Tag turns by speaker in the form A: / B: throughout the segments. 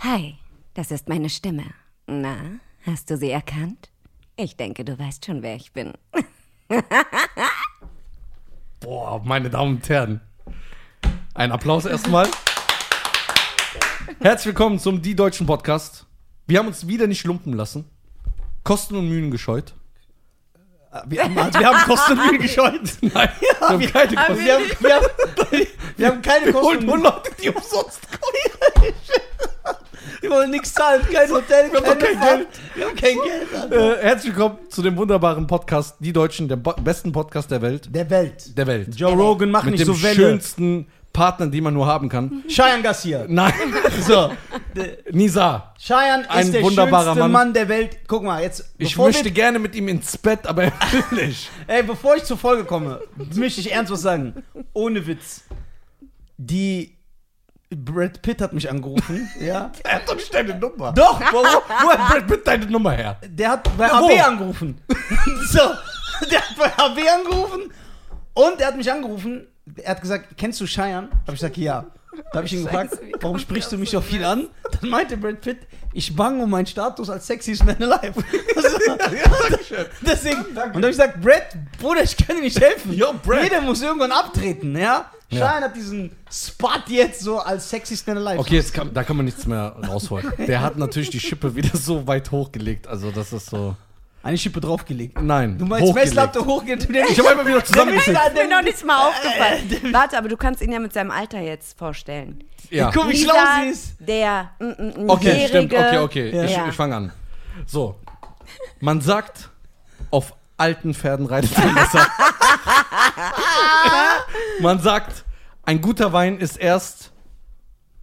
A: Hi, das ist meine Stimme. Na, hast du sie erkannt? Ich denke, du weißt schon, wer ich bin.
B: Boah, meine Damen und Herren. Ein Applaus erstmal. Herzlich willkommen zum Die Deutschen Podcast. Wir haben uns wieder nicht lumpen lassen. Kosten und Mühen gescheut.
C: Äh, Wir haben, wir haben Kosten und Mühen gescheut.
B: Nein, wir haben keine
C: Wir haben,
B: Kosten.
C: wir, haben, wir haben keine
B: Wir
C: Kosten
B: holen
C: und
B: nur
C: Mühen.
B: Leute, die umsonst kommen.
C: Wir wollen nichts zahlen. Kein Hotel,
B: Wir haben
C: keine
B: kein
C: Fahrt. Wir haben kein Geld. also. Alter.
B: Äh, herzlich willkommen zu dem wunderbaren Podcast Die Deutschen, der bo- besten Podcast der Welt.
C: Der Welt.
B: Der Welt.
C: Joe Rogan macht
B: Mit
C: nicht
B: dem
C: so Welle. Mhm.
B: schönsten Partner, den man nur haben kann.
C: Cheyenne Garcia.
B: Nein,
C: So.
B: Nisa.
C: Cheyenne
B: Ein
C: ist der
B: wunderbarer
C: schönste
B: Mann.
C: Mann. der Welt. Guck mal, jetzt.
B: Ich
C: bevor
B: möchte
C: wir-
B: gerne mit ihm ins Bett, aber er will nicht.
C: Ey, bevor ich zur Folge komme, möchte ich ernst was sagen. Ohne Witz. Die. Brad Pitt hat mich angerufen. ja.
B: Er hat doch nicht deine Nummer.
C: Doch,
B: Wo, woher Brad Pitt deine Nummer her?
C: Der hat bei
B: Wo?
C: HW angerufen. so, der hat bei HW angerufen und er hat mich angerufen. Er hat gesagt, kennst du Cheyenne? Habe ich gesagt, ja. Da habe ich ihn gefragt,
A: Scheiße, wie
C: warum
A: kommt
C: sprichst du
A: das
C: mich
A: so
C: so viel an? Dann meinte Brad Pitt, ich bange um meinen Status als sexiest man alive.
B: Ja, Dankeschön.
C: Deswegen, und dann habe ich gesagt, Brad, Bruder, ich kann dir nicht helfen.
B: Yo, Brad.
C: Jeder muss irgendwann abtreten, ja?
B: Ja.
C: Cheyenne hat diesen Spot jetzt so als sexiest man alive.
B: Okay, jetzt kann, da kann man nichts mehr rausholen. Der hat natürlich die Schippe wieder so weit hochgelegt. Also, das ist so.
C: Eine Schippe draufgelegt.
B: Nein.
C: Du meinst,
B: hochgelegt.
C: Messlatte hochgeht.
B: Ich habe einfach wieder zusammengefügt.
A: Ist mir noch nicht
C: Äh,
A: mal aufgefallen. Warte, aber du kannst ihn ja mit seinem Alter jetzt vorstellen.
B: Ja.
C: Guck, wie schlau
A: Lisa,
C: sie ist.
A: Der mm, mm, mm,
B: Okay,
A: Jährige.
B: stimmt. Okay, okay.
C: Ja.
B: Ich,
A: Ja.
B: ich fange an. So. Man sagt, auf alten Pferden reitet ein Messer. Man sagt, ein guter Wein ist erst,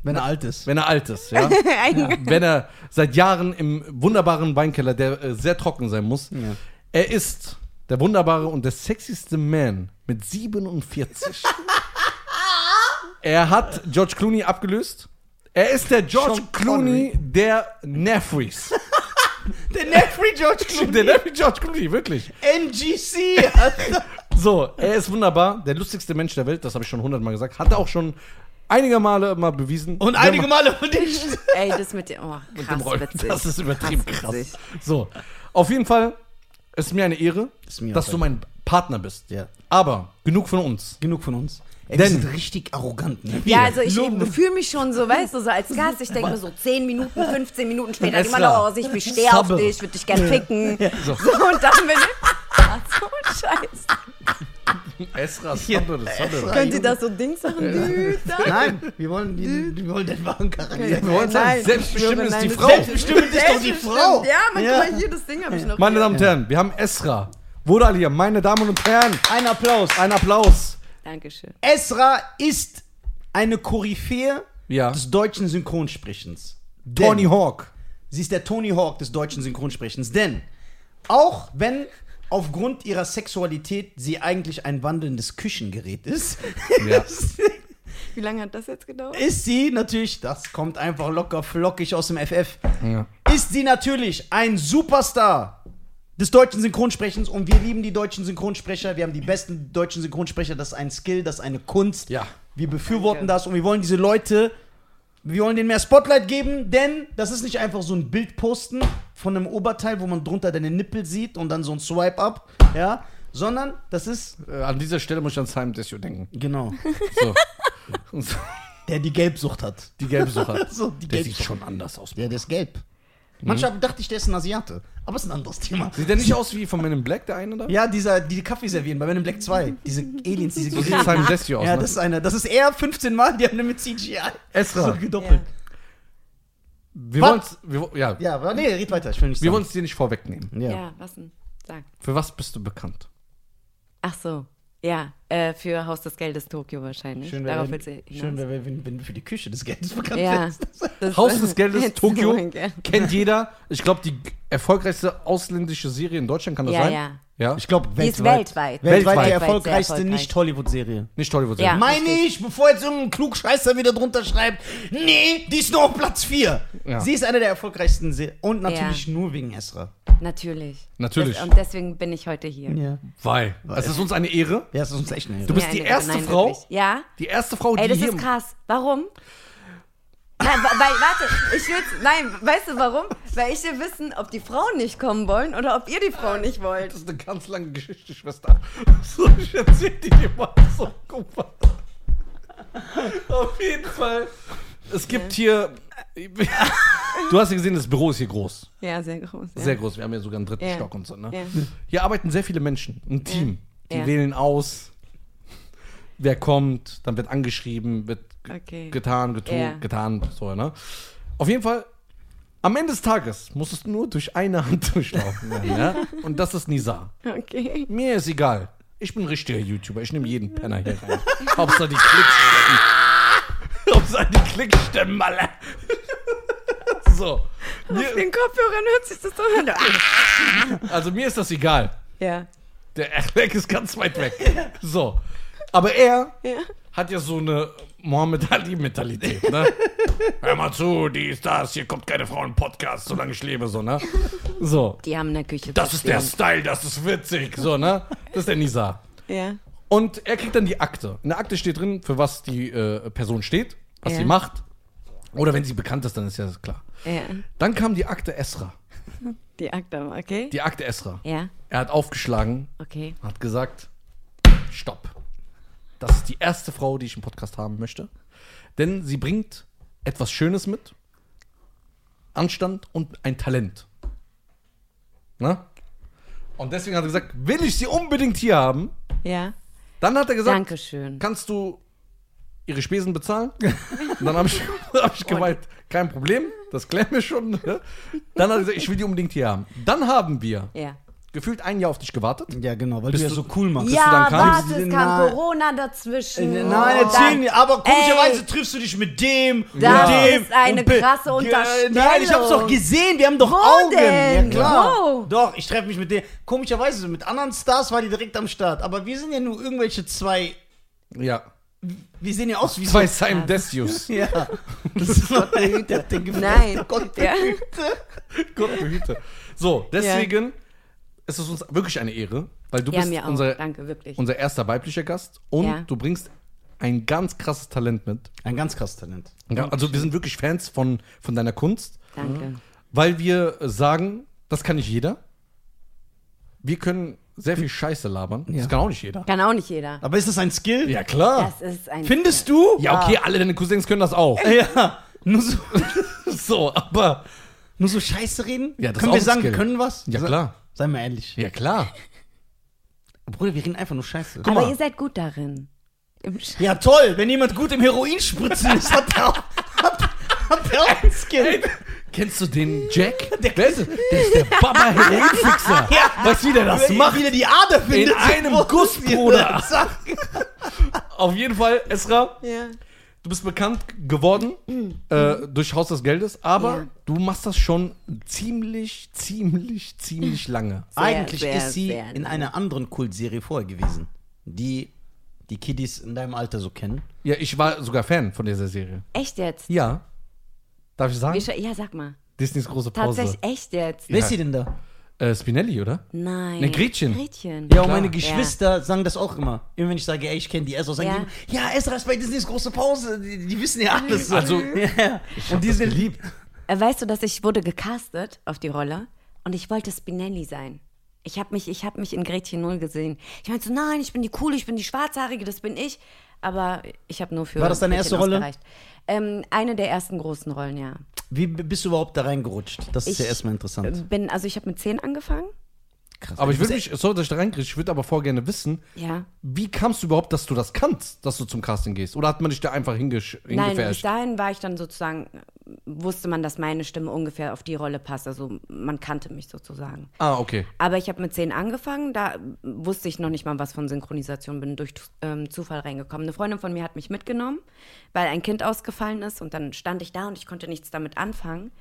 C: Wenn er alt ist.
B: wenn er alt ist. Ja?
A: Ein-
B: wenn er seit Jahren im wunderbaren Weinkeller, der äh, sehr trocken sein muss, er ist der wunderbare und der sexyste Man mit 47. er hat George Clooney abgelöst. Er ist der George
C: Sean Connery.
B: Clooney der Nefries.
C: Der Nefri George Clooney.
B: der Nefries George Clooney, wirklich.
C: NGC. Alter.
B: So, er ist wunderbar, der lustigste Mensch der Welt, das habe ich schon hundertmal gesagt. Hat er auch schon einige Male mal bewiesen.
C: Und
B: Wenn
C: einige
B: man-
C: Male von dich.
A: Ey, das mit dem. Oh, krass
B: dem Rollen.
A: witzig.
B: Das ist übertrieben krass.
A: witzig.
B: So, auf jeden Fall ist mir eine Ehre,
C: Ist mir
B: dass
C: auch
B: du mein Partner bist.
C: Ja.
B: Aber genug von uns.
C: Genug von uns. Ey,
B: Denn-
C: richtig arrogant. Ne?
A: Ja, also ich
C: Loben.
A: fühle mich schon so, weißt du, so als Gast. Ich denke mir so 10 Minuten, 15 Minuten später,
B: Esra.
A: immer noch, oh, ich bestehe auf
B: Sabbe.
A: dich, würde dich gern ficken.
B: So.
A: So. und dann bin ich. Ach so, scheiße.
B: Esra,
C: Hier.
B: Sabbe, Sabbe.
A: Können Sie das so Dings machen? Dü, da.
C: Nein, wir wollen, den, wir wollen den wahren Charakter.
B: Wir wollen sagen,
A: Nein, ich
B: selbstbestimmt
A: schwöre,
B: ist die
A: nein,
B: Frau.
C: Selbstbestimmt ist doch die
A: Selbstbestimmt.
C: Frau.
A: Ja, man,
C: Ja.
A: guck mal hier, das Ding habe ich noch.
B: Meine Damen und Herren, wir haben Esra. Wurde alle hier, meine Damen und Herren.
C: Ein Applaus.
B: Ein Applaus.
A: Dankeschön.
C: Esra ist eine Koryphäe
B: Ja.
C: des deutschen Synchronsprechens. Denn
B: Tony Hawk.
C: Sie ist der Tony Hawk des deutschen Synchronsprechens. Denn auch wenn aufgrund ihrer Sexualität sie eigentlich ein wandelndes Küchengerät ist,
B: Ja.
A: Wie lange hat das jetzt gedauert?
C: ist sie natürlich, das kommt einfach locker flockig aus dem FF,
B: Ja.
C: ist sie natürlich ein Superstar des deutschen Synchronsprechens und wir lieben die deutschen Synchronsprecher, wir haben die besten deutschen Synchronsprecher, das ist ein Skill, das ist eine Kunst.
B: Ja.
C: Wir befürworten
A: Danke.
C: das und wir wollen diese Leute, wir wollen denen mehr Spotlight geben, denn das ist nicht einfach so ein Bild posten von einem Oberteil, wo man drunter deine Nippel sieht und dann so ein Swipe up, ja, sondern das ist
B: Äh, an dieser Stelle muss ich an Simon Desio denken.
C: genau,
B: So. Und so,
C: der die Gelbsucht hat.
B: die Gelbsucher.
C: So, die
B: Der
C: Gelbsucht.
B: sieht schon anders aus.
C: Ja, der ist gelb. Manchmal dachte ich, der ist ein Asiate. Aber ist ein anderes Thema.
B: Sieht der nicht aus wie von Men in Black, der eine da?
C: Ja, dieser, die, die Kaffee servieren bei Men in Black 2. Diese Aliens, diese
B: So sieht Simon Desio aus.
C: Ja,
B: ne?
C: das ist einer. Das ist er 15 Mal, die haben den mit CGI.
B: Esra.
C: So gedoppelt.
B: Wir
C: Was?
B: wollen's, wir, wo- ja,
C: Ja, aber nee, red weiter. Ich will nicht
B: wir wollen es dir nicht vorwegnehmen.
C: Ja.
A: Ja, was denn? Sag.
B: Für was bist du bekannt?
A: Ach so. Ja, äh, für Haus des Geldes Tokio wahrscheinlich.
C: Schön wäre,
A: Darauf
C: wenn,
A: willst du hinaus.
C: schön wär, wenn, wenn du für die Küche des Geldes bekannt
A: ja.
C: wärst.
A: Das-
B: Haus des Geldes,
A: Jetzt
B: Tokio,
A: mal gern.
B: kennt jeder. Ich glaube, die g- erfolgreichste ausländische Serie in Deutschland kann das
A: Ja,
B: sein.
A: ja.
B: ja.
C: Ich glaube,
A: Die ist
C: weltweit.
A: weltweit.
B: Weltweit
C: die
B: sehr
C: erfolgreichste
A: erfolgreich.
C: Nicht-Hollywood-Serie.
B: Nicht Hollywood.
A: Ja.
B: Ja.
C: Meine ich, bevor jetzt irgendein Klugscheißer wieder drunter schreibt, nee, die ist nur auf Platz 4.
B: Ja.
C: Sie ist eine der erfolgreichsten Serien. Und natürlich nur wegen Esra.
A: Natürlich.
B: Natürlich.
A: Das, und deswegen bin ich heute hier.
C: Ja.
B: Weil. Es ist uns eine Ehre.
C: Ja, das ist uns echt eine Ehre.
B: Du bist
A: Mir
B: die
A: eine-
B: erste Frau,
A: Wirklich. Ja.
B: die erste Frau,
A: Ey,
B: die
A: das
B: hier.
A: ist krass. Warum? Nein, wa- weil, warte, ich will, nein, weißt du warum? Weil ich will wissen, ob die Frauen nicht kommen wollen oder ob ihr die Frauen nicht wollt.
B: Das ist eine ganz lange Geschichte, Schwester. So, ich erzähl die dir mal so, guck mal. Auf jeden Fall. Es gibt hier. Du hast ja gesehen, das Büro ist hier groß.
A: Ja, sehr groß. Ja.
B: Sehr groß. Wir haben ja sogar einen dritten
A: Ja.
B: Stock und so, ne?
A: Ja.
B: Hier arbeiten sehr viele Menschen, ein Team. Die
A: Ja.
B: wählen aus, wer kommt, dann wird angeschrieben, wird ge-
A: Okay.
B: getan, getan,
A: Ja.
B: getan, so, ne? Auf jeden Fall, am Ende des Tages muss es nur durch eine Hand durchlaufen werden, ja? Und das ist Nisa.
A: Okay.
B: Mir ist egal. Ich bin ein richtiger YouTuber. Ich nehme jeden Penner hier rein. Hauptsache die Klicks stimmen. Hauptsache die Klicks stimmen, alle. so.
A: Auf
B: Mir,
A: den Kopfhörern hört sich das doch an.
B: also mir ist das egal.
A: Ja.
B: Der Erleck ist ganz weit weg. So. Aber er
A: Ja.
B: hat ja so eine Mohammed Ali-Mentalität, ne? Hör mal zu, die ist das, hier kommt keine Frau im Podcast, solange ich lebe, so, ne? So.
A: Die haben eine Küche.
B: Das ist der
A: stehen.
B: Style, das ist witzig, so, ne? Das ist der Nisa.
A: Ja.
B: Und er kriegt dann die Akte. In der Akte steht drin, für was die äh, Person steht, was
A: Ja.
B: sie macht. Oder wenn sie bekannt ist, dann ist ja das klar.
A: Ja.
B: Dann kam die Akte Esra.
A: Die Akte, okay?
B: Die Akte Esra.
A: ja.
B: Er hat aufgeschlagen,
A: Okay.
B: hat gesagt, stopp. Das ist die erste Frau, die ich im Podcast haben möchte. Denn sie bringt etwas Schönes mit, Anstand und ein Talent. Na? Und deswegen hat er gesagt, will ich sie unbedingt hier haben.
A: Ja.
B: Dann hat er gesagt,
A: Dankeschön.
B: kannst du ihre Spesen bezahlen? Und dann habe ich, hab ich gemeint, kein Problem, das klären wir schon. ne? Dann hat er gesagt, ich will die unbedingt hier haben. Dann haben wir
A: Ja.
B: gefühlt ein Jahr auf dich gewartet.
C: Ja, genau, weil
B: Bist
C: du ja
B: du-
C: so cool machst.
B: du dann
A: Ja,
B: krank?
A: warte, es kam
C: Nein.
A: Corona dazwischen.
C: Äh, Nein,
A: Und
C: erzähl
A: dann-
C: nicht. Aber
A: Äh, oh, Ey.
C: komischerweise triffst du dich mit dem,
A: Das
C: mit dem.
A: ist eine
C: und be-
A: krasse
C: Ge-
A: Unterstellung.
C: Nein, ich hab's doch gesehen. Wir haben doch
A: Wo
C: Augen.
A: denn?
C: Ja, klar.
A: Wo?
C: Doch, ich treffe mich mit dem. Komischerweise, mit anderen Stars war die direkt am Start. Aber wir sind ja nur irgendwelche zwei.
B: Ja.
C: Wir sehen ja aus wie
B: Zwei Simon Desius.
C: Ja. Das ist doch der Hüter, der gefällt. Oh
A: Nein.
C: Gott,
A: Ja.
B: Gott behüte. So, deswegen ist es uns wirklich eine Ehre, weil du
A: Ja,
B: bist
A: mir auch.
B: unser,
A: Oh, Danke, wirklich.
B: unser erster weiblicher Gast und
A: Ja.
B: du bringst ein ganz krasses Talent mit.
C: Ein ganz krasses Talent.
B: Also wir sind wirklich Fans von, von deiner Kunst. Mhm.
A: Danke.
B: Weil wir sagen, das kann nicht jeder. Wir können sehr viel Scheiße labern.
C: Ja.
B: Das kann auch nicht jeder.
A: Kann auch nicht jeder.
C: Aber ist das ein Skill?
B: Ja, klar.
A: Das ist ein.
C: Findest du?
B: Ja, okay, alle deine Cousins können das auch.
C: Ja. Nur so,
B: So, aber.
C: nur so Scheiße reden?
B: Ja, das ist
C: können
B: auch
C: wir
B: ein
C: sagen,
B: Skill.
C: wir können was?
B: Ja,
C: Se-
B: klar.
C: Sei mal ehrlich.
B: Ja, klar.
C: Bruder, wir reden einfach nur Scheiße.
B: guck
A: aber
B: mal.
A: ihr seid gut darin. Im Sch-
C: Ja, toll, wenn jemand gut im Heroin spritzen ist, hat er auch, hat, hat er auch einen Skill.
B: Kennst du den Jack? Der, der, ist, der ist der baba heroinfixer
C: Ja.
B: Weißt du, wie der das
C: Wenn
B: macht?
C: Wieder die Ader findet.
B: einem Guss,
C: Wie er
B: Bruder.
C: das sagt.
B: Auf jeden Fall, Esra,
A: Ja.
B: du bist bekannt geworden äh, durch Haus des Geldes, aber
A: Ja.
B: du machst das schon ziemlich, ziemlich, ziemlich lange.
C: Eigentlich
A: sehr,
C: ist sie
A: sehr
C: in
A: nett.
C: einer anderen Kultserie vorher gewesen, die die Kiddies in deinem Alter so kennen.
B: Ja, ich war sogar Fan von dieser Serie.
A: Echt jetzt?
B: Ja. Darf ich
A: Wir
B: sagen?
A: scha- Ja, sag mal.
B: Disneys große Pause.
A: Tatsächlich echt jetzt?
B: Ja.
C: Wer ist sie denn da?
B: Äh, Spinelli, oder?
A: Nein.
B: Ne, Gretchen.
A: Gretchen.
C: Ja, und
B: Klar.
C: meine Geschwister sagen das auch immer. Immer wenn ich sage, ey, ich kenne die Esra, sagen die immer, ja, Esra ist bei Disneys große Pause. Die, die wissen ja alles. So.
B: Also,
C: ja. Und die
B: das
C: sind
B: geliebt.
A: Äh, Weißt du, dass ich wurde gecastet auf die Rolle und ich wollte Spinelli sein. Ich habe mich, ich hab mich in Gretchen Null gesehen. Ich meinte so, nein, ich bin die Coole, ich bin die Schwarzhaarige, das bin ich. Aber ich habe nur für.
C: War das deine
A: Gretchen
C: erste Rolle?
A: ausgereicht. Ähm, eine der ersten großen Rollen, ja.
C: Wie b- bist du überhaupt da reingerutscht? Das ist
A: Ich-
C: ja erstmal interessant.
A: Bin, also ich habe mit 10 angefangen.
C: Krass.
B: Ähm, Aber ich würde mich, sorry, dass ich da reinkriege, ich würde aber vor gerne wissen,
A: Ja.
B: wie kamst du überhaupt, dass du das kannst, dass du zum Casting gehst? Oder hat man dich da einfach hingesch
A: Nein, bis
B: hingefärscht?
A: dahin war ich dann sozusagen, wusste man, dass meine Stimme ungefähr auf die Rolle passt. Also man kannte mich sozusagen.
B: Ah, okay.
A: Aber ich habe mit 10 angefangen, da wusste ich noch nicht mal was von Synchronisation, bin durch ähm, Zufall reingekommen. Eine Freundin von mir hat mich mitgenommen, weil ein Kind ausgefallen ist und dann stand ich da und ich konnte nichts damit anfangen.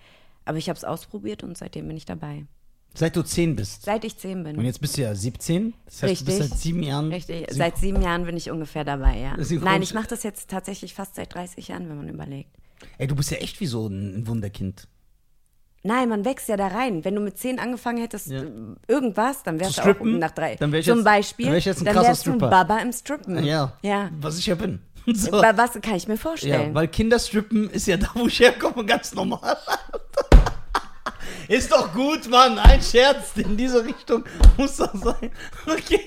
A: Aber ich habe es ausprobiert und seitdem bin ich dabei.
C: Seit du 10 bist.
A: Seit ich 10 bin.
C: Und jetzt bist du ja 17. Das heißt, du
A: Richtig.
C: bist seit sieben Jahren.
A: Richtig,
C: Synchro-
A: seit sieben Jahren bin ich ungefähr dabei, ja.
C: Synchron-
A: Nein, ich mache das jetzt tatsächlich fast seit 30 Jahren, wenn man überlegt.
C: Ey, du bist ja echt wie so ein Wunderkind.
A: Nein, man wächst ja da rein. Wenn du mit 10 angefangen hättest,
C: Ja.
A: äh, irgendwas, dann wärst
C: Zu
A: du auch
C: strippen,
A: nach drei.
C: dann wär ich
A: Zum
C: jetzt-
A: Beispiel,
C: dann wär ich jetzt ein
A: dann
C: krasser
A: wärst du ein
C: Stripper.
A: Baba im Strippen.
C: Ja.
A: Ja.
C: Was ich ja bin. So.
A: Wa- Was kann ich mir
C: Ja,
A: vorstellen?
C: weil Kinderstrippen ist ja da, wo ich herkomme, ganz normal. Ist doch gut, Mann. Ein Scherz in diese Richtung muss das sein. Okay.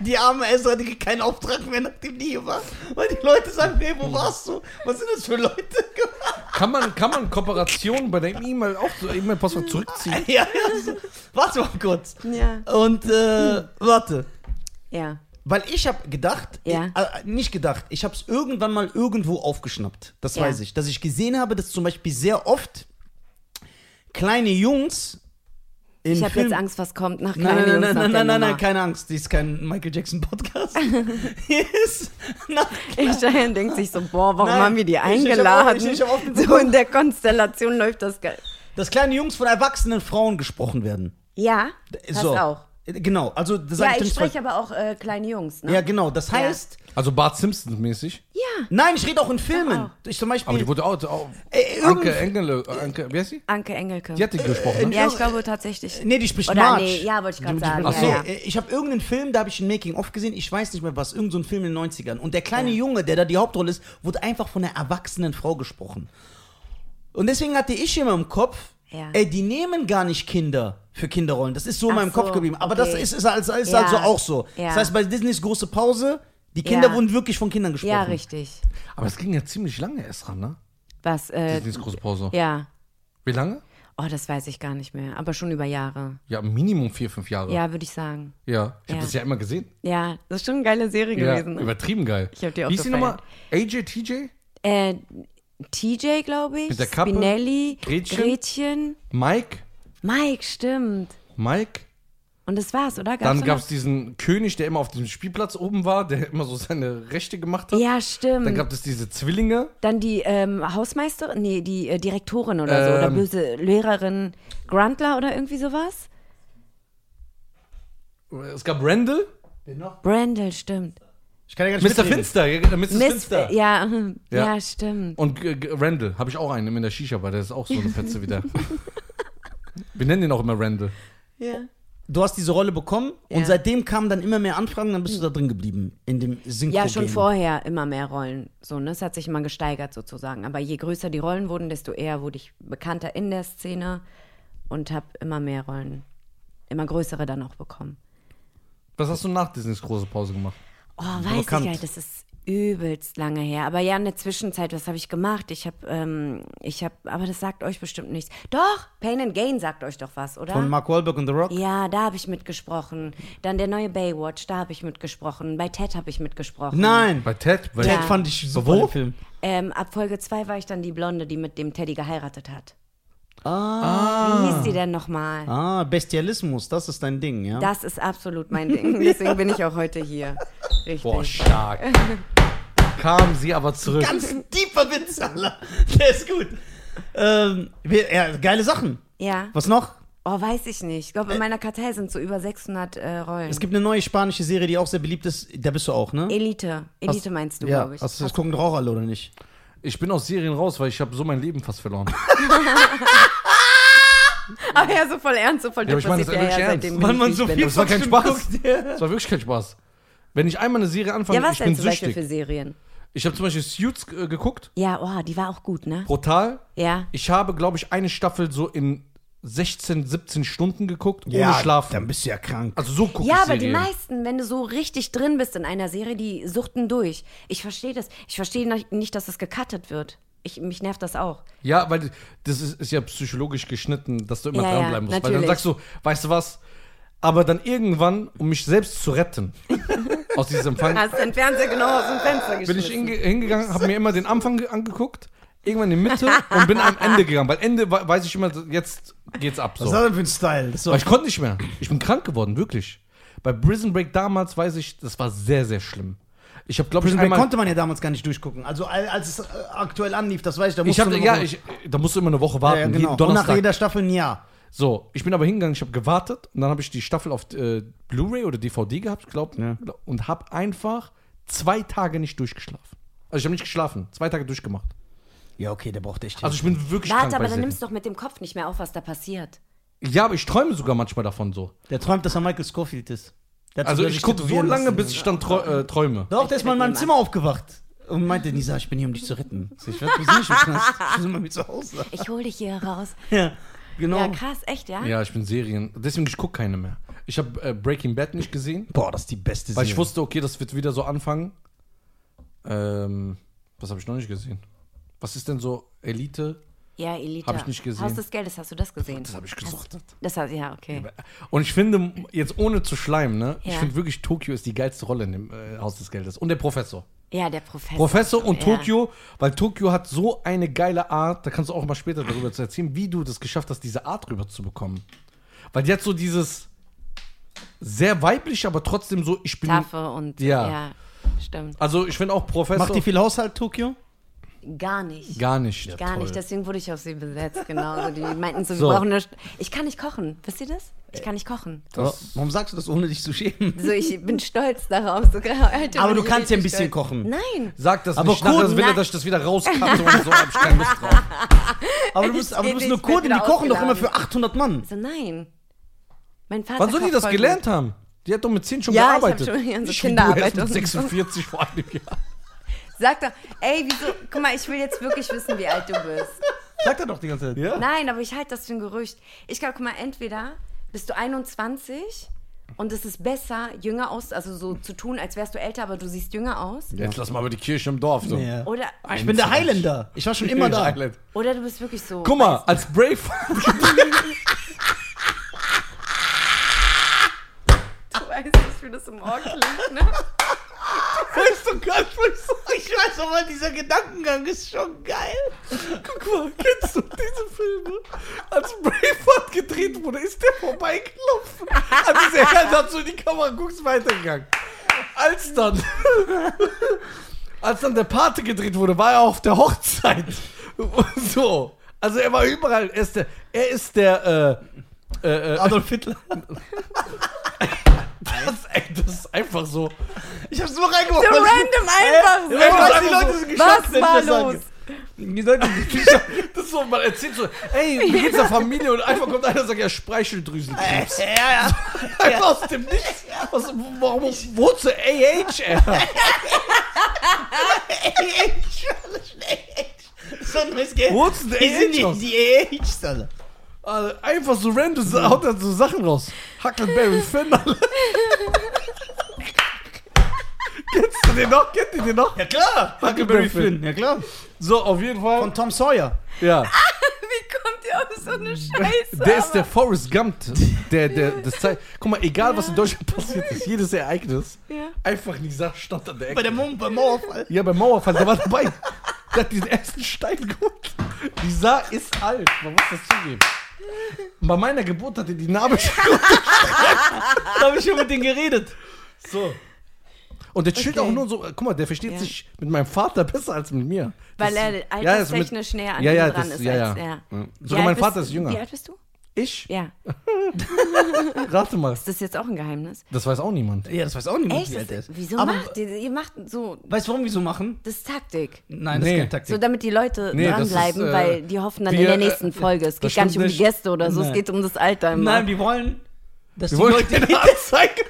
C: Die arme Ezra, die kriegt keinen Auftrag mehr, nachdem die hier war. Weil die Leute sagen, hey, wo warst du? Was sind das für Leute?
B: Kann man, kann man Kooperationen bei deinem E-Mail auch so E-Mail-Postfach zurückziehen?
C: ja, ja, so. Warte mal kurz.
A: Ja.
C: Und, äh, warte.
A: ja.
C: Weil ich habe gedacht,
A: Ja.
C: äh, äh, nicht gedacht, ich habe es irgendwann mal irgendwo aufgeschnappt. Das
A: Ja.
C: weiß ich. Dass ich gesehen habe, dass zum Beispiel sehr oft kleine Jungs in
A: Ich habe
C: Filmen-
A: jetzt Angst, was kommt nach
C: Nein,
A: kleine
C: nein,
A: Jungs
C: nein,
A: nach
C: nein,
A: der
C: nein, nein, nein,
A: Nummer.
C: keine Angst. Dies ist kein Michael Jackson Podcast. Hier ist nach
A: Cheyenne denkt sich so, boah, warum
C: Nein,
A: haben wir
C: ich-
A: die
C: ich hab auch- ich-
A: eingeladen?
C: ich hab auch mitbekommen.
A: so in der Konstellation läuft das geil.
C: dass kleine Jungs von erwachsenen Frauen gesprochen werden.
A: Ja, das
C: So.
A: auch.
C: Genau, also das sag
A: Ja,
C: dir
A: ich
C: nicht
A: spreche aber auch äh, kleine Jungs,
C: voll- Ja,
A: ne?
C: genau. Das heißt,
B: Also Bart Simpson-mäßig.
A: Ja.
C: nein, ich rede auch in Filmen.
A: auch.
C: Ich zum Beispiel.
B: Aber die wurde auch. auch
C: Äh,
B: Anke
C: irgend-
B: Engele. äh, Anke, wie heißt sie?
A: Anke Engelke.
B: Die hat die gesprochen. Ne?
A: ja, ich glaube tatsächlich.
C: Nee, die spricht
A: Oder
C: Marge.
A: nee, ja, wollte ich gerade sagen.
B: Ach
A: ja,
B: so.
A: ja.
C: Nee, Äh, ich habe irgendeinen Film, da habe ich ein Making-of gesehen, ich weiß nicht mehr was, irgendein so ein Film in den 90ern. Und der kleine Junge, der da die Hauptrolle ist, wurde einfach von einer erwachsenen Frau gesprochen. Und deswegen hatte ich immer im Kopf,
A: Ja.
C: ey, die nehmen gar nicht Kinder für Kinderrollen. Das ist so in
A: Ach
C: meinem Kopf
A: so,
C: geblieben. Aber das
A: okay.
C: ist, ist, also, ist
A: Ja.
C: also auch so.
A: Ja.
C: Das heißt, bei Disneys große Pause, die Kinder
A: Ja.
C: wurden wirklich von Kindern gesprochen.
A: ja, richtig.
B: Aber es ging ja ziemlich lange erst ran, ne?
A: Was? Äh,
B: Disneys große Pause.
A: ja.
B: Wie lange?
A: Oh, das weiß ich gar nicht mehr. Aber schon über Jahre.
B: Ja, Minimum vier, fünf Jahre.
A: Ja, würde ich sagen.
B: Ja. Ich habe
A: Ja.
B: das ja immer gesehen.
A: Ja, das ist schon eine geile Serie
B: Ja,
A: gewesen. Ne?
B: übertrieben geil.
A: Ich hab die auch
B: Wie ist die
A: gefeiert.
B: nochmal? AJ, TJ?
A: Äh, TJ, glaube ich.
B: Mit der Kappe.
A: Spinelli.
B: Gretchen.
A: Gretchen.
B: Mike?
A: Mike, stimmt.
B: Mike?
A: Und das war's, oder? Gab's
B: Dann
A: noch-
B: gab es diesen König, der immer auf dem Spielplatz oben war, der immer so seine Rechte gemacht hat.
A: Ja, stimmt.
B: Dann
A: Dann,
B: gab es diese Zwillinge.
A: die ähm, Hausmeisterin, nee, die äh, Direktorin oder so, oder
B: Ähm.
A: böse Lehrerin Grundler oder irgendwie sowas.
B: Es gab Randall.
C: Wen noch?
A: Brandel, stimmt.
C: Ich kann ja gar nicht
B: Mr.
C: mitreden.
B: Finster. Ja, Mr.
A: Miss,
B: Finster.
A: ja, ja,
B: Ja.
A: stimmt.
B: Und äh, G- Randall, habe ich auch einen in der Shisha, weil der ist auch so eine Fetze wieder. Wir nennen ihn auch immer Randall.
A: Ja.
C: Du hast diese Rolle bekommen und
A: Ja.
C: seitdem kamen dann immer mehr Anfragen, dann bist du da drin geblieben. In dem synchro
A: Ja, schon
C: Game.
A: vorher immer mehr Rollen. So, ne? Es hat sich immer gesteigert sozusagen. Aber je größer die Rollen wurden, desto eher wurde ich bekannter in der Szene und habe immer mehr Rollen, immer größere dann auch bekommen.
B: Was hast du nach Disneys große Pause gemacht?
A: Oh, weiß
C: bekannt.
A: ich halt, das ist übelst lange her. Aber ja, in der Zwischenzeit, was habe ich gemacht? Ich habe, ähm, ich habe, aber das sagt euch bestimmt nichts. Doch, Pain and Gain sagt euch doch was, oder?
C: Von Mark Wahlberg und The Rock.
A: ja, da habe ich mitgesprochen. Dann der neue Baywatch, da habe ich mitgesprochen. Bei Ted habe ich mitgesprochen.
C: Nein!
B: Bei Ted? Weil
C: Ted
A: Ja.
C: fand ich super
B: Wo?
C: den Film.
A: Ähm, ab Folge 2 war ich dann die Blonde, die mit dem Teddy geheiratet hat.
C: Ah,
A: Wie hieß die denn nochmal?
C: ah. Bestialismus, das ist dein Ding, ja?
A: Das ist absolut mein Ding. Deswegen bin ich auch heute hier. Richtig.
B: Boah, stark. Kam sie aber zurück.
C: Ganz tiefer Witz, Alter. Der ist gut. Ähm, wir, ja, geile Sachen.
A: ja.
C: Was noch?
A: Oh, weiß ich nicht. Ich glaube, in meiner Kartei sind so über 600 äh, Rollen.
C: Es gibt eine neue spanische Serie, die auch sehr beliebt ist. Da bist du auch, ne?
A: Elite. Elite meinst du,
C: Ja,
A: glaube ich.
C: hast du das gucken auch alle oder nicht?
B: Ich bin aus Serien raus, weil ich habe so mein Leben fast verloren.
A: Ah ja, so voll ernst, so voll
B: Ja, aber ich meine das
A: depressiv.
B: wirklich ernst.
A: seitdem bin
C: Weil
A: ich
C: man
A: nicht
C: so
A: bin.
C: viel
B: das war kein
C: Stimmt,
B: Spaß.
C: guckt, ja.
B: Das war wirklich kein Spaß. Wenn ich einmal eine Serie anfange,
A: Ja, was
B: ich bin
A: denn zum Beispiel
B: süchtig.
A: für Serien?
B: Ich habe zum Beispiel Suits äh, geguckt.
A: Ja, oh, die war auch gut, ne?
B: Brutal.
A: Ja.
B: Ich habe, glaube ich, eine Staffel so in 16, 17 Stunden geguckt, ohne
C: Dann
B: Schlafen.
C: bist du ja krank.
B: Also so gucke
A: Ja,
B: ich
A: aber die
B: Serien.
A: meisten, wenn du so richtig drin bist in einer Serie, die suchten durch. Ich verstehe das. Ich verstehe na- nicht, dass das gecuttet wird. Ich, mich nervt das auch.
B: Ja, weil das ist, ist ja psychologisch geschnitten, dass du immer
A: Ja, ja,
B: dranbleiben musst. Weil dann
A: natürlich.
B: sagst du, weißt du was? Aber dann irgendwann, um mich selbst zu retten aus diesem Empfang,
A: Hast den Fernseher genau aus dem Fenster
B: bin ich
A: geschmissen.
B: hinge hingegangen, habe mir immer den Anfang ge- angeguckt, irgendwann die Mitte und bin am Ende gegangen. Weil Ende we- weiß ich immer, jetzt geht's ab. So.
C: Was hat er für ein Style? Das ist
B: Aber
C: so.
B: ich konnte nicht mehr. Ich bin krank geworden, wirklich. Bei Prison Break damals weiß ich, das war sehr, sehr schlimm. Ich habe, glaube ich,
C: Prison Break
B: einmal...
C: konnte man ja damals gar nicht durchgucken. Also al- als es äh, aktuell anlief, das weiß ich. Da
B: ich
C: musst
B: hab,
C: du noch-
B: ja, ich, da musst du immer eine Woche warten,
C: ja, ja, genau.
B: jeden
C: Und nach
B: Donnerstag.
C: jeder Staffel ein Jahr.
B: So, ich bin aber hingegangen, ich habe gewartet und dann habe ich die Staffel auf äh, Blu-ray oder DVD gehabt, glaubt
C: Ja.
B: und habe einfach zwei Tage nicht durchgeschlafen. Also ich habe nicht geschlafen, zwei Tage durchgemacht.
C: Ja, okay, der braucht echt.
B: Also ich bin wirklich krank
A: Warte,
B: bei
A: aber dann
B: Serien.
A: nimmst du doch mit dem Kopf nicht mehr auf, was da passiert.
B: Ja, aber ich träume sogar manchmal davon so.
C: der träumt, dass er Michael Scofield ist. Der hat
B: Also
C: sogar
B: ich
C: sich
B: gucke so
C: tätowieren
B: lange,
C: lassen.
B: bis ich dann trau äh, träume.
C: Doch, der ist mal in meinem Zimmer aufgewacht. Und meinte, Nisa, ich bin hier, um dich zu retten. So, Ich werde mich nicht im Knast. Ich bin mal mit zu Hause.
A: Ich hole dich hier raus.
C: Ja, genau.
A: Ja, krass, echt, ja?
B: Ja, ich bin Serien. Deswegen, ich gucke keine mehr. Ich habe äh, Breaking Bad nicht gesehen,
C: Boah, das ist die beste
B: weil ich wusste, okay, das wird wieder so anfangen. Ähm, was habe ich noch nicht gesehen? Was ist denn so Elite?
A: Ja, Elite.
B: Hab ich nicht gesehen.
A: Haus des Geldes, hast du das gesehen?
B: Das habe ich gesucht.
A: Das hat, ja, okay.
B: Und ich finde, jetzt ohne zu schleimen, ne? Ich
A: Ja.
B: finde wirklich, Tokio ist die geilste Rolle in dem äh, Haus des Geldes. Und der Professor.
A: Ja, der Professor.
B: Professor und
A: Ja.
B: Tokio, weil Tokio hat so eine geile Art, da kannst du auch mal später darüber zu erzählen, wie du das geschafft hast, diese Art rüberzubekommen. Weil jetzt so dieses sehr weiblich, aber trotzdem so, ich bin.
A: Taffe und.
B: Ja.
A: Ja. Stimmt.
B: Also ich finde auch Professor.
C: Macht ihr viel Haushalt, Tokio?
A: Gar nicht.
B: gar nicht.
A: Gar nicht, deswegen wurde ich auf sie besetzt, genau. So, Die meinten so, wir
B: So.
A: brauchen eine. St- Ich kann nicht kochen, wisst ihr das? Ich kann nicht kochen.
B: Das-
C: Warum sagst du das, ohne dich zu schämen?
A: So, ich bin stolz darauf. So, heute
C: Aber
A: bin
C: du
A: ich
C: kannst ja
A: richtig
C: ein bisschen
A: stolz.
C: kochen.
A: Nein.
B: Sag das
C: Aber
B: nicht. Nachher
C: Kurden-
B: will er, dass ich das wieder rauskratze und so hab ich keine Lust drauf.
C: Aber du bist, aber du
A: Ich-
C: bist eine
A: ich werd
C: Kurdin, die
A: wieder
C: kochen doch immer
A: ausgeladen.
C: für 800 Mann.
A: So, nein. Mein Vater.
B: Wann soll die
A: kocht
B: das
A: voll
B: gelernt
A: gut.
B: haben? Die hat doch mit 10 schon
A: Ja, ich hab
B: gearbeitet.
A: schon- ja, so
B: Nicht wie
A: Kinderarbeit
B: du erst
A: und so.
B: mit 46 vor einem Jahr.
A: Sag doch, ey, wieso? Guck mal, ich will jetzt wirklich wissen, wie alt du bist.
C: Sagt er doch die ganze Zeit.
B: Ja.
A: Nein, aber ich halte das für ein Gerücht. Ich glaube, guck mal, entweder bist du 21 und es ist besser, jünger aus, also so zu tun, als wärst du älter, aber du siehst jünger aus.
B: Jetzt lass mal über die Kirche im Dorf. So.
C: Ja.
A: Oder,
C: Ich bin der Highlander. Ich war schon immer da.
B: Highland.
A: oder du bist wirklich so.
B: Guck mal, als Brave.
A: Du weißt nicht, wie das im Ohr klingt, ne?
C: Weißt du gar nicht, was ich weiß, aber dieser Gedankengang ist schon geil.
B: Guck mal, kennst du diese Filme? Als Braveheart gedreht wurde, ist der vorbeigelaufen. Hat dieser Herr dazu in die Kamera guckst weitergegangen. Als dann, als dann der Pate gedreht wurde, war er auf der Hochzeit. So, also er war überall. Er ist der, er ist der, äh, äh, äh,
C: Adolf Hitler.
B: das, ey, das ist einfach so.
C: Ich hab's nur reingeworfen.
A: So
C: weil ich-
A: random einfach so.
C: Ey, was,
B: einfach
C: die
B: so.
C: Leute sind
A: Was
C: geschockt, wenn ich
A: war
C: das sage.
A: los?
C: Die Leute sind geschockt.
B: Das ist so, man erzählt so, ey, wie geht's der Familie? Und einfach kommt einer und sagt, ja, Speicheldrüsenkrebs.
C: Ja, ja.
B: Einfach aus dem Nichts. Was, warum, wozu AH, ey?
C: So ein neues Game.
B: Wo ist denn
C: Die sind
B: AH?
C: die, die AHs, Alter.
B: Also einfach so random, so haut er so Sachen raus. Huckleberry Finn, Alter. Kennst du den noch? Kennt ihr den noch?
C: Ja klar.
B: Huckleberry
C: Huckleberry
B: Finn.
C: Finn. Ja klar.
B: So, auf jeden Fall.
C: Von Ah, Tom Sawyer.
B: Ja.
A: Wie kommt ihr auf so eine Scheiße?
B: Der ist der
A: aber-
B: Forrest Gump. Der, der, das Zeit. Guck mal, egal was in Deutschland passiert ist, jedes Ereignis.
A: Ja.
B: Einfach Nisa stand an der Ecke.
C: Bei der Mum, beim Mauerfall.
B: Ja, beim Mauerfall, der war dabei. Der hat diesen ersten Stein geholt. Die Saar ist alt, man muss das zugeben. Bei meiner Geburt hatte die Narbe schon.
C: Da habe ich schon mit denen geredet.
B: So. Und der chillt
A: Okay.
B: auch nur so, äh, guck mal, der versteht
A: Ja.
B: sich mit meinem Vater besser als mit mir. Das
A: Weil er
B: ist-
A: alterstechnisch
B: ja,
A: näher an
B: ja,
A: ihm
B: ja,
A: dran
B: das,
A: ist
B: ja,
A: als
B: ja.
A: er.
B: Mhm.
A: Wie alt
B: Sogar mein Vater
A: bist-
B: ist jünger.
A: Wie alt bist du?
B: Ich?
A: Ja.
B: Rate mal.
A: Das ist jetzt auch ein Geheimnis.
B: Das weiß auch niemand.
C: Ja, das weiß auch niemand,
A: Echt?
C: wie alt er ist.
A: Wieso
C: Aber
A: macht ihr, ihr macht so.
C: Weißt du, warum wir so machen?
A: Das ist Taktik.
C: Nein,
B: Nee.
A: So, damit die Leute
B: Nee, das
A: dranbleiben,
B: ist, äh,
A: weil die hoffen dann
B: wir,
A: in der
B: äh,
A: nächsten Folge. Es
B: das
A: geht gar nicht
B: stimmt
A: um die
B: nicht.
A: Gäste oder so,
C: Nein.
A: es geht um das Alter immer.
C: Nein, wir wollen, dass
B: Wir
C: die
B: wollen
C: Leute
B: keine Anzeige.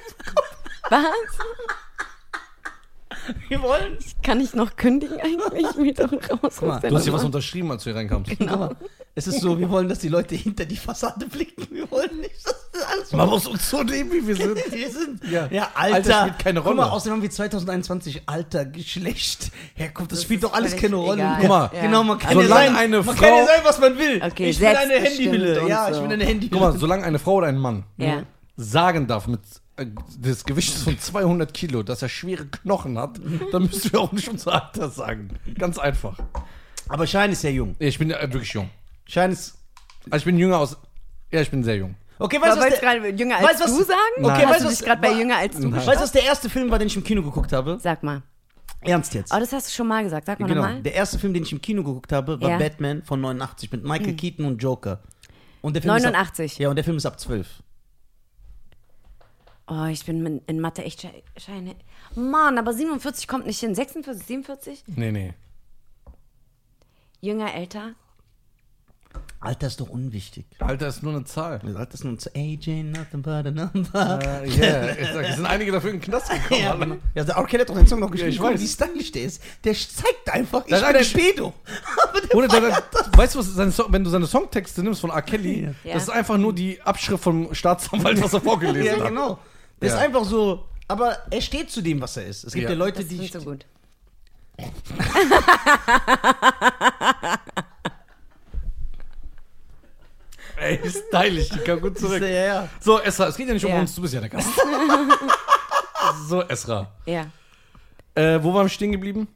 A: Was?
C: Wir wollen.
A: Kann ich noch kündigen eigentlich? Ich will doch raus.
C: Guck mal,
B: Du hast hier was unterschrieben, als du hier reinkamst.
C: Guck mal, es ist so, wir wollen, dass die Leute hinter die Fassade blicken. Wir wollen nicht, dass das alles
B: Man muss uns so nehmen, wie wir sind.
C: Wir sind.
B: Ja.
C: Ja,
B: Alter
C: Alter.
B: spielt keine
C: Guck mal,
B: Rolle.
C: außerdem haben wir 2021 Alter, Geschlecht, Herkunft. Das, spielt
A: ist
C: doch alles
A: völlig
C: keine Rolle.
A: egal.
B: Guck mal,
C: Genau, man kann ja
B: solange
C: sein,
B: eine
C: man
B: Frau-
C: kann ja sein, was man will.
A: Okay,
C: ich bin eine
A: selbstbestimmt
C: Handyhülle.
A: und
C: Ja,
A: so.
C: ich bin eine Handyhülle.
B: Guck mal, solange eine Frau oder ein Mann ne,
A: Ja.
B: sagen darf mit äh, des Gewichtes von 200 Kilo, dass er schwere Knochen hat, dann müssen wir auch nicht unser Alter sagen. Ganz einfach.
C: Aber Schein ist ja jung.
B: Ich bin äh, wirklich jung.
C: Schein ist.
B: Also ich bin jünger aus. Ja, ich bin sehr jung.
C: Okay,
A: Weißt
C: weißt du,
A: du,
C: was
A: wolltest
C: der,
A: gerade jünger als
C: Weißt du,
A: du
C: was-
A: sagen?
C: Okay,
A: Hast
C: weißt
A: du
C: du,
A: dich
C: was-
A: gerade bei
C: wa-
A: jünger als du?
C: weißt, du, was der erste Film war, den ich im Kino geguckt habe?
A: Sag mal.
C: Ernst jetzt.
A: Oh, das hast du schon mal gesagt. Sag mal nochmal.
C: Genau. Der erste Film, den ich im Kino geguckt habe, war
A: Ja. Hm.
C: Batman von 89 mit Michael Keaton und Joker. Und der
A: 89.
C: Ist ab, ja, und der Film ist ab 12.
A: Oh, ich bin min- in Mathe echt sche- scheine. Mann, aber 47 kommt nicht hin. 46, 47?
B: Nee, nee.
A: Jünger, älter?
C: Alter ist doch unwichtig.
B: Alter ist nur eine Zahl.
C: Das Alter ist nur ein Z- AJ, nothing but a number.
B: Äh, yeah. Ich sag, es sind einige dafür in den Knast gekommen.
C: Ja,
B: Alter.
C: ja, der R. Kelly hat doch den Song noch geschrieben.
B: ich
C: Guck mal,
B: weiß.
C: Wie stylisch der ist. Der zeigt einfach, ich
B: Das
C: bin ein
B: ist
C: Pedo. Aber der
B: Oder der,
C: feiert
B: weißt du, was seine Song, wenn du seine Songtexte nimmst von R. Kelly,
A: Ja.
B: das ist einfach nur die Abschrift vom Staatsanwalt, was er
C: das.
B: vorgelesen
C: Ja,
B: hat.
C: genau. Der
B: Ja.
C: ist einfach so. Aber er steht zu dem, was er ist. Es gibt
B: Ja.
C: ja, Leute,
A: Das
C: die.
A: ist so gut.
B: Ey, stylisch, die kann gut
C: Ja,
B: zurück.
C: ja.
B: So, Esra, es geht ja nicht um
A: Ja.
B: uns, du bist ja der Gast. so, Esra.
A: Ja,
B: Äh, wo waren wir stehen geblieben?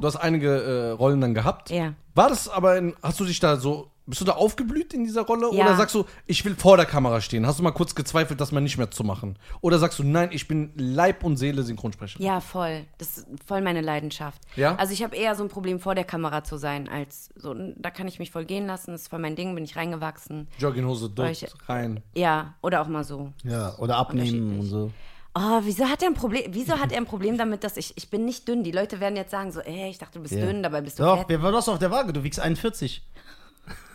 B: Du hast einige äh, Rollen dann gehabt.
A: ja.
B: War das aber, in, hast du dich da so, bist du da aufgeblüht in dieser Rolle?
A: Ja.
B: Oder sagst du, ich will vor der Kamera stehen? Hast du mal kurz gezweifelt, das mal nicht mehr zu machen? Oder sagst du, nein, ich bin Leib und Seele Synchronsprecher?
A: Ja, voll. Das ist voll meine Leidenschaft.
B: Ja?
A: Also ich habe eher so ein Problem, vor der Kamera zu sein, als so, da kann ich mich voll gehen lassen, das ist voll mein Ding, bin ich reingewachsen.
B: Jogginghose, durch,
A: Ich-
B: rein.
A: Ja, oder auch mal so.
C: ja, oder abnehmen und so.
A: Oh, wieso hat er ein Problem, wieso hat er ein Problem damit, dass ich, ich bin nicht dünn. Die Leute werden jetzt sagen so, ey, ich dachte, du bist
C: Ja.
A: dünn, dabei bist du
C: Doch,
A: fett.
C: wer war das auf der Waage? Du wiegst 41.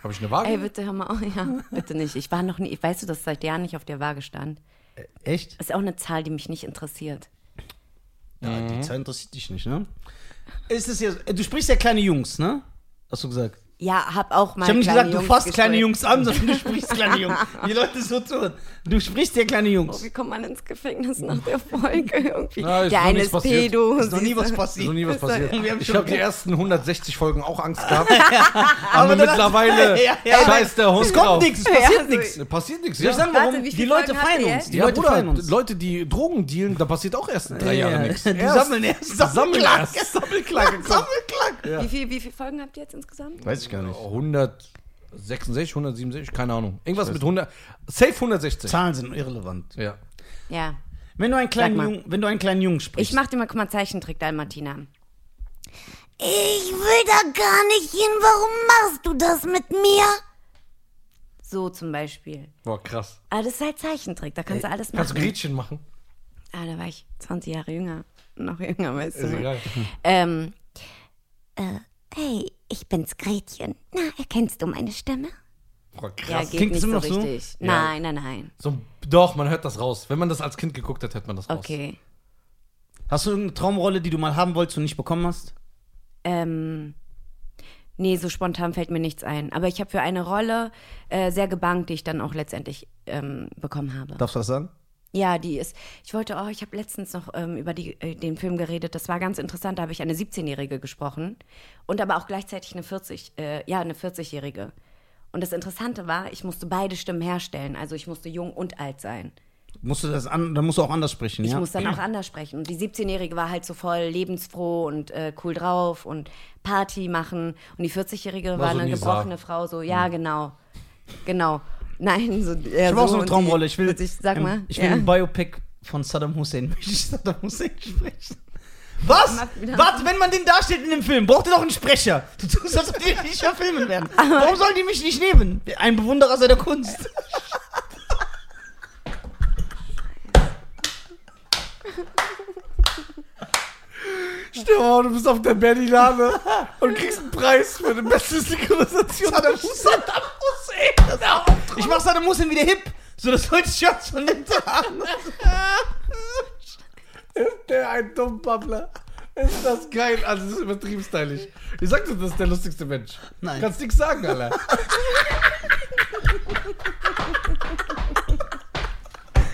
B: Habe ich eine Waage?
A: Ey, bitte hör mal auf. Ja, bitte nicht. Ich war noch nie, weißt du, dass seit Jahren nicht auf der Waage stand?
C: Echt?
A: Ist auch eine Zahl, die mich nicht interessiert.
C: Ja,
B: Mhm.
C: die Zeit interessiert dich nicht, ne? Ist es ja, du sprichst ja kleine Jungs, ne? Hast du gesagt?
A: Ja, hab auch mal
C: Ich habe nicht
A: kleine
C: gesagt, du
A: Jungs
C: fasst kleine
A: gestrickt.
C: Jungs an, sondern du sprichst kleine Jungs. Die Leute so tun. Du sprichst ja kleine
A: Oh,
C: Jungs.
A: wie kommt man ins Gefängnis nach der Folge irgendwie?
B: Ja, ist
A: der
B: noch
A: eine
B: nichts
A: ist
B: passiert.
A: Pedo.
C: Ist noch nie was
B: Ist
C: passiert.
B: noch nie was passiert.
C: Wir haben
B: Ich
C: schon-
B: habe die ersten 160 Folgen auch Angst gehabt. aber
C: Aber dann-
B: mittlerweile
C: Ja, ja,
B: scheiß der Hund
C: Es kommt
B: drauf.
C: nichts, es passiert
A: Ja, also
C: nichts.
B: Ne, Passiert nichts,
C: Soll
B: ja.
C: ich sagen,
A: Warte,
C: warum?
A: wie
C: die
A: viele
C: Leute
A: Folgen habt
C: feiern
A: ihr
C: uns. Die
B: ja,
C: Leute
B: Bruder,
C: feiern uns.
B: Leute, die Drogen dealen, da passiert auch erst in drei
C: Ja,
B: Jahren
C: ja.
B: nichts.
C: Die
B: Erst-
C: sammeln erst.
B: Sammeln
C: Sammelklack.
B: erst. Sammelklage.
C: Sammelklack.
A: Wie viele wie viel Folgen habt ihr jetzt insgesamt?
C: Weiß ich gar nicht.
B: 166, 167, keine Ahnung. Irgendwas mit 100. Safe 160.
C: Zahlen sind irrelevant.
B: Ja.
A: Ja.
C: Wenn du einen kleinen,
A: Sag mal.
C: Jungen, wenn du einen kleinen Jungen sprichst.
A: Ich mach dir mal, guck mal, Zeichentrick, dein Martina. Ich will da gar nicht hin. Warum machst du das mit mir? So zum Beispiel.
B: Boah, krass.
A: Aber das ist halt Zeichentrick, da kannst du alles
B: Kannst du
A: machen.
B: Gretchen machen?
A: Ah, da war ich 20 Jahre jünger. Noch jünger, weißt du.
B: Ist egal.
A: Ähm, äh, hey, ich bin's Gretchen. Na, erkennst du meine Stimme?
B: Boah,
A: Ja,
B: krass.
A: geht
C: Klingt
A: nicht
C: immer
A: so
C: noch so?
A: richtig. Nein, nein, nein.
B: So, doch, man hört das raus. Wenn man das als Kind geguckt hat, hört man das raus.
A: Okay.
C: Hast du irgendeine Traumrolle, die du mal haben wolltest und nicht bekommen hast?
A: Ähm, nee, so spontan fällt mir nichts ein. Aber ich habe für eine Rolle äh, sehr gebangt, die ich dann auch letztendlich ähm, bekommen habe.
C: Darfst du das sagen?
A: Ja, die ist. Ich wollte, oh, ich habe letztens noch ähm, über die, äh, den Film geredet. Das war ganz interessant. Da habe ich eine 17-Jährige gesprochen und aber auch gleichzeitig eine 40, äh, ja, eine 40-Jährige. Und das Interessante war, ich musste beide Stimmen herstellen. Also ich musste jung und alt sein.
C: Musst du das an, dann musst du auch anders sprechen,
A: Ich
C: ja?
A: muss dann auch anders sprechen. Und die 17-Jährige war halt so voll lebensfroh und äh, cool drauf und Party machen. Und die 40-Jährige war,
B: so
A: eine
B: Nisa.
A: gebrochene Frau, so, ja, genau. Genau. Nein, so.
C: Ich habe auch so eine Traumrolle. Ich will,
A: Ich, sag
C: ähm,
A: mal.
C: ich will
A: ja.
C: ein Biopic von Saddam Hussein. Möchte ich Saddam Hussein sprechen? Was?
A: Mach wieder-
C: Warte, wenn man den darstellt in dem Film, braucht ihr doch einen Sprecher. Du tust, als ob die nicht verfilmen werden. Warum sollen die mich nicht nehmen? Ein Bewunderer seiner Kunst.
B: Stell dir mal, du bist auf der Berlinale und kriegst einen Preis für die beste Synchronisation.
C: Saddam Hussein. Saddam Hussein. Ich mach Saddam Hussein wieder hip. So, das Leute Shirts von dem tragen.
B: Ist der ein Dummbabbler? Ist das geil? Also, das ist übertrieben stylisch. Ich sagte, das ist der lustigste Mensch.
C: Nein.
B: Kannst nichts sagen, Alter.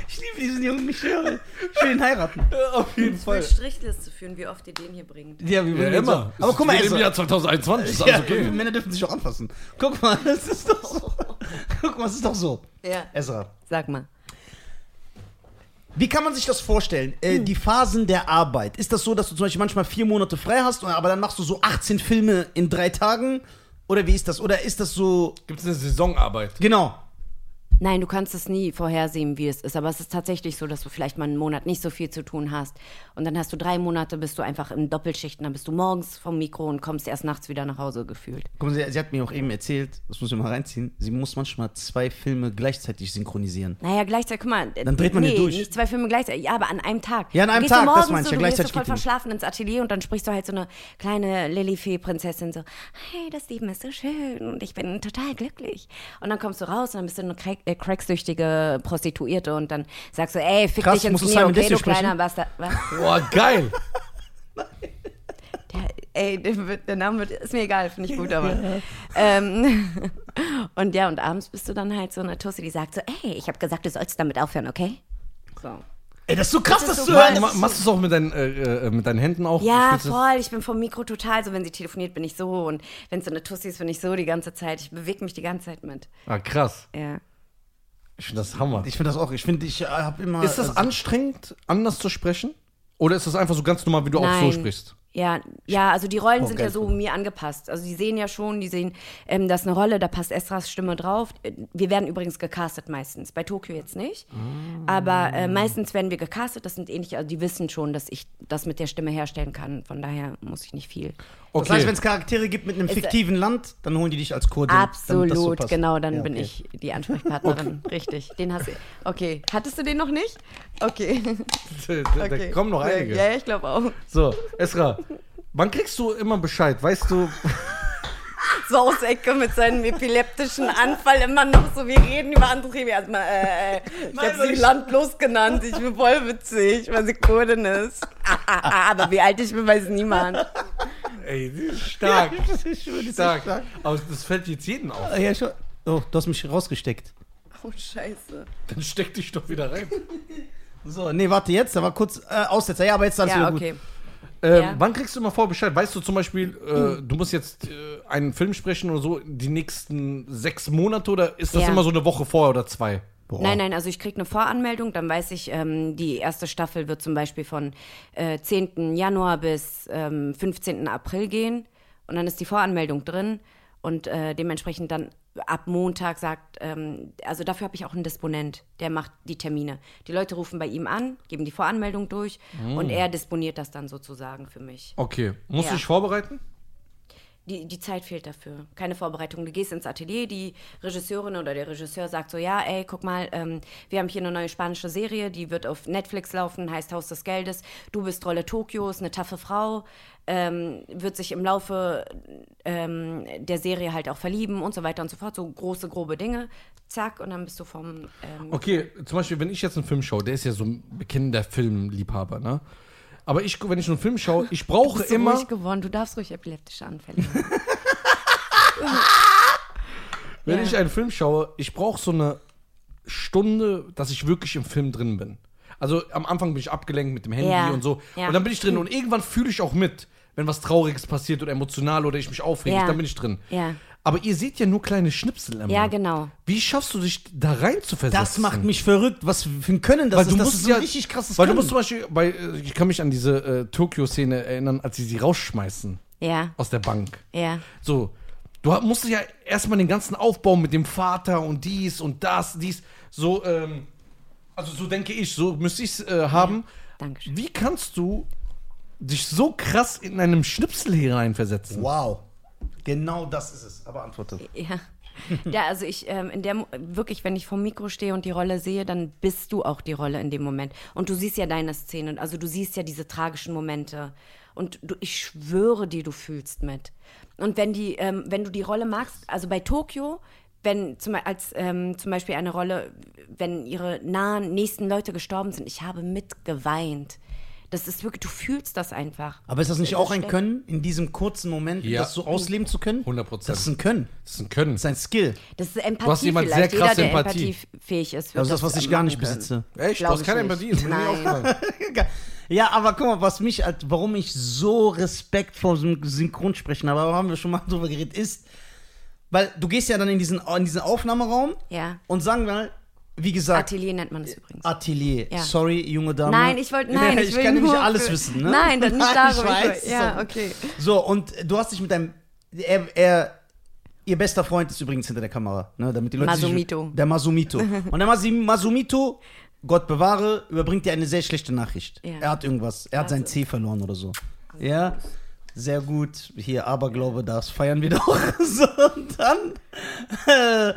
C: Ich liebe diesen Jungen, ich höre. Ich will ihn heiraten.
B: Auf jeden
A: Ich will Strichliste führen, wie oft ihr den hier bringt.
C: Ja, wir
B: Ja,
C: wollen ihn
B: immer.
C: So. Aber
B: Es
C: guck mal,
B: steht
C: also,
B: im Jahr 2021 ist
C: ja,
B: alles okay.
C: Männer dürfen sich auch anfassen. Guck mal, das ist doch so. Guck mal, es ist doch so.
A: Ja.
C: Ezra,
A: Sag mal.
C: wie kann man sich das vorstellen? Äh, die Phasen der Arbeit. Ist das so, dass du zum Beispiel manchmal vier Monate frei hast, aber dann machst du so 18 Filme in drei Tagen? Oder wie ist das? Oder ist das so.
B: Gibt es eine Saisonarbeit?
C: Genau.
A: Nein, du kannst es nie vorhersehen, wie es ist. Aber es ist tatsächlich so, dass du vielleicht mal einen Monat nicht so viel zu tun hast. Und dann hast du drei Monate, bist du einfach in Doppelschichten. Dann bist du morgens vom Mikro und kommst erst nachts wieder nach Hause gefühlt.
C: Guck mal, sie, sie hat mir auch eben erzählt, das muss ich mal reinziehen, sie muss manchmal zwei Filme gleichzeitig synchronisieren.
A: Naja, gleichzeitig, guck mal. äh,
C: Dann dreht man
A: nee,
C: hier durch.
A: Nicht zwei Filme gleichzeitig, ja, aber an einem Tag.
C: Ja, an einem
A: Gehst du
C: Tag, das
A: morgens
C: meine ich,
A: so,
C: ja,
A: du gehst so
C: gleichzeitig
A: voll
C: geht nicht.
A: verschlafen ins Atelier und dann sprichst du halt so eine kleine Lilifee-Prinzessin so, hey, das Leben ist so schön und ich bin total glücklich. Und dann kommst du raus und dann bist du eine crack äh, cracksüchtige Prostituierte und dann sagst du, ey, fick
C: Krass,
A: dich ins
C: musst du
A: Knie,
C: Simon
A: okay,
C: Desio
A: du kleiner
C: sprechen?
A: Bastard. Was?
B: Boah, geil.
A: Der, Äh, ey, der, wird- der Name wird, ist mir egal, finde ich gut, aber. Ähm, und ja, und abends bist du dann halt so eine Tussi, die sagt so, ey, ich habe gesagt, du sollst damit aufhören, okay? So.
C: Ey, das ist so krass, das, zu
B: Ma
C: hören.
B: ma machst du es auch mit deinen, äh, äh, mit deinen Händen auch?
A: Ja,
B: Spielst du das?
A: voll. Ich bin vom Mikro total so. Wenn sie telefoniert, bin ich so. Und wenn es so eine Tussi ist, bin ich so die ganze Zeit. Ich bewege mich die ganze Zeit mit.
B: Ah, krass.
A: Ja.
B: Ich finde das Hammer.
C: Ich finde das auch, ich finde, ich habe immer.
B: Ist das
C: also,
B: anstrengend, anders zu sprechen? Oder ist das einfach so ganz normal, wie du auch so
A: Nein.
B: sprichst?
A: Ja, ja, also die Rollen
B: Boah,
A: sind
B: geil,
A: ja so
B: Film.
A: mir angepasst. Also die sehen ja schon, die sehen, ähm, das ist eine Rolle, da passt Estras Stimme drauf. Äh, Wir werden übrigens gecastet meistens, bei Tokio jetzt nicht.
B: Ah.
A: Aber äh, meistens werden wir gecastet, das sind ähnlich, also die wissen schon, dass ich das mit der Stimme herstellen kann. Von daher muss ich nicht viel.
B: Okay.
C: Das heißt, wenn es Charaktere gibt mit einem fiktiven Land, dann holen die dich als Kurdin. damit das so
A: Absolut,
C: passt.
A: genau, dann
C: Ja,
A: bin
C: okay.
A: ich die Ansprechpartnerin. Richtig, den hast du. Okay, hattest du den noch nicht? Okay.
B: da, da
A: okay.
B: kommen noch
A: Ja,
B: einige.
A: Ja, ich glaube auch.
B: So, Esra, wann kriegst du immer Bescheid? Weißt du,
A: so aus der Ecke mit seinem epileptischen Anfall immer noch so, wir reden über andere Themen. Erstmal, äh, äh, ich
C: Nein,
A: habe sie
C: ich-
A: landlos genannt, ich bin voll witzig, weil sie Kurdin ist. Ah, ah, ah, aber wie alt ich bin, weiß niemand.
B: ey, die ist stark.
C: Ich würde jetzt
B: stark.
C: echt sagen.
B: Aber das fällt jetzt jeden auf.
C: Ah, Ja, schon. Oh, du hast mich rausgesteckt.
A: Oh, scheiße.
B: Dann steck dich doch wieder rein.
C: So, nee, warte, jetzt, da war kurz äh, Aussetzer. Ja, aber jetzt ist alles
A: Ja,
C: wieder
A: okay.
C: gut.
B: Ähm,
A: Ja. Uh.
B: Wann kriegst du immer vor Bescheid? Weißt du zum Beispiel, äh, du musst jetzt äh, einen Film sprechen oder so die nächsten sechs Monate oder ist das
A: Ja.
B: immer so eine Woche vorher oder zwei?
C: Boah.
A: Nein, nein, also ich kriege eine Voranmeldung, dann weiß ich, ähm, die erste Staffel wird zum Beispiel von äh, 10. Januar bis ähm, 15. April gehen und dann ist die Voranmeldung drin und äh, dementsprechend dann ab Montag sagt, ähm, also dafür habe ich auch einen Disponent, der macht die Termine. Die Leute rufen bei ihm an, geben die Voranmeldung durch und er disponiert das dann sozusagen für mich.
B: Okay. Musst du
A: Ja.
B: dich vorbereiten?
A: Die, die Zeit fehlt dafür. Keine Vorbereitung. Du gehst ins Atelier, die Regisseurin oder der Regisseur sagt so, ja, ey, guck mal, ähm, wir haben hier eine neue spanische Serie, die wird auf Netflix laufen, heißt Haus des Geldes. Du bist Rolle Tokios, eine taffe Frau, ähm, wird sich im Laufe ähm, der Serie halt auch verlieben und so weiter und so fort. So große, grobe Dinge. Zack, und dann bist du vom... Ähm,
B: Okay, zum Beispiel, wenn ich jetzt einen Film schaue, der ist ja so ein bekennender Filmliebhaber, ne? Aber ich, wenn ich einen Film schaue, ich brauche
A: bist du
B: immer.
A: ruhig geworden. Du darfst ruhig epileptische Anfälle haben.
B: Wenn
A: Ja.
B: ich einen Film schaue, ich brauche so eine Stunde, dass ich wirklich im Film drin bin. Also am Anfang bin ich abgelenkt mit dem Handy
A: Ja.
B: und so.
A: Ja. Hm.
B: Und dann bin ich drin und irgendwann fühle ich auch mit, wenn was Trauriges passiert oder emotional oder ich mich aufrege,
A: Ja.
B: dann bin ich drin.
A: Ja.
B: Aber ihr seht ja nur kleine Schnipsel immer.
A: Ja, genau.
B: Wie schaffst du dich da rein zu versetzen?
C: Das macht mich verrückt. Was für ein Können das
B: Weil
C: ist.
B: du
C: das
B: musst
C: ist
B: ja,
C: ein richtig krasses
B: Weil du
C: Können.
B: musst zum Beispiel, bei, äh, ich kann mich an diese äh, Tokio-Szene erinnern, als sie sie rausschmeißen
A: Ja,
B: aus der Bank.
A: ja.
B: So, du ha- musstest ja erstmal den ganzen Aufbau mit dem Vater und dies und das, dies, so, ähm, also so denke ich, so müsste ich es äh, haben.
A: Dankeschön.
B: Wie kannst du dich so krass in einem Schnipsel hineinversetzen?
C: Wow. Genau das ist es. Aber antworte.
A: Ja. Ja, also ich, ähm, in der, Mo- wirklich, wenn ich vom Mikro stehe und die Rolle sehe, dann bist du auch die Rolle in dem Moment. Und du siehst ja deine Szene, also du siehst ja diese tragischen Momente. Und du, ich schwöre dir, du fühlst mit. Und wenn die, ähm, wenn du die Rolle magst, also bei Tokio, wenn zum, als ähm, zum Beispiel eine Rolle, wenn ihre nahen, nächsten Leute gestorben sind, ich habe mitgeweint. Das ist wirklich, du fühlst das einfach.
C: Aber ist das nicht auch ein
A: steckt-
C: Können, in diesem kurzen Moment
B: Ja.
C: das so ausleben zu können?
B: 100%.
C: Das ist ein Können.
B: Das ist ein Können.
C: Das ist ein Skill.
A: Das ist Empathie.
B: Du hast jemand sehr
A: vielleicht. Jeder,
B: krasse
A: der
B: Empathie.
A: empathiefähig ist. wird
C: Also Das ist das, was ich gar nicht
A: machen können.
C: besitze.
B: Echt? Du
A: Glaub
B: hast
A: ich
B: keine
A: nicht.
B: Empathie, ist mir nie
A: Nein.
B: aufgefallen.
C: Ja, aber guck mal, was mich, halt- warum ich so Respekt vor dem Synchronsprechen habe, aber haben wir schon mal drüber geredet, ist, weil du gehst ja dann in diesen, in diesen Aufnahmeraum
A: Ja.
C: und sagen wir mal, wie gesagt,
A: Atelier nennt man das übrigens.
C: Atelier.
A: Ja.
C: Sorry, junge Dame.
A: Nein, ich wollte. Nein, ich,
C: Äh, ich
A: will
C: kann nämlich
A: nur
C: alles
A: für-
C: wissen, ne?
A: Nein, dann nicht darüber.
C: Ich weiß,
A: will- ja,
C: sorry.
A: okay.
C: So, und du hast dich mit deinem. Er, er Ihr bester Freund ist übrigens hinter der Kamera, ne, damit die Leute sich-
A: Masumito.
C: der Masumito. Und der Masi- Masumito, Gott bewahre, überbringt dir eine sehr schlechte Nachricht.
A: Ja. Also.
C: Er hat irgendwas, er hat sein C verloren oder so. Ja, sehr gut. Hier, Aberglaube, das feiern wir doch. So, und dann äh,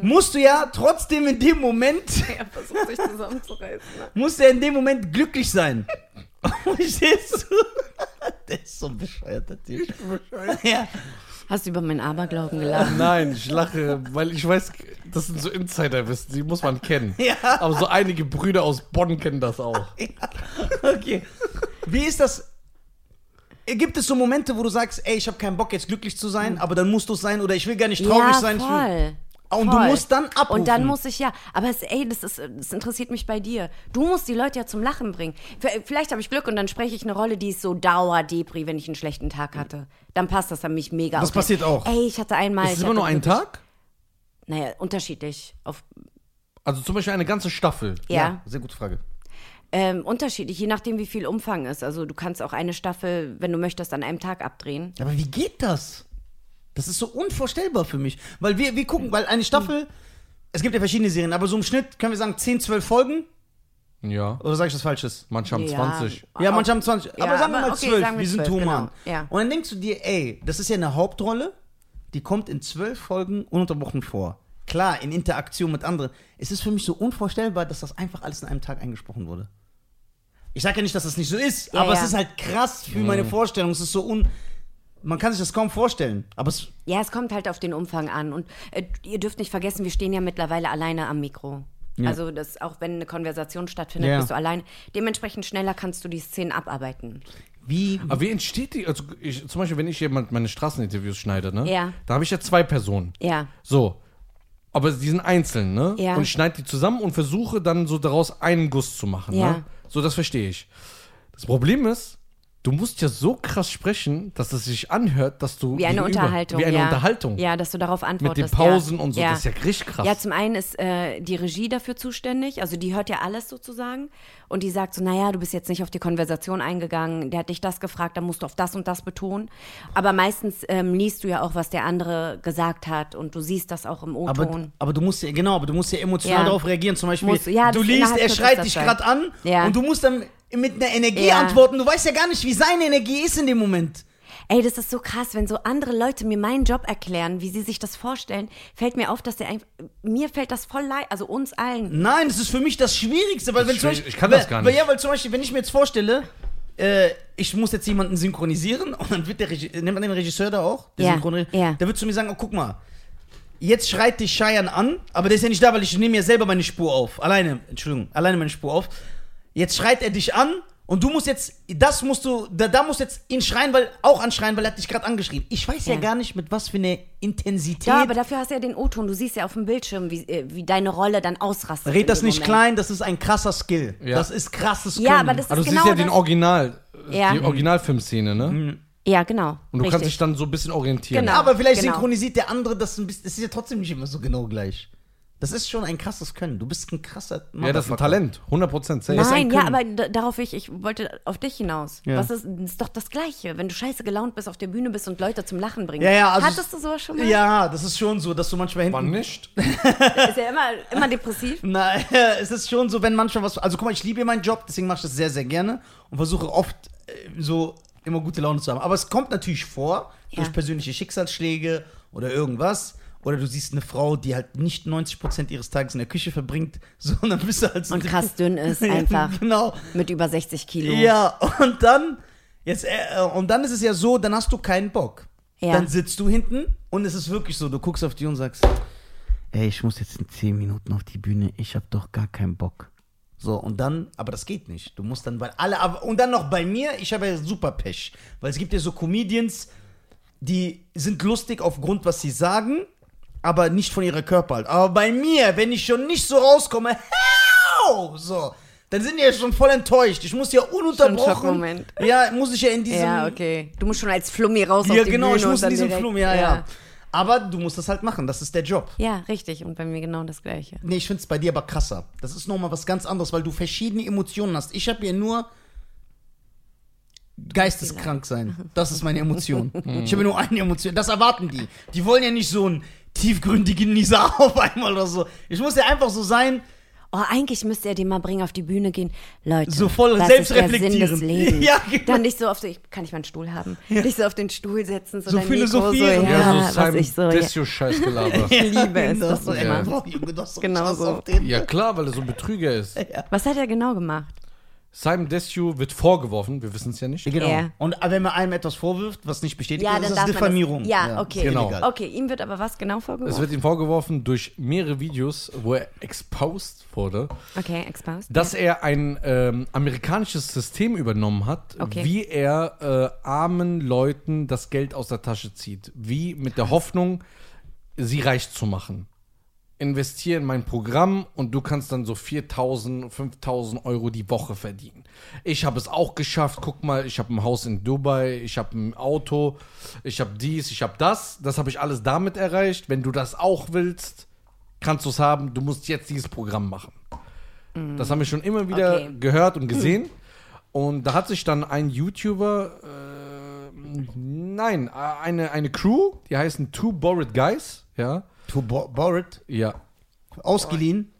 C: musst du ja trotzdem in dem Moment
A: Er versucht sich zusammenzureißen. Ne?
C: muss er in dem Moment glücklich sein. Verstehst du? Der ist so ein bescheuerter Typ. Ja.
A: Hast du über meinen Aberglauben gelacht?
B: Nein, ich lache, weil ich weiß, das sind so Insiderwissen, die muss man kennen.
C: Ja.
B: Aber so einige Brüder aus Bonn kennen das auch.
C: Okay. Wie ist das? Gibt es so Momente, wo du sagst, ey, ich habe keinen Bock jetzt glücklich zu sein, aber dann musst du es sein oder ich will gar nicht traurig sein. Ich will,
A: Hm. Voll.
C: Ah, und du
A: voll.
C: musst dann abrufen.
A: Und dann muss ich ja. Aber es, ey, das, ist, das interessiert mich bei dir. Du musst die Leute ja zum Lachen bringen. V- Vielleicht habe ich Glück und dann spreche ich eine Rolle, die ist so Dauer-Depri, wenn ich einen schlechten Tag hatte. Dann passt das an mich mega.
C: Das
A: auf.
C: passiert auch.
A: Ey, ich hatte einmal.
B: Ist es
A: ich
B: immer
A: hatte
B: nur ein
A: wirklich-
B: Tag?
A: Naja, unterschiedlich. Auf,
B: Also zum Beispiel eine ganze Staffel.
A: ja.
C: Sehr gute Frage.
A: Ähm, unterschiedlich, je nachdem, wie viel Umfang ist. Also, du kannst auch eine Staffel, wenn du möchtest, an einem Tag abdrehen.
C: Aber wie geht das? Das ist so unvorstellbar für mich. Weil wir, wir gucken, weil eine Staffel, es gibt ja verschiedene Serien, aber so im Schnitt können wir sagen 10, 12 Folgen
B: Ja.
C: oder sage ich das Falsches?
B: Manche haben
A: Ja.
B: 20.
C: Ja,
A: Auch-
C: manche haben 20.
A: Ja,
C: aber sagen wir
A: aber
C: mal
A: okay,
C: 12.
A: sagen wir
C: wir sind
A: 12,
C: Human.
A: genau, ja.
C: Und dann denkst du dir, ey, das ist ja eine Hauptrolle, die kommt in zwölf Folgen ununterbrochen vor. Klar, in Interaktion mit anderen. Es ist für mich so unvorstellbar, dass das einfach alles in einem Tag eingesprochen wurde. Ich sage ja nicht, dass das nicht so ist,
A: Ja,
C: aber
A: ja.
C: es ist halt krass für meine Vorstellung. Es ist so un. Man kann sich das kaum vorstellen. Aber es.
A: Ja, es kommt halt auf den Umfang an. Und äh, ihr dürft nicht vergessen, wir stehen ja mittlerweile alleine am Mikro. Also, das, auch wenn eine Konversation stattfindet,
C: Ja.
A: bist du allein. Dementsprechend schneller kannst du die Szenen abarbeiten.
C: Wie.
B: Aber wie entsteht die? Also ich, zum Beispiel, wenn ich jemand meine Straßeninterviews schneide, ne?
A: Ja.
B: Da habe ich ja zwei Personen.
A: Ja.
B: So. Aber die sind einzeln, ne?
A: Ja.
B: Und ich schneide die zusammen und versuche dann so daraus einen Guss zu machen.
A: Ja.
B: Ne? So, das verstehe ich. Das Problem ist, du musst ja so krass sprechen, dass es sich anhört, dass du.
A: Wie eine
B: gegenüber-
A: Unterhaltung.
B: Wie eine
A: ja.
B: Unterhaltung.
A: Ja, dass du darauf
B: Mit den
A: antwortest.
B: Pausen
A: ja.
B: und so.
A: Ja.
B: Das ist ja richtig krass.
A: Ja, zum einen ist äh, die Regie dafür zuständig, also die hört ja alles sozusagen und die sagt so, naja, du bist jetzt nicht auf die Konversation eingegangen, der hat dich das gefragt, da musst du auf das und das betonen. Aber meistens ähm, liest du ja auch, was der andere gesagt hat und du siehst das auch im
C: Aber,
A: O-Ton.
C: aber du musst ja, genau, aber du musst ja emotional
A: Ja.
C: darauf reagieren. Zum Beispiel,
A: Musst du- ja,
C: du
A: das
C: liest,
A: innerhalb
C: er schreit
A: kürzester
C: dich
A: Zeit.
C: gerade an
A: Ja.
C: und du musst dann mit einer Energie
A: Ja.
C: antworten. Du weißt ja gar nicht, wie seine Energie ist in dem Moment.
A: Ey, das ist so krass, wenn so andere Leute mir meinen Job erklären, wie sie sich das vorstellen, fällt mir auf, dass der einfach, mir fällt das voll leid, also uns allen.
C: Nein, das ist für mich das Schwierigste. Weil
B: Das
C: wenn
B: ist
C: zum
B: schwierig.
C: Beispiel,
B: Ich kann
C: weil,
B: das gar
C: Weil, ja,
B: nicht.
C: weil zum Beispiel, wenn ich mir jetzt vorstelle, äh, ich muss jetzt jemanden synchronisieren und dann wird der Regi nimmt man den Regisseur da auch, der
A: Ja,
C: Synchronre-
A: ja.
C: der wird zu mir sagen, oh, guck mal, jetzt schreit dich Cheyenne an, aber der ist ja nicht da, weil ich nehme ja selber meine Spur auf. Alleine, Entschuldigung, alleine meine Spur auf. Jetzt schreit er dich an und du musst jetzt, das musst du, da, da musst jetzt ihn schreien, weil, auch anschreien, weil er hat dich gerade angeschrien. Ich weiß ja.
A: Ja.
C: gar nicht, mit was für einer Intensität.
A: Ja, aber dafür hast du ja den O-Ton, du siehst ja auf dem Bildschirm, wie, äh, wie deine Rolle dann ausrastet. in
C: Red das
A: dem
C: nicht
A: Moment.
C: klein, das ist ein krasser Skill.
B: Ja.
C: Das ist krasses
A: Ja,
C: Können.
A: aber das ist
B: Aber du
A: genau
B: siehst ja den
A: das-
B: Original,
A: Ja.
B: die Originalfilmszene, ne?
A: Ja, genau.
B: Und du kannst dich dann so ein bisschen orientieren.
A: Genau.
C: Aber vielleicht
A: genau.
C: synchronisiert der andere das ein bisschen. Es ist ja trotzdem nicht immer so genau gleich. Das ist schon ein krasses Können. Du bist ein krasser Mann.
B: Ja, das ist ein Talent. 100% safe.
C: ist ein
A: Nein, ja,
C: Können.
A: aber d- darauf ich, ich wollte auf dich hinaus.
C: Ja.
A: Was ist, ist doch das Gleiche, wenn du scheiße gelaunt bist, auf der Bühne bist und Leute zum Lachen bringst.
C: Ja, ja, also-
A: Hattest du sowas schon mal?
C: Ja, das ist schon so, dass du manchmal hinten.
B: Wann nicht?
A: Ist ja immer, immer depressiv.
C: Na, es ist schon so, wenn manchmal was. Also guck mal, ich liebe meinen Job, deswegen mache ich das sehr, sehr gerne und versuche oft äh, so immer gute Laune zu haben. Aber es kommt natürlich vor,
A: Ja.
C: durch persönliche Schicksalsschläge oder irgendwas. Oder du siehst eine Frau, die halt nicht 90% ihres Tages in der Küche verbringt, sondern bist du halt so.
A: Und krass dünn ist
C: Ja,
A: einfach
C: Genau.
A: mit über 60 Kilo.
C: Ja, und dann jetzt äh, und dann ist es ja so, dann hast du keinen Bock.
A: Ja.
C: Dann sitzt du hinten und es ist wirklich so, du guckst auf die und sagst, ey, ich muss jetzt in 10 Minuten auf die Bühne, ich habe doch gar keinen Bock. So, und dann, aber das geht nicht. Du musst dann bei alle, aber, und dann noch bei mir, ich habe ja super Pech. Weil es gibt ja so Comedians, die sind lustig aufgrund, was sie sagen, aber nicht von ihrer Körperhalt. Aber bei mir, wenn ich schon nicht so rauskomme, Au! so, dann sind die ja schon voll enttäuscht. Ich muss ja ununterbrochen.
A: Schockmoment.
C: ja, muss ich ja in diesem.
A: ja, okay. Du musst schon als Flummi raus
C: Ja,
A: auf die
C: genau,
A: Bühne
C: ich
A: und
C: muss in
A: dann
C: diesem
A: direkt,
C: Flum, ja, ja, Aber du musst das halt machen, das ist der Job.
A: Ja, richtig. Und bei mir genau das Gleiche.
C: Nee, ich finde es bei dir aber krasser. Das ist nochmal was ganz anderes, weil du verschiedene Emotionen hast. Ich habe ja nur geisteskrank sein. Das ist meine Emotion. Ich habe nur eine Emotion. Das erwarten die. Die wollen ja nicht so einen tiefgründigen Nisa auf einmal oder so. Ich muss ja einfach so sein,
A: Oh, eigentlich müsste er den mal bringen auf die Bühne gehen. Leute,
C: So voll
A: das
C: selbstreflektierend.
A: Ist der Sinn des Lebens.
C: Ja, genau.
A: Dann nicht so auf so, ich, kann ich meinen Stuhl haben? Nicht so auf den Stuhl setzen, sondern
C: philosophieren.
A: Nico, so, ja, was ich so, ja,
B: Dessio-Scheißgelaber.
A: ich liebe es,
C: das
A: das
C: ist
A: so
C: so
A: immer.
C: einfach. Junge, das ist so
A: Genau
C: krass
A: so.
C: auf den.
B: ja klar, weil er so ein Betrüger ist.
A: Was hat er genau gemacht?
B: Simon Desio wird vorgeworfen, wir wissen es ja nicht.
C: Genau.
A: Ja.
C: Und wenn man einem etwas vorwirft, was nicht bestätigt ist, ist das Diffamierung.
A: Man das, ja, okay.
B: Genau.
C: Illegal.
A: Okay, ihm wird aber was genau
B: Es
A: vorgeworfen?
B: wird ihm vorgeworfen durch mehrere Videos, wo er exposed wurde,
A: Okay, exposed.
B: dass er ein ähm, amerikanisches System übernommen hat,
A: Okay.
B: wie er äh, armen Leuten das Geld aus der Tasche zieht. Wie mit der Hoffnung, sie reich zu machen. Investiere in mein Programm und du kannst dann so 4.000, 5.000 Euro die Woche verdienen. Ich habe es auch geschafft. Guck mal, ich habe ein Haus in Dubai, ich habe ein Auto, ich habe dies, ich habe das. Das habe ich alles damit erreicht. Wenn du das auch willst, kannst du es haben. Du musst jetzt dieses Programm machen. Das haben wir schon immer wieder
A: Mhm. Okay.
B: gehört und gesehen. Und da hat sich dann ein YouTuber, äh, nein, eine, eine Crew, die heißen Two Bored Guys, ja,
C: To bo- borrowed,
B: ja,
C: ausgeliehen,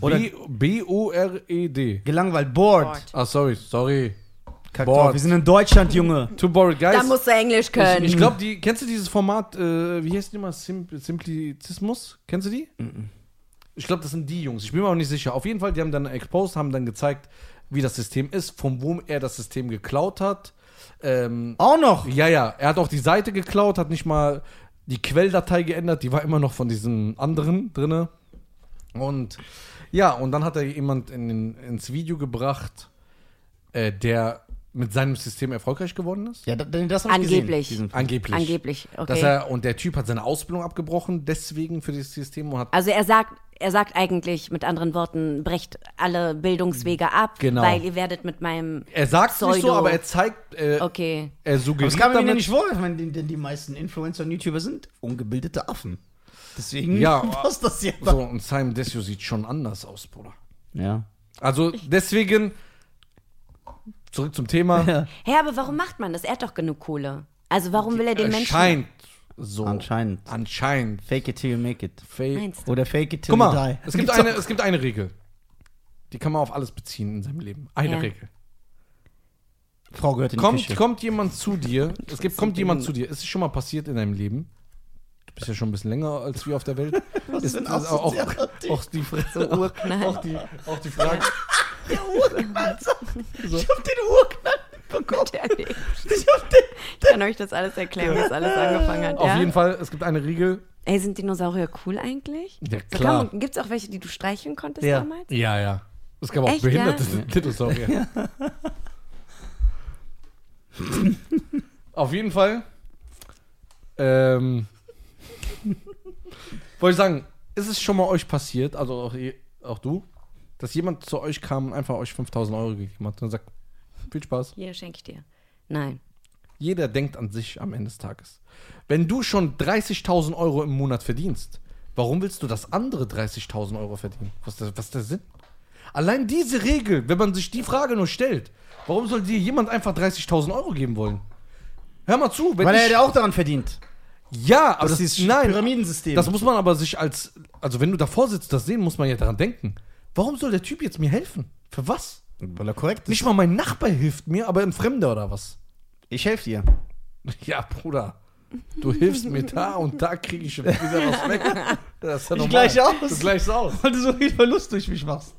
C: Oder-
B: B- B-O-R-E-D.
C: gelangweilt, bored.
A: Bored.
B: Ah, sorry, sorry.
C: Kack
B: Bored.
C: drauf, wir sind in Deutschland, Junge.
B: Two Bored Guys.
A: da musst du Englisch können.
B: ich glaube, die kennst du dieses Format, äh, wie heißt die immer? Sim Simplizismus? Kennst du die? Ich glaube, das sind die Jungs. Ich bin mir auch nicht sicher. Auf jeden Fall, die haben dann exposed, haben dann gezeigt, wie das System ist, von wo er das System geklaut hat. Ähm,
C: Auch noch.
B: Ja, ja, er hat auch die Seite geklaut, hat nicht mal die Quelldatei geändert, die war immer noch von diesem anderen drinne. Und ja, und dann hat er jemand in, den- ins Video gebracht, äh, der mit seinem System erfolgreich geworden ist.
C: Ja, da- das hab ich
A: Angeblich.
C: gesehen, diesen-
B: Angeblich.
A: Angeblich, okay.
B: Dass er, und der Typ hat seine Ausbildung abgebrochen, deswegen für dieses System und hat
A: Also er sagt, er sagt eigentlich mit anderen Worten, brecht alle Bildungswege ab,
B: Genau.
A: weil ihr werdet mit meinem
B: er sagt es nicht so,
A: Pseudo.
B: aber er zeigt, äh,
A: Okay.
B: er
C: Aber
B: suggeriert
C: das kann man mir
B: damit,
C: nicht vor, ich meine, die, die die meisten Influencer und YouTuber sind ungebildete Affen. Deswegen
B: Ja,
C: passt das ja.
B: so, und Simon Desio sieht schon anders aus, Bruder.
C: ja.
B: Also deswegen, zurück zum Thema.
A: Hä, aber warum macht man das? Er hat doch genug Kohle. Also warum will er den Menschen...
B: Scheint so.
C: Anscheinend.
B: Anscheinend.
C: Fake it till you make it.
B: Fake.
A: Meinst du?
C: Oder fake it till
B: Guck
C: you die.
B: mal, es gibt,
C: Gibt's
B: eine,
C: auch.
B: es gibt eine Regel. Die kann man auf alles beziehen in seinem Leben. Eine
A: Ja.
B: Regel.
C: Frau gehört in die
B: Kommt,
C: Küche.
B: kommt jemand zu dir, es gibt, kommt jemand zu dir, ist es schon mal passiert in deinem Leben? Du bist ja schon ein bisschen länger als wir auf der Welt.
C: Was
B: ist,
C: für ein
B: ist auch,
C: asozialer Typ.
B: auch, die,
A: So Urknall.
B: auch, die, auch die Frage.
C: Der Urknall, Alter. Ich hab den Urknall bekommen. Ich hab den.
A: Ich kann euch das alles erklären, wie es alles angefangen hat.
B: Auf
A: ja?
B: jeden Fall, es gibt eine Regel.
A: Ey, sind Dinosaurier cool eigentlich?
B: Ja,
A: So,
B: klar.
A: kann man- Gibt's auch welche, die du streicheln konntest
C: Ja.
A: damals?
B: Ja, ja. Es gab auch
A: Echt,
B: behinderte
A: ja?
B: Dinosaurier. Auf jeden Fall. Ähm, wollte ich sagen, ist es schon mal euch passiert, also auch, ihr- auch du, dass jemand zu euch kam und einfach euch 5000 Euro gegeben hat und sagt, viel Spaß.
A: Hier, schenke ich dir. Nein.
B: Jeder denkt an sich am Ende des Tages. Wenn du schon 30.000 Euro im Monat verdienst, warum willst du das andere 30.000 Euro verdienen? Was ist, der, was ist der Sinn? Allein diese Regel, wenn man sich die Frage nur stellt, warum soll dir jemand einfach 30.000 Euro geben wollen? Hör mal zu, wenn
C: Weil er
B: ich,
C: hat ja auch daran verdient.
B: ja, aber das,
C: Das ist
B: nein,
C: Pyramidensystem.
B: das muss man aber sich als also wenn du davor sitzt, das sehen, muss man ja daran denken. Warum soll der Typ jetzt mir helfen? Für was?
C: Weil er korrekt
B: Nicht mal mein Nachbar hilft mir, aber ein Fremder oder was?
C: Ich helfe dir.
B: Ja, Bruder. Du hilfst mir da und da kriege ich schon wieder was weg. Das ist ja normal.
C: gleiche aus.
B: Du gleichst aus.
C: Weil du so viel Verlust durch mich machst.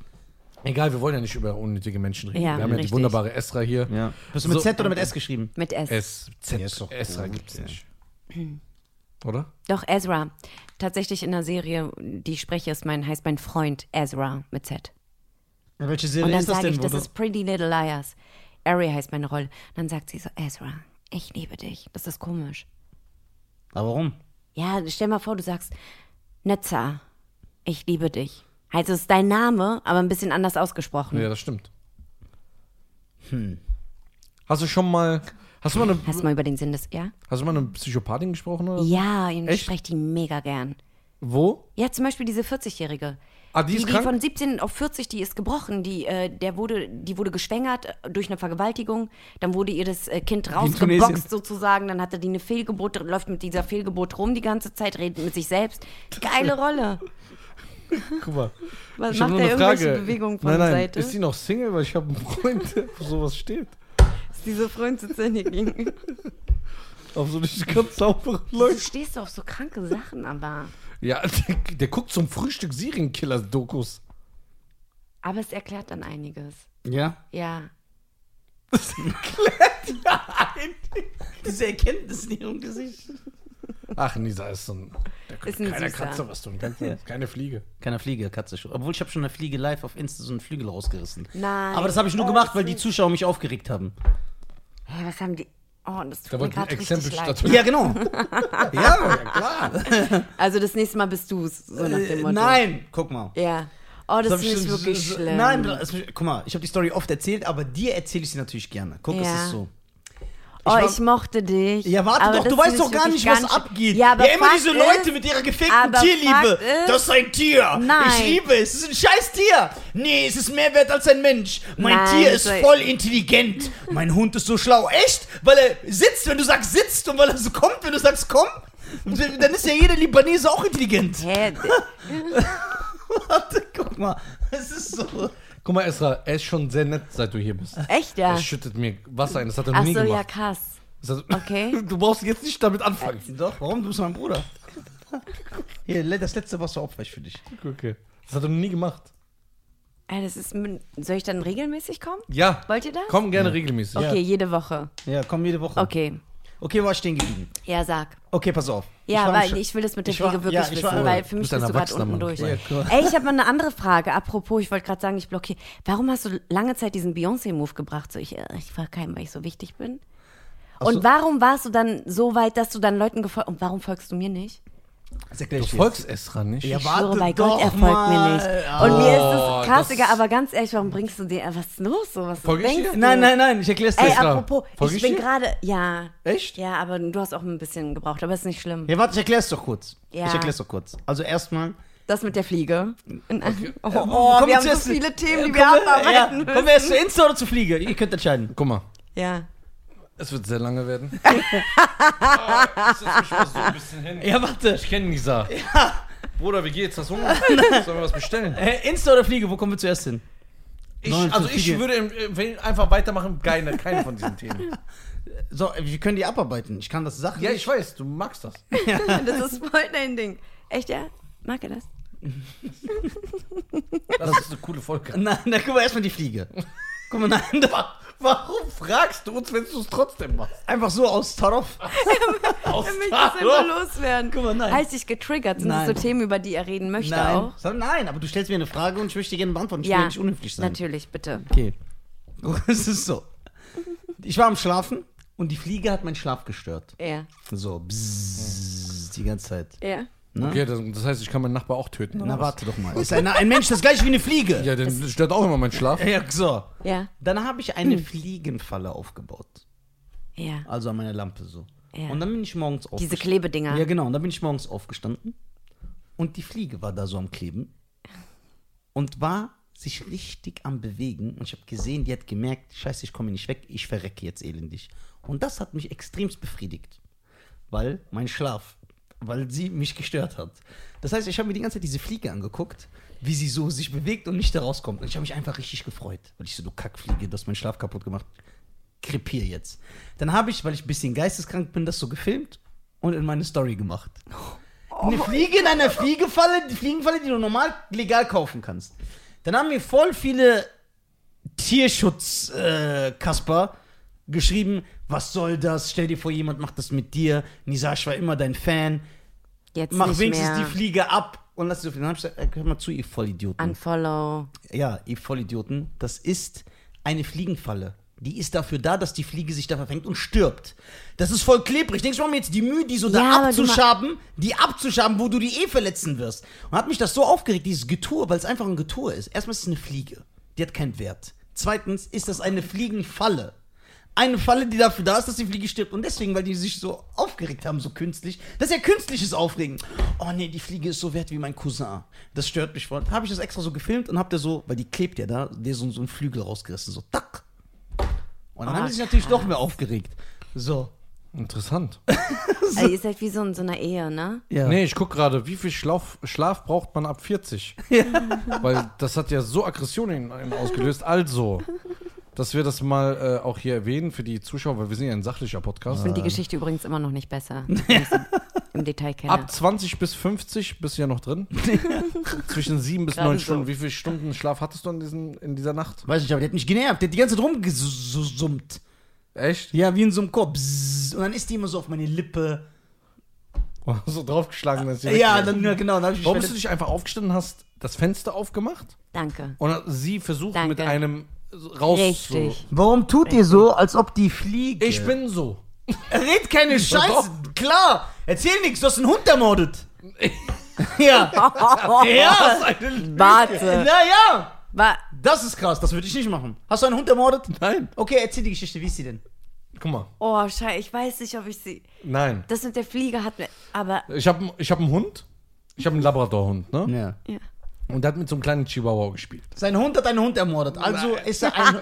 B: Egal, wir wollen ja nicht über unnötige Menschen reden.
A: Ja,
B: wir haben ja die
A: richtig.
B: wunderbare Esra hier.
C: Ja. Bist du mit
B: So.
C: Z oder mit S geschrieben?
A: Mit S.
B: Es, Z,
C: Ja, ist doch
B: Esra
C: gut,
B: gibt's
C: ja.
B: nicht. Oder?
A: Doch, Ezra. Tatsächlich in der Serie, die ich spreche, ist mein, heißt mein Freund Ezra mit Z.
C: Ja, welche
A: Und
C: Serie
A: dann
C: ist das
A: sage
C: denn?
A: ich,
C: wo
A: das
C: du-
A: ist Pretty Little Liars. Ari heißt meine Rolle. Dann sagt sie so, Ezra, ich liebe dich. Das ist komisch.
C: Aber warum?
A: Ja, stell mal vor, du sagst, Netza, ich liebe dich. Also es ist dein Name, aber ein bisschen anders ausgesprochen.
B: Ja, das stimmt.
C: Hm.
B: Hast du schon mal. Hast du mal eine,
A: Hast du mal über den Sinn des, ja?
B: hast du mal eine Psychopathin gesprochen? Oder?
A: Ja, und ich
B: Echt?
A: spreche die mega gern.
B: Wo?
A: Ja, zum Beispiel diese 40-Jährige.
B: Ah, die
A: Die,
B: ist
A: die
B: krank?
A: von 17 auf 40, die ist gebrochen. Die, äh, der wurde, die wurde geschwängert äh, durch eine Vergewaltigung. Dann wurde ihr das äh, Kind
C: Tunesien.
A: rausgeboxt sozusagen. Dann hatte die eine Fehlgeburt, läuft mit dieser Fehlgeburt rum die ganze Zeit, redet mit sich selbst. Geile Rolle.
B: Guck mal.
A: Was
B: Ich hab
A: macht
B: nur
A: der
B: eine
A: irgendwelche
B: Frage.
A: Bewegungen von
B: nein, nein.
A: Seite?
B: Ist sie noch Single? Weil ich habe einen Freund, der auf sowas steht.
A: Diese Freund sitzt in gegenüber.
B: Auf so nicht ganz sauberen
A: Du
B: Leute.
A: stehst auf so kranke Sachen, aber.
B: Ja, der, der guckt zum Frühstück Serienkiller-Dokus.
A: Aber es erklärt dann einiges.
C: Ja.
A: Ja.
C: Diese Erkenntnis in ihrem Gesicht.
B: Ach, Nisa ist so ein. Der
A: Ist
B: könnte
A: ein
B: keiner
A: Süßer.
B: Katze was tun. Ganz, Keine Fliege.
C: Keine Fliege, Katze. schon. Obwohl ich habe schon eine Fliege live auf Insta so einen Flügel rausgerissen.
A: Nein.
C: Aber das habe ich nur gemacht, weil die Zuschauer mich aufgeregt haben.
A: Hä, was haben die. Oh, das tut
B: Da
A: mir
B: wollte ein
A: gerade
B: Exempel
A: richtig leid.
B: statuieren.
C: Ja, genau. ja.
B: klar.
A: Also das nächste Mal bist du's, so nach dem
C: Äh,
A: Motto.
C: nein, guck mal.
A: Ja. Oh, das,
C: hab ich
A: finde ich
C: so-
A: wirklich
C: so-
A: schlimm.
C: Nein, das, guck mal, ich habe die Story oft erzählt, aber dir erzähle ich sie natürlich gerne. Guck, es
A: Ja.
C: ist so.
A: Oh,
C: war-
A: ich mochte dich.
C: Ja, warte
A: aber
C: doch,
A: das
C: du weißt
A: find
C: doch
A: ich
C: gar
A: wirklich
C: nicht, was
A: ganz schlimm.
C: abgeht.
A: Ja, aber
C: immer
A: Fakt
C: diese Leute
A: ist,
C: mit ihrer gefakten
A: aber
C: Tierliebe.
A: Fakt ist-
C: das ist ein Tier.
A: Nein.
C: Ich liebe es. Es ist ein scheiß Tier. Nee, es ist mehr wert als ein Mensch. Mein
A: Nein,
C: Tier ist
A: so-
C: voll intelligent. Mein Hund ist so schlau. Echt? Weil er sitzt, wenn du sagst sitzt und weil er so kommt, wenn du sagst komm. Dann ist ja jeder Libanese auch intelligent.
A: Hä? d-
C: Warte, guck mal. Es ist so.
B: Guck mal, Esra, er ist schon sehr nett, seit du hier bist.
A: Echt, ja?
B: Er schüttet mir Wasser ein. Das hat er noch
A: Ach
B: nie
A: so, ja,
B: gemacht.
A: krass.
B: Das hat-
A: Okay.
B: Du brauchst jetzt nicht damit anfangen.
C: Doch, warum? Du bist mein Bruder. Hier, le- das letzte Wasser opfer ich für dich.
B: Okay. Das hat er noch nie gemacht.
A: Ey, Das ist, min- soll ich dann regelmäßig kommen?
B: Ja.
A: Wollt ihr das?
B: Komm gerne regelmäßig.
A: Okay, jede Woche.
C: Ja, komm jede Woche.
A: Okay.
C: Okay, war stehen geblieben.
A: Ja, sag.
C: Okay, pass auf.
A: Ja,
C: war
A: weil
C: im Sch-
A: ich will das mit der
C: ich war-
A: Fliege wirklich
C: ja, ich
A: wissen,
C: war-
A: weil für mich
B: Du
A: bist
B: bist ein
A: du gerade
B: erwachsener
A: unten
B: Mann.
A: durch.
B: Ja,
C: cool.
A: Ey, ich habe mal eine andere Frage. Apropos, ich wollte gerade sagen, ich blockiere. Warum hast du lange Zeit diesen Beyoncé-Move gebracht? So, ich, äh, ich war keinem, weil ich so wichtig bin. Und warum warst du dann so weit, dass du dann Leuten gefolgt Und warum folgst du mir nicht?
C: Das erklär
B: Du
C: ich dir
B: folgst Esra nicht.
C: Ja,
A: Ich
C: warte
A: schwöre bei
C: doch
A: Gott, er folgt
C: mal.
A: mir nicht. Und mir ist
B: Oh,
A: das krass,
B: das-
A: Digga, aber ganz ehrlich, warum bringst du dir. äh, Was ist los? So, was
B: Folge ich
A: denkst
B: dir?
C: jetzt.
A: du?
C: Nein, nein, nein, ich erklär's dir.
A: Ey,
B: Extra.
A: apropos,
B: Folge
A: ich
B: ich
A: bin
B: dir?
A: gerade. Ja.
B: Echt?
A: Ja, aber du hast auch ein bisschen gebraucht, aber ist nicht schlimm.
C: Ja, warte, ich erklär's doch kurz.
A: Ja.
C: Ich erklär's doch kurz. Also erstmal.
A: Das mit der Fliege. In- Oh, oh,
C: Komm,
A: wir haben so
C: zuerst-
A: viele Themen, die
C: Kommen
A: wir
C: wir- ja,
A: abarbeiten
C: Kommen wir erst zu Insta oder zu Fliege? Ihr könnt entscheiden.
B: Guck mal.
A: Ja.
B: Es wird sehr lange werden. oh, ich setz mich mal so ein bisschen hin.
C: Ja, warte.
B: Ich kenne Nisa. Bruder, wie geht's? Hast du Hunger? Sollen wir was bestellen?
C: Äh, Insta oder Fliege, wo kommen wir zuerst hin?
B: Ich,
C: Nein,
B: also
C: zu
B: ich
C: viel.
B: würde empfehlen, einfach weitermachen. Keine, keine von diesen Themen.
C: So, wir können die abarbeiten. Ich kann das Sachen.
B: Ja, ich weiß, du magst das.
A: Das ist voll dein Ding. Echt, ja? Mag er das?
B: Das ist eine coole Folge.
C: Nein, dann gucken wir erstmal die Fliege. Guck mal, nein, das war
B: Warum fragst du uns, wenn du es trotzdem machst?
C: einfach so aus Tarof.
B: Aus
A: Er möchte es immer loswerden.
C: Oh, Guck mal, nein.
A: Heißt dich getriggert? Sind
C: Nein.
A: das so Themen, über die er reden möchte
C: Nein.
A: auch?
C: So, nein, aber du stellst mir eine Frage und ich möchte gerne beantworten. Ich will ja nicht unhöflich sein.
A: Natürlich, bitte.
C: Okay. Es ist so. Ich war am Schlafen und die Fliege hat meinen Schlaf gestört.
A: Ja.
C: So, bzzz, die ganze Zeit.
A: Ja.
B: Okay, das, das heißt, ich kann meinen Nachbar auch töten.
C: Na, warte doch mal. Ist ein, ein Mensch das gleiche wie eine Fliege?
B: Ja, dann stört auch immer mein Schlaf.
C: Ja, so. Hm.
A: Ja.
C: Dann habe ich eine Fliegenfalle aufgebaut.
A: Ja.
C: Also an meiner Lampe so.
A: Ja.
C: Und dann bin ich morgens aufgestanden.
A: Diese Klebedinger.
C: Ja, genau. Und dann bin ich morgens aufgestanden und die Fliege war da so am Kleben und war sich richtig am Bewegen. Und ich habe gesehen, die hat gemerkt, scheiße, ich komme hier nicht weg, ich verrecke jetzt elendig. Und das hat mich extremst befriedigt, weil mein Schlaf, weil sie mich gestört hat. Das heißt, ich habe mir die ganze Zeit diese Fliege angeguckt, wie sie so sich bewegt und nicht da rauskommt. Und ich habe mich einfach richtig gefreut, weil ich so, du Kackfliege, du hast meinen Schlaf kaputt gemacht krepier jetzt. Dann habe ich, weil ich ein bisschen geisteskrank bin, das so gefilmt und in meine Story gemacht. Eine
A: Oh.
C: Fliege in einer Fliegefalle, die Fliegenfalle, die du normal legal kaufen kannst. Dann haben mir voll viele Tierschutz-Kasper äh, Kasper geschrieben, was soll das? Stell dir vor, jemand macht das mit dir. Nisa, ich war immer dein Fan.
A: Jetzt
C: Mach
A: nicht
C: wenigstens
A: mehr.
C: die Fliege ab. Und lass sie auf den Dann hab ich gesagt, äh, hör mal zu, ihr Vollidioten.
A: Unfollow.
C: Ja, ihr Vollidioten, das ist eine Fliegenfalle. Die ist dafür da, dass die Fliege sich da verfängt und stirbt. Das ist voll klebrig. Denkst du, warum jetzt die Mühe, die so
A: Ja,
C: da
A: aber du ma-
C: abzuschaben, die abzuschaben, wo du die eh verletzen wirst? Und hat mich das so aufgeregt, dieses Getue, weil es einfach ein Getue ist. Erstmal ist es eine Fliege. Die hat keinen Wert. Zweitens ist das eine Fliegenfalle. eine Falle, die dafür da ist, dass die Fliege stirbt. Und deswegen, weil die sich so aufgeregt haben, so künstlich. Das ist ja künstliches Aufregen. Oh nee, die Fliege ist so wert wie mein Cousin. Das stört mich voll. Habe ich das extra so gefilmt und hab der so, weil die klebt ja da, der so, so einen Flügel rausgerissen. So, tack. Und dann
A: Oh,
C: haben die sich natürlich noch mehr aufgeregt. So.
B: Interessant.
A: Also, ihr seid wie so in so einer Ehe, ne?
C: Ja.
B: Nee, ich guck gerade, wie viel Schlaf, Schlaf braucht man ab 40? Weil das hat ja so Aggressionen in einem ausgelöst. Also, dass wir das mal äh, auch hier erwähnen für die Zuschauer, weil wir sind ja ein sachlicher Podcast.
A: Ich finde die Geschichte übrigens immer noch nicht besser, wenn ich sie im Detail kenne.
B: Ab 20 bis 50 bist du ja noch drin. Zwischen 7 bis
A: Gerade
B: 9
A: so.
B: Stunden. Wie viele Stunden Schlaf hattest du in, diesen, in dieser Nacht?
C: Weiß nicht, aber der hat mich genervt. Der hat die ganze Zeit rumgesummt.
B: Echt?
C: Ja, wie in so einem Korb. Bzzz. Und dann ist die immer so auf meine Lippe.
B: So draufgeschlagen, dass sie
C: Ja,
B: weggeht.
C: dann, ja, genau. Dann hab ich mich
B: Warum bist du dich einfach aufgestanden, hast das Fenster aufgemacht
A: Danke.
B: und hat sie versucht
A: Danke.
B: mit einem raus
A: Richtig.
C: Warum tut ihr so, als ob die fliegt?
B: Ich bin so.
C: Red keine Scheiße.
B: doch.
C: Klar. Erzähl nichts. Du hast einen Hund ermordet. ja. Äh. Ja.
A: Warte.
C: Naja.
A: Wa
C: Das ist krass. Das würde ich nicht machen. Hast du einen Hund ermordet?
B: Nein.
C: Okay, erzähl die Geschichte. Wie ist sie denn?
B: Guck mal.
A: oh, Scheiße, ich weiß nicht, ob ich sie.
B: Nein.
A: Das mit der Fliege hat mir. Aber.
B: Ich habe ich hab einen Hund. Ich habe einen Labradorhund, ne?
C: Ja.
A: Ja.
B: Und der hat mit so einem kleinen Chihuahua gespielt.
C: Sein Hund hat einen Hund ermordet. Also ist er ein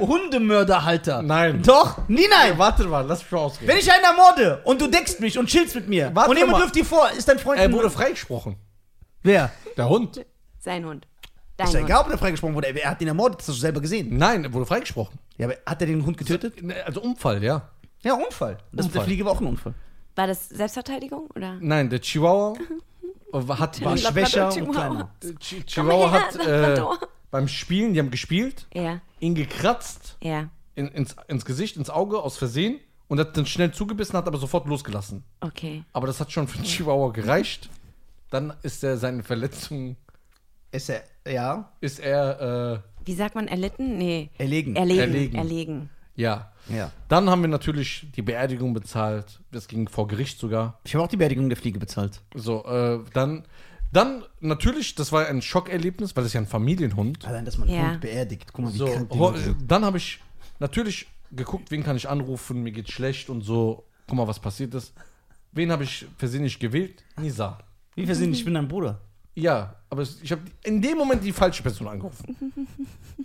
C: Hundemörderhalter.
B: Nein.
C: Doch? Nie nein.
B: Warte mal, lass mich mal ausreden.
C: Wenn ich einen ermorde und du deckst mich und chillst mit mir
B: Warte
C: und jemand
B: mal.
C: wirft dir vor, ist dein Freund
B: Er
C: ein-
B: wurde freigesprochen.
C: Wer?
B: Der Hund.
A: Sein Hund. Dein
C: Ist ja
A: Hund.
C: egal, ob der freigesprochen wurde. Er hat ihn ermordet, das hast du selber gesehen.
B: Nein, er wurde freigesprochen.
C: Ja, aber hat er den Hund getötet?
B: Also Unfall, ja.
C: Ja, Unfall. Das mit der
B: Unfall.
C: Fliege war auch ein Unfall.
A: War das Selbstverteidigung oder?
B: Nein, der Chihuahua hat
C: War
A: Ein Labrador
C: schwächer und
A: Chihuahua.
C: kleiner.
B: Chi Chihuahua
A: her,
B: hat äh,
A: Labrador.
B: beim Spielen, die haben gespielt,
A: Ja,
B: ihn gekratzt
A: ja.
B: in, ins, ins Gesicht, ins Auge aus Versehen und hat dann schnell zugebissen, hat aber sofort losgelassen.
A: Okay.
B: Aber das hat schon für den Chihuahua gereicht. Dann ist er seine Verletzung,
C: Ist er, ja,
B: ist er, äh,
A: Wie sagt man erlitten? Nee.
C: erlegen.
A: Erlegen.
B: Erlegen.
A: Erlegen.
B: äh, ja.
C: ja.
B: Dann haben wir natürlich die Beerdigung bezahlt. Das ging vor Gericht sogar.
C: Ich habe auch die Beerdigung der Fliege bezahlt.
B: So, äh, dann, dann natürlich, das war ein Schockerlebnis, weil das ist ja ein Familienhund.
C: Allein, dass man
A: Ja.
C: einen Hund beerdigt. Guck mal, wie
B: So,
C: krank die
B: ho-
C: Leute sind.
B: dann habe ich natürlich geguckt, wen kann ich anrufen, mir geht's schlecht und so. Guck mal, was passiert ist. Wen habe ich versehentlich gewählt? Nisa.
C: Wie viel sind, ich bin dein Bruder.
B: Ja, aber es- ich habe in dem Moment die falsche Person angerufen.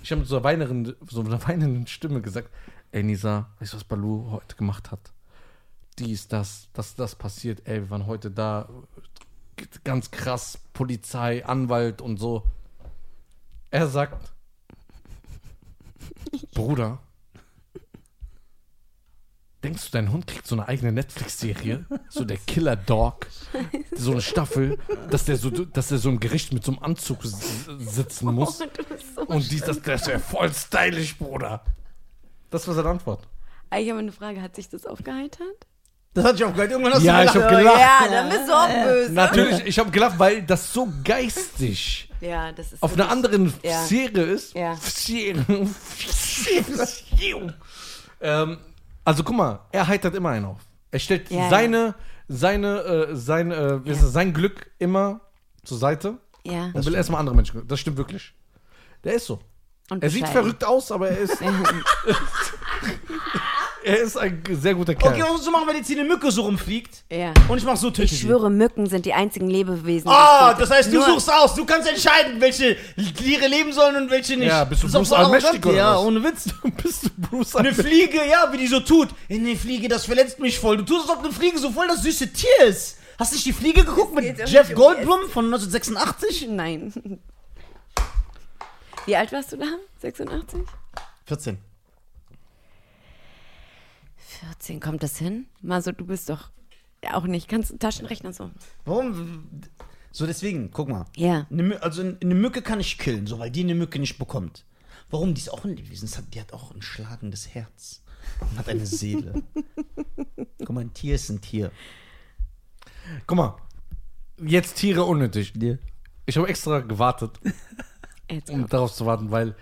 B: Ich habe mit so einer, weinenden, so einer weinenden Stimme gesagt: Ey, Nisa, weißt du, was Balu heute gemacht hat? Dies, das, das, das passiert. Ey, wir waren heute da. Ganz krass, Polizei, Anwalt und so. Er sagt: Bruder, denkst du, dein Hund kriegt so eine eigene Netflix-Serie? So der Killer Dog? so eine Staffel, dass der so, dass der so im Gericht mit so einem Anzug s- sitzen muss.
A: Du bist so
B: Und dies, das, das wäre voll stylisch, Bruder. Das war seine Antwort.
A: Ah, Ich habe eine Frage, hat sich das aufgeheitert?
C: Das hatte ich auch gehört. Irgendwann hast
B: Ja,
C: du
B: ich hab
C: gelacht.
A: Ja,
B: gelacht.
A: dann bist du auch böse.
B: Natürlich, ich habe gelacht, weil das so geistig
A: Ja, das ist
B: auf einer
A: wirklich-
B: anderen
A: Ja.
B: Sphäre ist.
A: Ja.
B: Sphäre. ähm, also guck mal, er heitert immer einen auf. Er stellt
A: Ja, ja.
B: seine, seine, äh, sein, äh, wie ist
A: Ja.
B: es, sein Glück immer zur Seite
A: Ja.
B: und will erstmal andere Menschen. glück- Das stimmt wirklich. Der ist so.
A: Und
B: Er sieht
A: bescheiden.
B: verrückt aus, aber er ist, er ist ein sehr guter
A: um-
B: Kerl.
C: Okay, so machen wir jetzt hier eine Mücke so rumfliegt.
A: Ja.
C: Und ich mach so tötet
A: Ich schwöre, Mücken sind die einzigen Lebewesen. die
C: Ah,
A: ich töte.
C: das heißt, du
A: Nur-
C: suchst aus. Du kannst entscheiden, welche Tiere leben sollen und welche nicht.
B: Ja, bist du
C: Das ist
B: Bruce
C: auch so
B: Allmächtig
C: arrogant,
B: oder
C: Ja,
B: was?
C: ohne Witz.
B: Bist du Bruce
C: Eine Fliege, ja, wie die so tut. Ey, Nee, Fliege, das verletzt mich voll. Du tust es, ob eine Fliege so voll das süße Tier ist. Hast du nicht die Fliege geguckt
A: geht doch
C: mit Jeff
A: nicht um
C: Goldblum von 1986?
A: Nein. Wie alt warst du da? 86?
C: 14.
A: 14, kommt das hin? Mal so, du bist doch ja, auch nicht. Kannst Taschenrechner so.
C: Warum? So, deswegen, guck mal.
A: Ja.
C: Eine Mü- also eine Mücke kann ich killen, so, weil die eine Mücke nicht bekommt. Warum? Die ist auch ein Lebewesen. Das hat- Die hat auch ein schlagendes Herz. Und hat eine Seele. guck mal, ein Tier ist ein Tier.
B: Guck mal. Jetzt Tiere unnötig.
C: Ja.
B: Ich habe extra gewartet,
A: Jetzt
B: um
A: kommt.
B: darauf zu warten, weil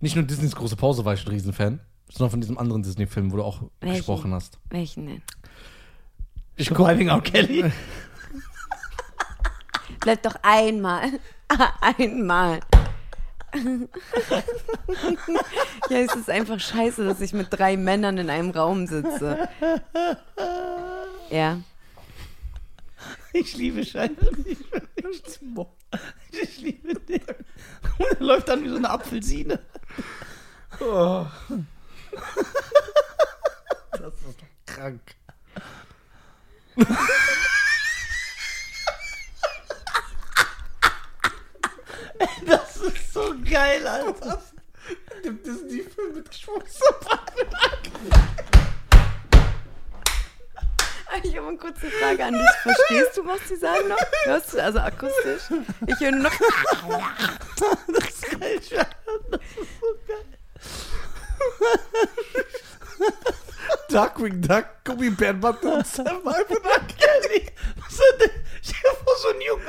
B: nicht nur Disneys große Pause war ich ein Riesenfan, sondern von diesem anderen Disney-Film, wo du auch
A: Welchen?
B: gesprochen hast.
A: Welchen denn?
B: Ich guck,
C: Driving Out Kelly.
A: Bleib doch Ah, einmal. einmal. ja, es ist einfach scheiße, dass ich mit drei Männern in einem Raum sitze. Ja.
C: Ich liebe Scheiße. Ich liebe den. Und er läuft dann wie so eine Apfelsine.
B: Oh. Das ist doch krank.
C: Das ist so geil, Alter.
B: Dem Disney-Film mit geschwungsener
A: Ich habe eine kurze Frage an dich. Verstehst du, was die sagen noch? Hörst du, also akustisch? Ich höre nur noch.
C: Das ist geil, Scheiße. Das ist so geil.
B: Darkwing Duck, Gummibären, Butter und Sam.
C: Ehrlich, was hat denn? Ich hab vor so ein Junge,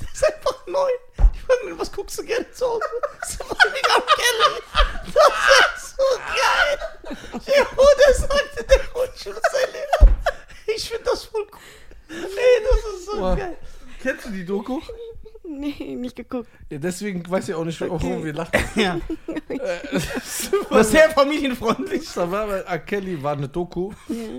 C: der ist einfach neu. Ich frag mich, was guckst du gerne zu Hause? Smiling am Kelly. Das ist so geil. Ja, und er sagte, der Hund schon sein Leben. Ich find das voll cool. Ey, das ist so
B: Boah.
C: geil.
B: Kennst du die Doku?
A: Nee, nicht geguckt.
B: Ja, deswegen weiß ich auch nicht, warum wir lachen.
C: Ja,
B: Äh,
C: das ist sehr familienfreundlich.
B: Da war bei R. Kelly war eine Doku,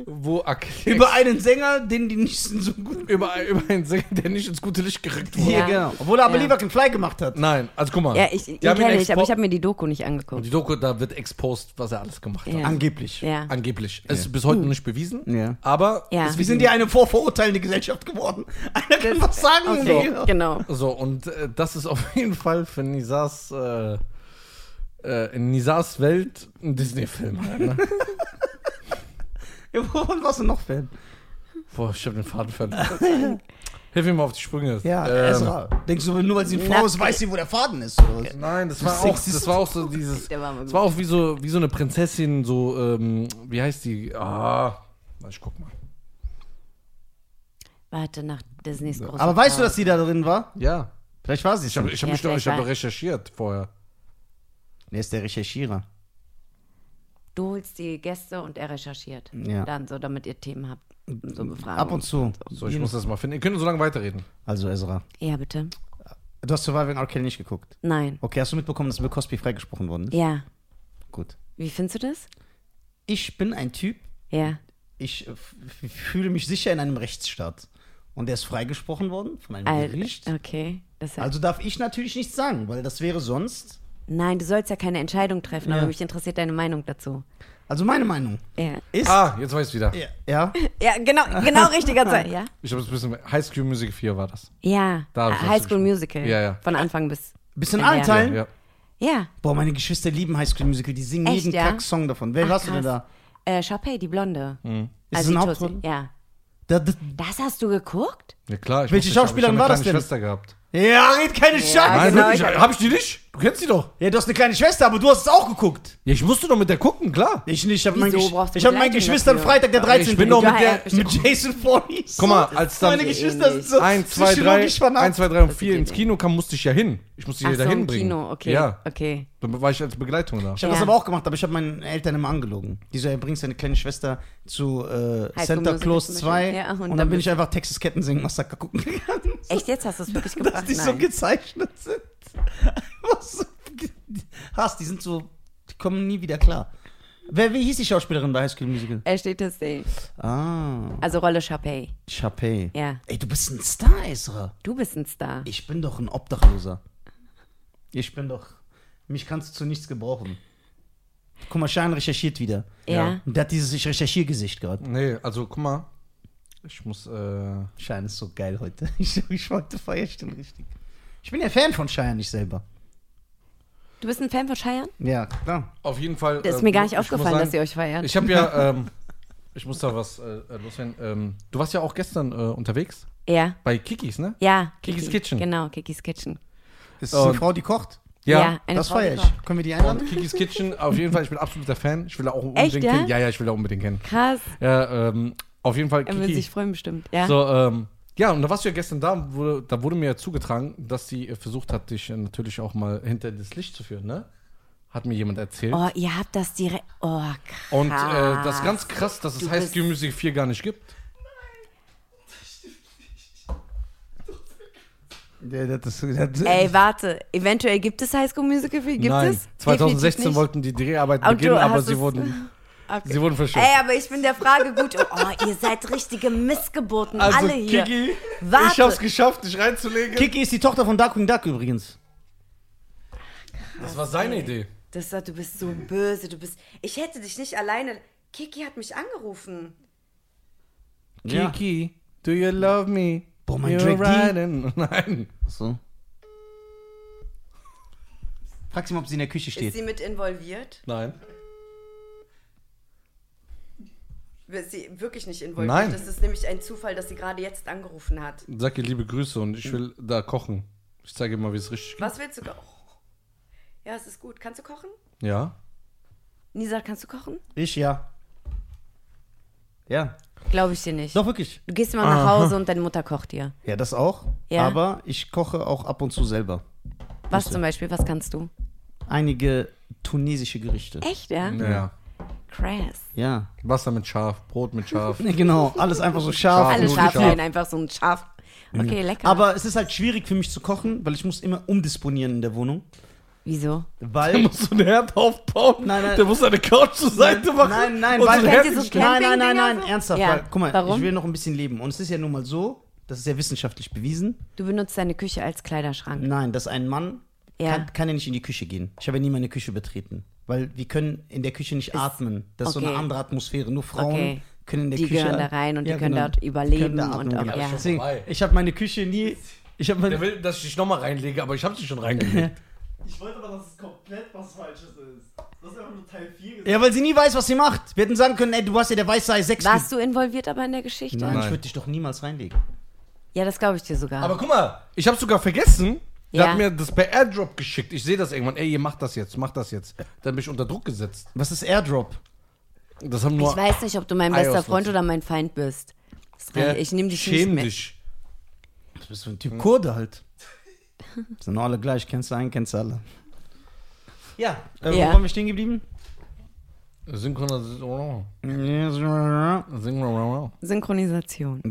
B: wo R. Kelly
C: Über einen Sänger, den die nicht so gut.
B: über, über einen Sänger, der nicht ins gute Licht gerückt wurde.
A: Ja.
C: genau. Obwohl er aber
A: Ja.
C: lieber kein Fly gemacht hat.
B: Nein, also guck mal.
A: Ja, ich, ich
B: Die haben ihn
A: kenne ich, aber
B: expo-
A: ich habe mir die Doku nicht
B: Und
A: angeguckt.
B: die Doku, da wird exposed, was er alles gemacht hat.
A: Ja.
C: Angeblich.
A: Ja.
B: Angeblich. Es ist bis heute noch nicht bewiesen.
C: Ja.
B: Aber
A: Ja.
B: es
C: Also Wir sind ja eine vorverurteilende Gesellschaft geworden. Einer kann was sagen. und
A: Okay,
C: wir-
A: genau.
B: So, und äh, das ist auf jeden Fall für Nisas, äh, äh, in Nisas Welt ein Disney-Film. halt, Ne?
C: Ja, wovon warst du noch Fan?
B: Boah, ich hab den Faden verloren. Hilf mir mal auf die Sprünge.
C: Ja,
B: Ähm,
C: Ezra. Denkst du, nur weil sie eine Frau
A: Na- äh,
C: ist, weiß sie, wo der Faden ist? Oder was?
B: Nein, das
C: Du
B: war auch,
C: Sexist.
B: das war auch so dieses,
A: Der war mal
B: das war auch wie so, wie so eine Prinzessin, so, ähm, wie heißt die? Ah, warte, ich guck mal.
A: Warte, nach Disneys große
C: Aber weißt du,
A: Frau.
C: dass sie da drin war?
B: Ja,
C: Vielleicht war sie
B: ich habe
C: schon.
B: ich hab
A: Ja,
B: mich doch, ich
A: vielleicht
B: hab
A: war-
B: recherchiert vorher.
C: Der ist der Recherchierer.
A: Oh. Du holst die Gäste und er recherchiert.
C: Ja.
A: Dann so, damit ihr Themen habt. um So befragen.
C: Ab und zu.
B: So,
A: Hm.
B: ich muss das mal finden. Ihr könnt so lange weiterreden.
C: Also Ezra.
A: Ja, bitte.
C: Du hast Surviving R. Kelly nicht geguckt.
A: Nein.
C: Okay, hast du mitbekommen, dass Bill Cosby freigesprochen worden ist?
A: Ja.
C: Gut.
A: Wie findest du das?
C: Ich bin ein Typ,
A: Ja.
C: ich äh, f- f- fühle mich sicher in einem Rechtsstaat. Und der ist freigesprochen worden von einem
A: Al-
C: Gericht.
A: Okay. Das ja
C: Also darf ich natürlich nichts sagen, weil das wäre sonst.
A: Nein, du sollst ja keine Entscheidung treffen,
C: Ja.
A: aber mich interessiert deine Meinung dazu.
C: Also meine Meinung
A: Ja.
C: ist.
B: Ah, jetzt weiß ich wieder.
C: Ja. ja.
A: Ja, genau, genau richtiger Zeit. Ja?
B: Ich habe es ein bisschen, High School Music 4 war das.
A: Ja.
B: Da hab ich
A: High
B: das
A: School
B: gesprochen.
A: Musical.
B: Ja, ja.
A: Von Anfang bis.
C: Bis in
A: Ja.
C: allen Teilen.
B: Ja.
A: Ja.
C: Boah, meine Geschwister lieben High School Musical. Die singen
A: Echt,
C: jeden
A: ja?
C: Kack-Song davon. Wer
A: Ach,
C: warst du denn
A: krass.
C: da?
A: Äh, Chopay, die Blonde.
C: Hm. Ist
A: Also
C: es ein
A: die
C: Hauptrolle?
A: Tosi. Ja.
C: Da, da,
A: Das hast du geguckt?
B: Ja klar, ich
C: Welche
B: wusste, ich hab-
C: Schauspielerin
B: ich hab eine
C: war das
B: kleine
C: denn?
B: Schwester gehabt.
C: ja, red keine Scheiße.
B: Nein,
A: genau,
B: wirklich,
A: ich-
B: hab ich die nicht? Du kennst die doch.
C: Ja, du hast eine kleine Schwester, aber du hast es auch geguckt.
B: Ja, ich musste doch mit der gucken, klar.
C: Ich nicht. Ich habe mein
A: Wieso
C: Gesch
A: brauchst du
C: ich hab meinen
A: Begleitung
C: Geschwistern
A: dafür?
C: Freitag der 13.
B: Ich bin doch
A: Ja,
B: mit
A: ja,
B: der.
A: ich-
C: mit Jason Voorhees.
B: Guck mal, als dann
C: Meine Geschwister sind so
B: 1, 2, 3,
C: psychologisch vernarrt.
B: 1, 2, 3 und
A: Das
B: 4
A: geht
B: ins
A: nicht.
B: Kino kam, musste ich ja hin. Ich musste
A: Ach
B: jeder
A: so, im
B: hinbringen.
A: Kino, okay.
B: Ja,
A: Okay.
B: dann war ich als Begleitung da.
C: Ich habe
A: Ja.
C: das aber auch gemacht, aber ich habe meinen Eltern immer angelogen. Die so, er bringt seine kleine Schwester zu äh,
A: School
C: Santa
A: Musical
C: Claus
A: zum
C: 2
A: Beispiel. Ja,
C: und,
A: und
C: dann
A: dann
C: bin ich einfach Texas Kettensingen Massaker gucken gegangen.
A: Echt jetzt hast du es wirklich
C: dass
A: gebracht?
C: die so
A: Nein.
C: gezeichnet sind. Einfach so. ge- Hass, die sind so, die kommen nie wieder klar. Wer, wie hieß die Schauspielerin bei High School Musical?
A: Er steht das Ding.
C: Ah,
A: Also Rolle Chopay.
C: Chapey.
A: Ja.
C: Ey, du bist ein Star, Ezra.
A: Du bist ein Star.
C: Ich bin doch ein Obdachloser. Ich bin doch, mich kannst du zu nichts gebrauchen. Guck mal, Schein recherchiert wieder.
A: Ja.
C: Und der hat dieses Ich recherchiere Gesicht gerade.
B: Nee, also guck mal. Ich muss, äh.
C: Schein ist so geil heute. Ich, ich wollte Feierstunde richtig. Ich bin ja Fan von Schein, nicht selber.
A: Du bist ein Fan von Cheyenne?
C: Ja, klar.
B: Auf jeden Fall.
A: Das ist
B: äh,
A: mir gar nicht
B: ich muss
A: aufgefallen,
B: sagen,
A: dass ihr euch feiert.
B: Ich habe ja, ähm, ich muss da was äh, äh, loswerden. Ähm, du warst ja auch gestern äh, unterwegs
A: Ja.
B: bei Kikis, ne?
A: Ja.
B: Kikis Kitchen.
A: Genau, Kikis Kitchen.
C: Ist das eine
B: Und-
C: Frau, die kocht?
A: eine
C: das
A: Frau, die
C: feiere
A: kocht.
C: ich. Können wir die
B: Und
C: einladen?
B: Kikis Kitchen, auf jeden Fall, ich bin absoluter Fan. Ich will da auch unbedingt
A: Echt, ja?
B: kennen. Ja, ja, ich will da unbedingt kennen.
A: Krass.
B: Ja, ähm, auf jeden Fall
A: Er würde
B: Kiki.
A: sich freuen bestimmt. Ja.
B: So, ähm, ja, und da warst du ja gestern da, wurde, da wurde mir ja zugetragen, dass sie äh, versucht hat, dich äh, natürlich auch mal hinter das Licht zu führen, ne? Hat mir jemand erzählt.
A: Oh, ihr habt das direkt. Oh, krass.
B: und äh, das ist ganz krass, dass es
A: Du
B: heißt
A: bist-
B: Gemüse 4 gar nicht gibt.
C: Oh, Der, das, das,
A: Ey, warte, eventuell gibt es Highschool Musical, gibt
B: Nein,
A: es?
B: 2016
A: Definitiv nicht.
B: wollten die Dreharbeiten
A: Aber du
B: beginnen, aber
A: hast
B: sie
A: es-
B: wurden,
A: Okay.
B: sie wurden verschoben.
A: Ey, aber ich bin der Frage gut. Oh, ihr seid richtige Missgeburten,
B: also,
A: alle hier.
B: Kiki, ich
A: Warte.
B: hab's geschafft, dich reinzulegen.
C: Kiki ist die Tochter von Darkwing Duck übrigens.
B: Das war seine Idee.
A: Das sagt, du bist so böse, du bist. Ich hätte dich nicht alleine. Kiki hat mich angerufen.
C: Ja.
B: Kiki, do you love me?
C: Boah, mein
B: You're
C: Drake D.
B: riding- Nein.
C: So. Frag sie mal, ob sie in der Küche
A: Ist
C: steht.
A: sie mit involviert?
B: Nein.
A: Ist sie wirklich nicht involviert?
B: Nein.
A: Das ist nämlich ein Zufall, dass sie gerade jetzt angerufen hat.
B: Sag ihr liebe Grüße und ich will da kochen. Ich zeige dir mal, wie es richtig geht.
A: Was willst du? ko- Oh. Ja, es ist gut. Kannst du kochen?
B: Ja.
A: Nisa, kannst du kochen?
C: Ich ja. Ja.
A: Glaube ich dir nicht.
C: Doch, wirklich.
A: Du gehst immer nach Hause und deine Mutter kocht dir.
C: Ja, das auch.
A: Ja.
C: Aber ich koche auch ab und zu selber.
A: Was zum Beispiel? Was kannst du?
C: Einige tunesische Gerichte.
A: Echt, ja?
B: Ja.
A: Krass.
C: Ja.
B: Wasser mit Schaf, Brot mit Schaf.
C: Nee, genau. Alles einfach so scharf.
B: Scharf.
A: Alle
B: nur die
A: Schafe
B: Schafe.
A: sehen einfach so ein Schaf. Okay, lecker.
C: Aber es ist halt schwierig für mich zu kochen, weil ich muss immer umdisponieren in der Wohnung.
A: Wieso?
C: Weil.
B: so einen Herd aufbauen.
C: Nein, nein.
B: muss seine Couch zur
C: Nein, nein,
B: und
C: weil,
B: so einen
A: Kennt
B: Herd
A: ihr so
B: hinstellen.
C: nein, nein, nein,
A: Camping-Dinger
C: nein,
A: so?
C: ernsthaft.
A: Ja.
C: Weil, guck mal,
A: Warum?
C: ich will noch ein bisschen leben. Und es ist ja nun mal so, das ist ja wissenschaftlich bewiesen.
A: Du benutzt deine Küche als Kleiderschrank.
C: Nein, dass ein Mann
A: Ja.
C: kann, kann ja nicht in die Küche gehen. Ich habe ja nie meine Küche betreten, weil wir können in der Küche nicht atmen. Das ist so eine
A: okay.
C: andere Atmosphäre. Nur Frauen
A: Okay.
C: können in der
A: Die
C: Küche genau.
A: gehören da
C: atmen.
A: rein und die können dort überleben und auch-
C: genau.
A: ja.
C: Deswegen,
B: Vorbei.
C: ich habe meine Küche nie. Ich habe
B: Der
C: meine.
B: will, dass ich dich nochmal reinlege, aber ich hab dich schon reingelegt.
D: Ich wollte aber, dass es komplett was Falsches ist. Das ist einfach nur Teil 4 gesagt.
C: Ja, weil sie nie weiß, was sie macht. Wir hätten sagen können, ey, du warst ja der weiße Ei 6.
A: Warst du involviert aber in der Geschichte?
C: Nein, ich
B: Nein.
C: würde dich doch niemals reinlegen.
A: Ja, das glaube ich dir sogar.
B: aber guck mal, ich hab's sogar vergessen. Der
A: Ah. Ja.
B: hat mir das per Airdrop geschickt. Ich sehe das irgendwann. Ey, ihr macht das jetzt, macht das jetzt. Dann bin ich unter Druck gesetzt.
C: Was ist Airdrop?
B: Das haben nur.
A: ich weiß nicht, ob du mein
B: Ei
A: bester
B: ausnutzen.
A: Freund oder mein Feind bist. Das
B: Ja,
A: reicht. ich nehme dich nicht
B: schäm
A: mit.
B: dich.
C: Du bist so ein
B: Hm.
C: Typ Kurde halt. Sind alle gleich, kennst du einen, kennst du alle. Ja, äh,
A: Ja.
C: wo waren wir stehen geblieben?
B: Synchronisation.
C: Synchronisation.
B: Synchronisation.
A: Synchronisation.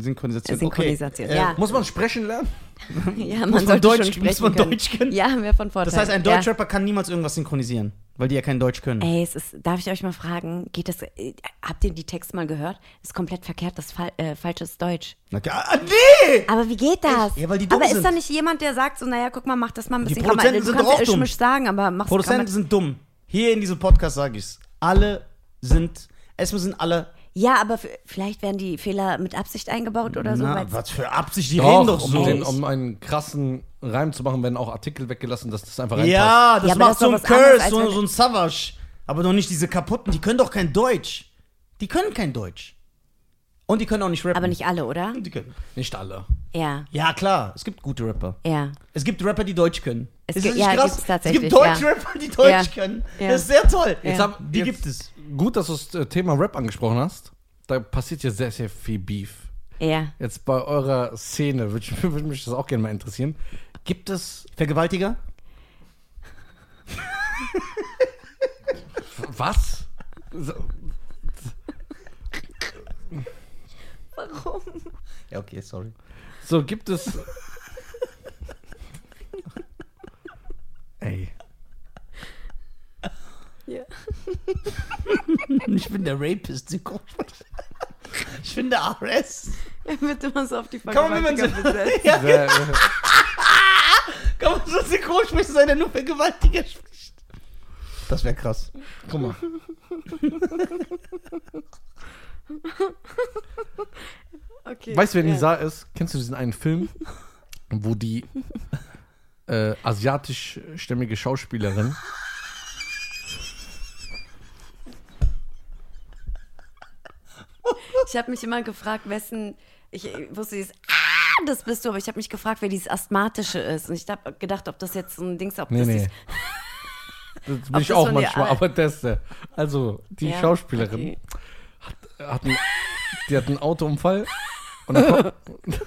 A: Synchronisation,
C: Okay.
A: ja.
C: Äh,
B: Muss man sprechen lernen?
A: Ja, man,
C: man
A: sollte
C: Deutsch-
A: schon
C: muss
A: sprechen
C: man
A: können.
C: Deutsch können?
A: Ja, wäre von Vorteil.
C: Das heißt, ein
A: Ja.
C: Deutschrapper kann niemals irgendwas synchronisieren, weil die ja kein Deutsch können.
A: Ey, es ist, darf ich euch mal fragen, geht das, äh, habt ihr die Texte mal gehört? Ist komplett verkehrt, das Fal äh, falsches Deutsch.
C: Na klar. Ah, nee!
A: Aber wie geht das?
C: Ja, weil die dumm
A: aber ist
C: sind.
A: da nicht jemand, der sagt so, naja, guck mal, mach das mal ein
C: Die
A: bisschen. kann man-
C: Produzenten
A: du
C: sind
A: kannst
C: doch auch
A: ja
C: dumm.
A: Misch sagen, aber mach's
C: Produzenten
A: kann
C: sind dumm. Hier in diesem Podcast sage ich's. Alle sind, erstmal sind alle,
A: man, Ja, aber f- vielleicht werden die Fehler mit Absicht eingebaut oder so.
C: na,
A: weil's-
C: was für Absicht, die
B: Doch,
C: reden doch so.
B: um, den, um einen krassen Reim zu machen, werden auch Artikel weggelassen, dass das einfach reinpasst.
C: ja, das
A: Ja, aber das
C: macht
A: ist
C: so
A: doch
C: ein
A: was anderes,
C: Curse,
A: als halt
C: so,
A: wenn-
C: so ein Savage. Aber doch nicht diese kaputten, die können doch kein Deutsch. Die können kein Deutsch. Und die können auch nicht rappen.
A: aber nicht alle, oder?
C: Die können.
B: Nicht alle.
A: Ja,
C: Ja, klar, es gibt gute Rapper.
A: ja.
C: Es gibt Rapper, die Deutsch können.
A: Es
C: Ist
A: gibt-
C: das nicht
A: ja,
C: krass?
A: gibt's
C: es
A: tatsächlich,
C: gibt deutsche
A: ja.
C: Rapper, die Deutsch
A: Ja.
C: können.
A: Ja.
C: Das ist sehr toll.
A: Jetzt
B: hab-
C: die
B: jetzt-
C: gibt es.
B: Gut, dass du das äh, Thema Rap angesprochen hast. Da passiert ja sehr, sehr viel Beef.
A: Ja.
B: Jetzt bei eurer Szene würde ich- würde mich das auch gerne mal interessieren. Gibt es.
C: Vergewaltiger?
B: Was? So,
A: Warum?
C: Ja, okay, sorry.
B: so gibt es. Ey.
A: Ja.
C: Ich bin der Rapist. Sie guckt. Ich bin der RS.
A: Er wird immer so auf die
C: Komm, wenn man so,
A: Vergewaltiger besetzt.
C: ja,
B: Sehr, äh,
C: kann man so synchron sprechen, sein, der nur Vergewaltiger spricht. Das wäre krass.
B: guck mal.
A: Okay.
B: Weißt du, wer
A: ja.
B: Nisa ist? Kennst du diesen einen Film, wo die äh, asiatischstämmige Schauspielerin.
A: Ich habe mich immer gefragt, wessen. Ich äh, wusste dieses. Ah, das bist du, aber ich habe mich gefragt, wer dieses Asthmatische ist. Und ich habe gedacht, ob das jetzt so ein Dings, ob
B: Nee,
A: das
B: nee.
A: dieses-
B: Das bin
A: Ob
B: ich
A: das
B: auch
A: von dir
B: manchmal,
A: alle-
B: aber das ist der. Also, die
A: Ja,
B: Schauspielerin
A: okay.
B: hat, ein, die hat einen Autounfall. Und dann kommt,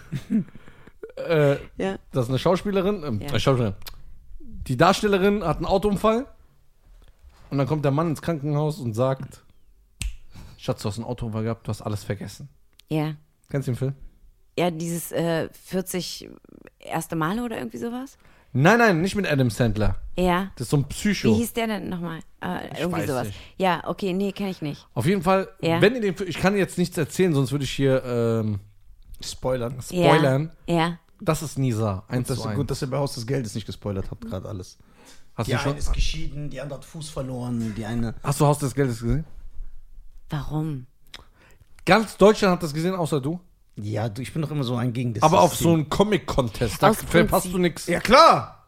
B: äh,
A: Ja.
B: das ist eine Schauspielerin, ähm,
A: Ja.
B: Schauspielerin. Die Darstellerin hat einen Autounfall. Und dann kommt der Mann ins Krankenhaus und sagt: Schatz, du hast einen Autounfall gehabt, du hast alles vergessen.
A: Ja.
B: Kennst du den Film?
A: ja, dieses äh, 40 erste Male oder irgendwie sowas?
B: Nein, nein, nicht mit Adam Sandler.
A: Ja.
B: Das ist so ein
A: Wie
B: Psycho.
A: hieß der denn nochmal? Äh, irgendwie
B: weiß
A: sowas.
B: nicht.
A: Ja, okay, nee, kenne ich nicht.
B: Auf jeden Fall,
A: Ja.
B: wenn ihr den. Ich kann jetzt nichts erzählen, sonst würde ich hier ähm,
C: Spoilern.
B: spoilern.
A: Ja. ja.
B: Das ist Nisa. Eins
C: Das
B: zu
C: ist
B: eins.
C: gut, dass ihr bei Haus des Geldes nicht gespoilert habt, gerade alles.
B: Hast
C: Die
B: du schon?
C: eine ist geschieden, die andere hat Fuß verloren, die eine.
B: Hast du Haus des Geldes gesehen?
A: Warum?
B: Ganz Deutschland hat das gesehen, außer du.
C: Ja, du, ich bin doch immer so ein gegen das
B: Aber auf
C: System.
B: so einen Comic-Contest, da
A: Aus
B: verpasst
A: Prinzip.
B: du nichts.
C: Ja, klar!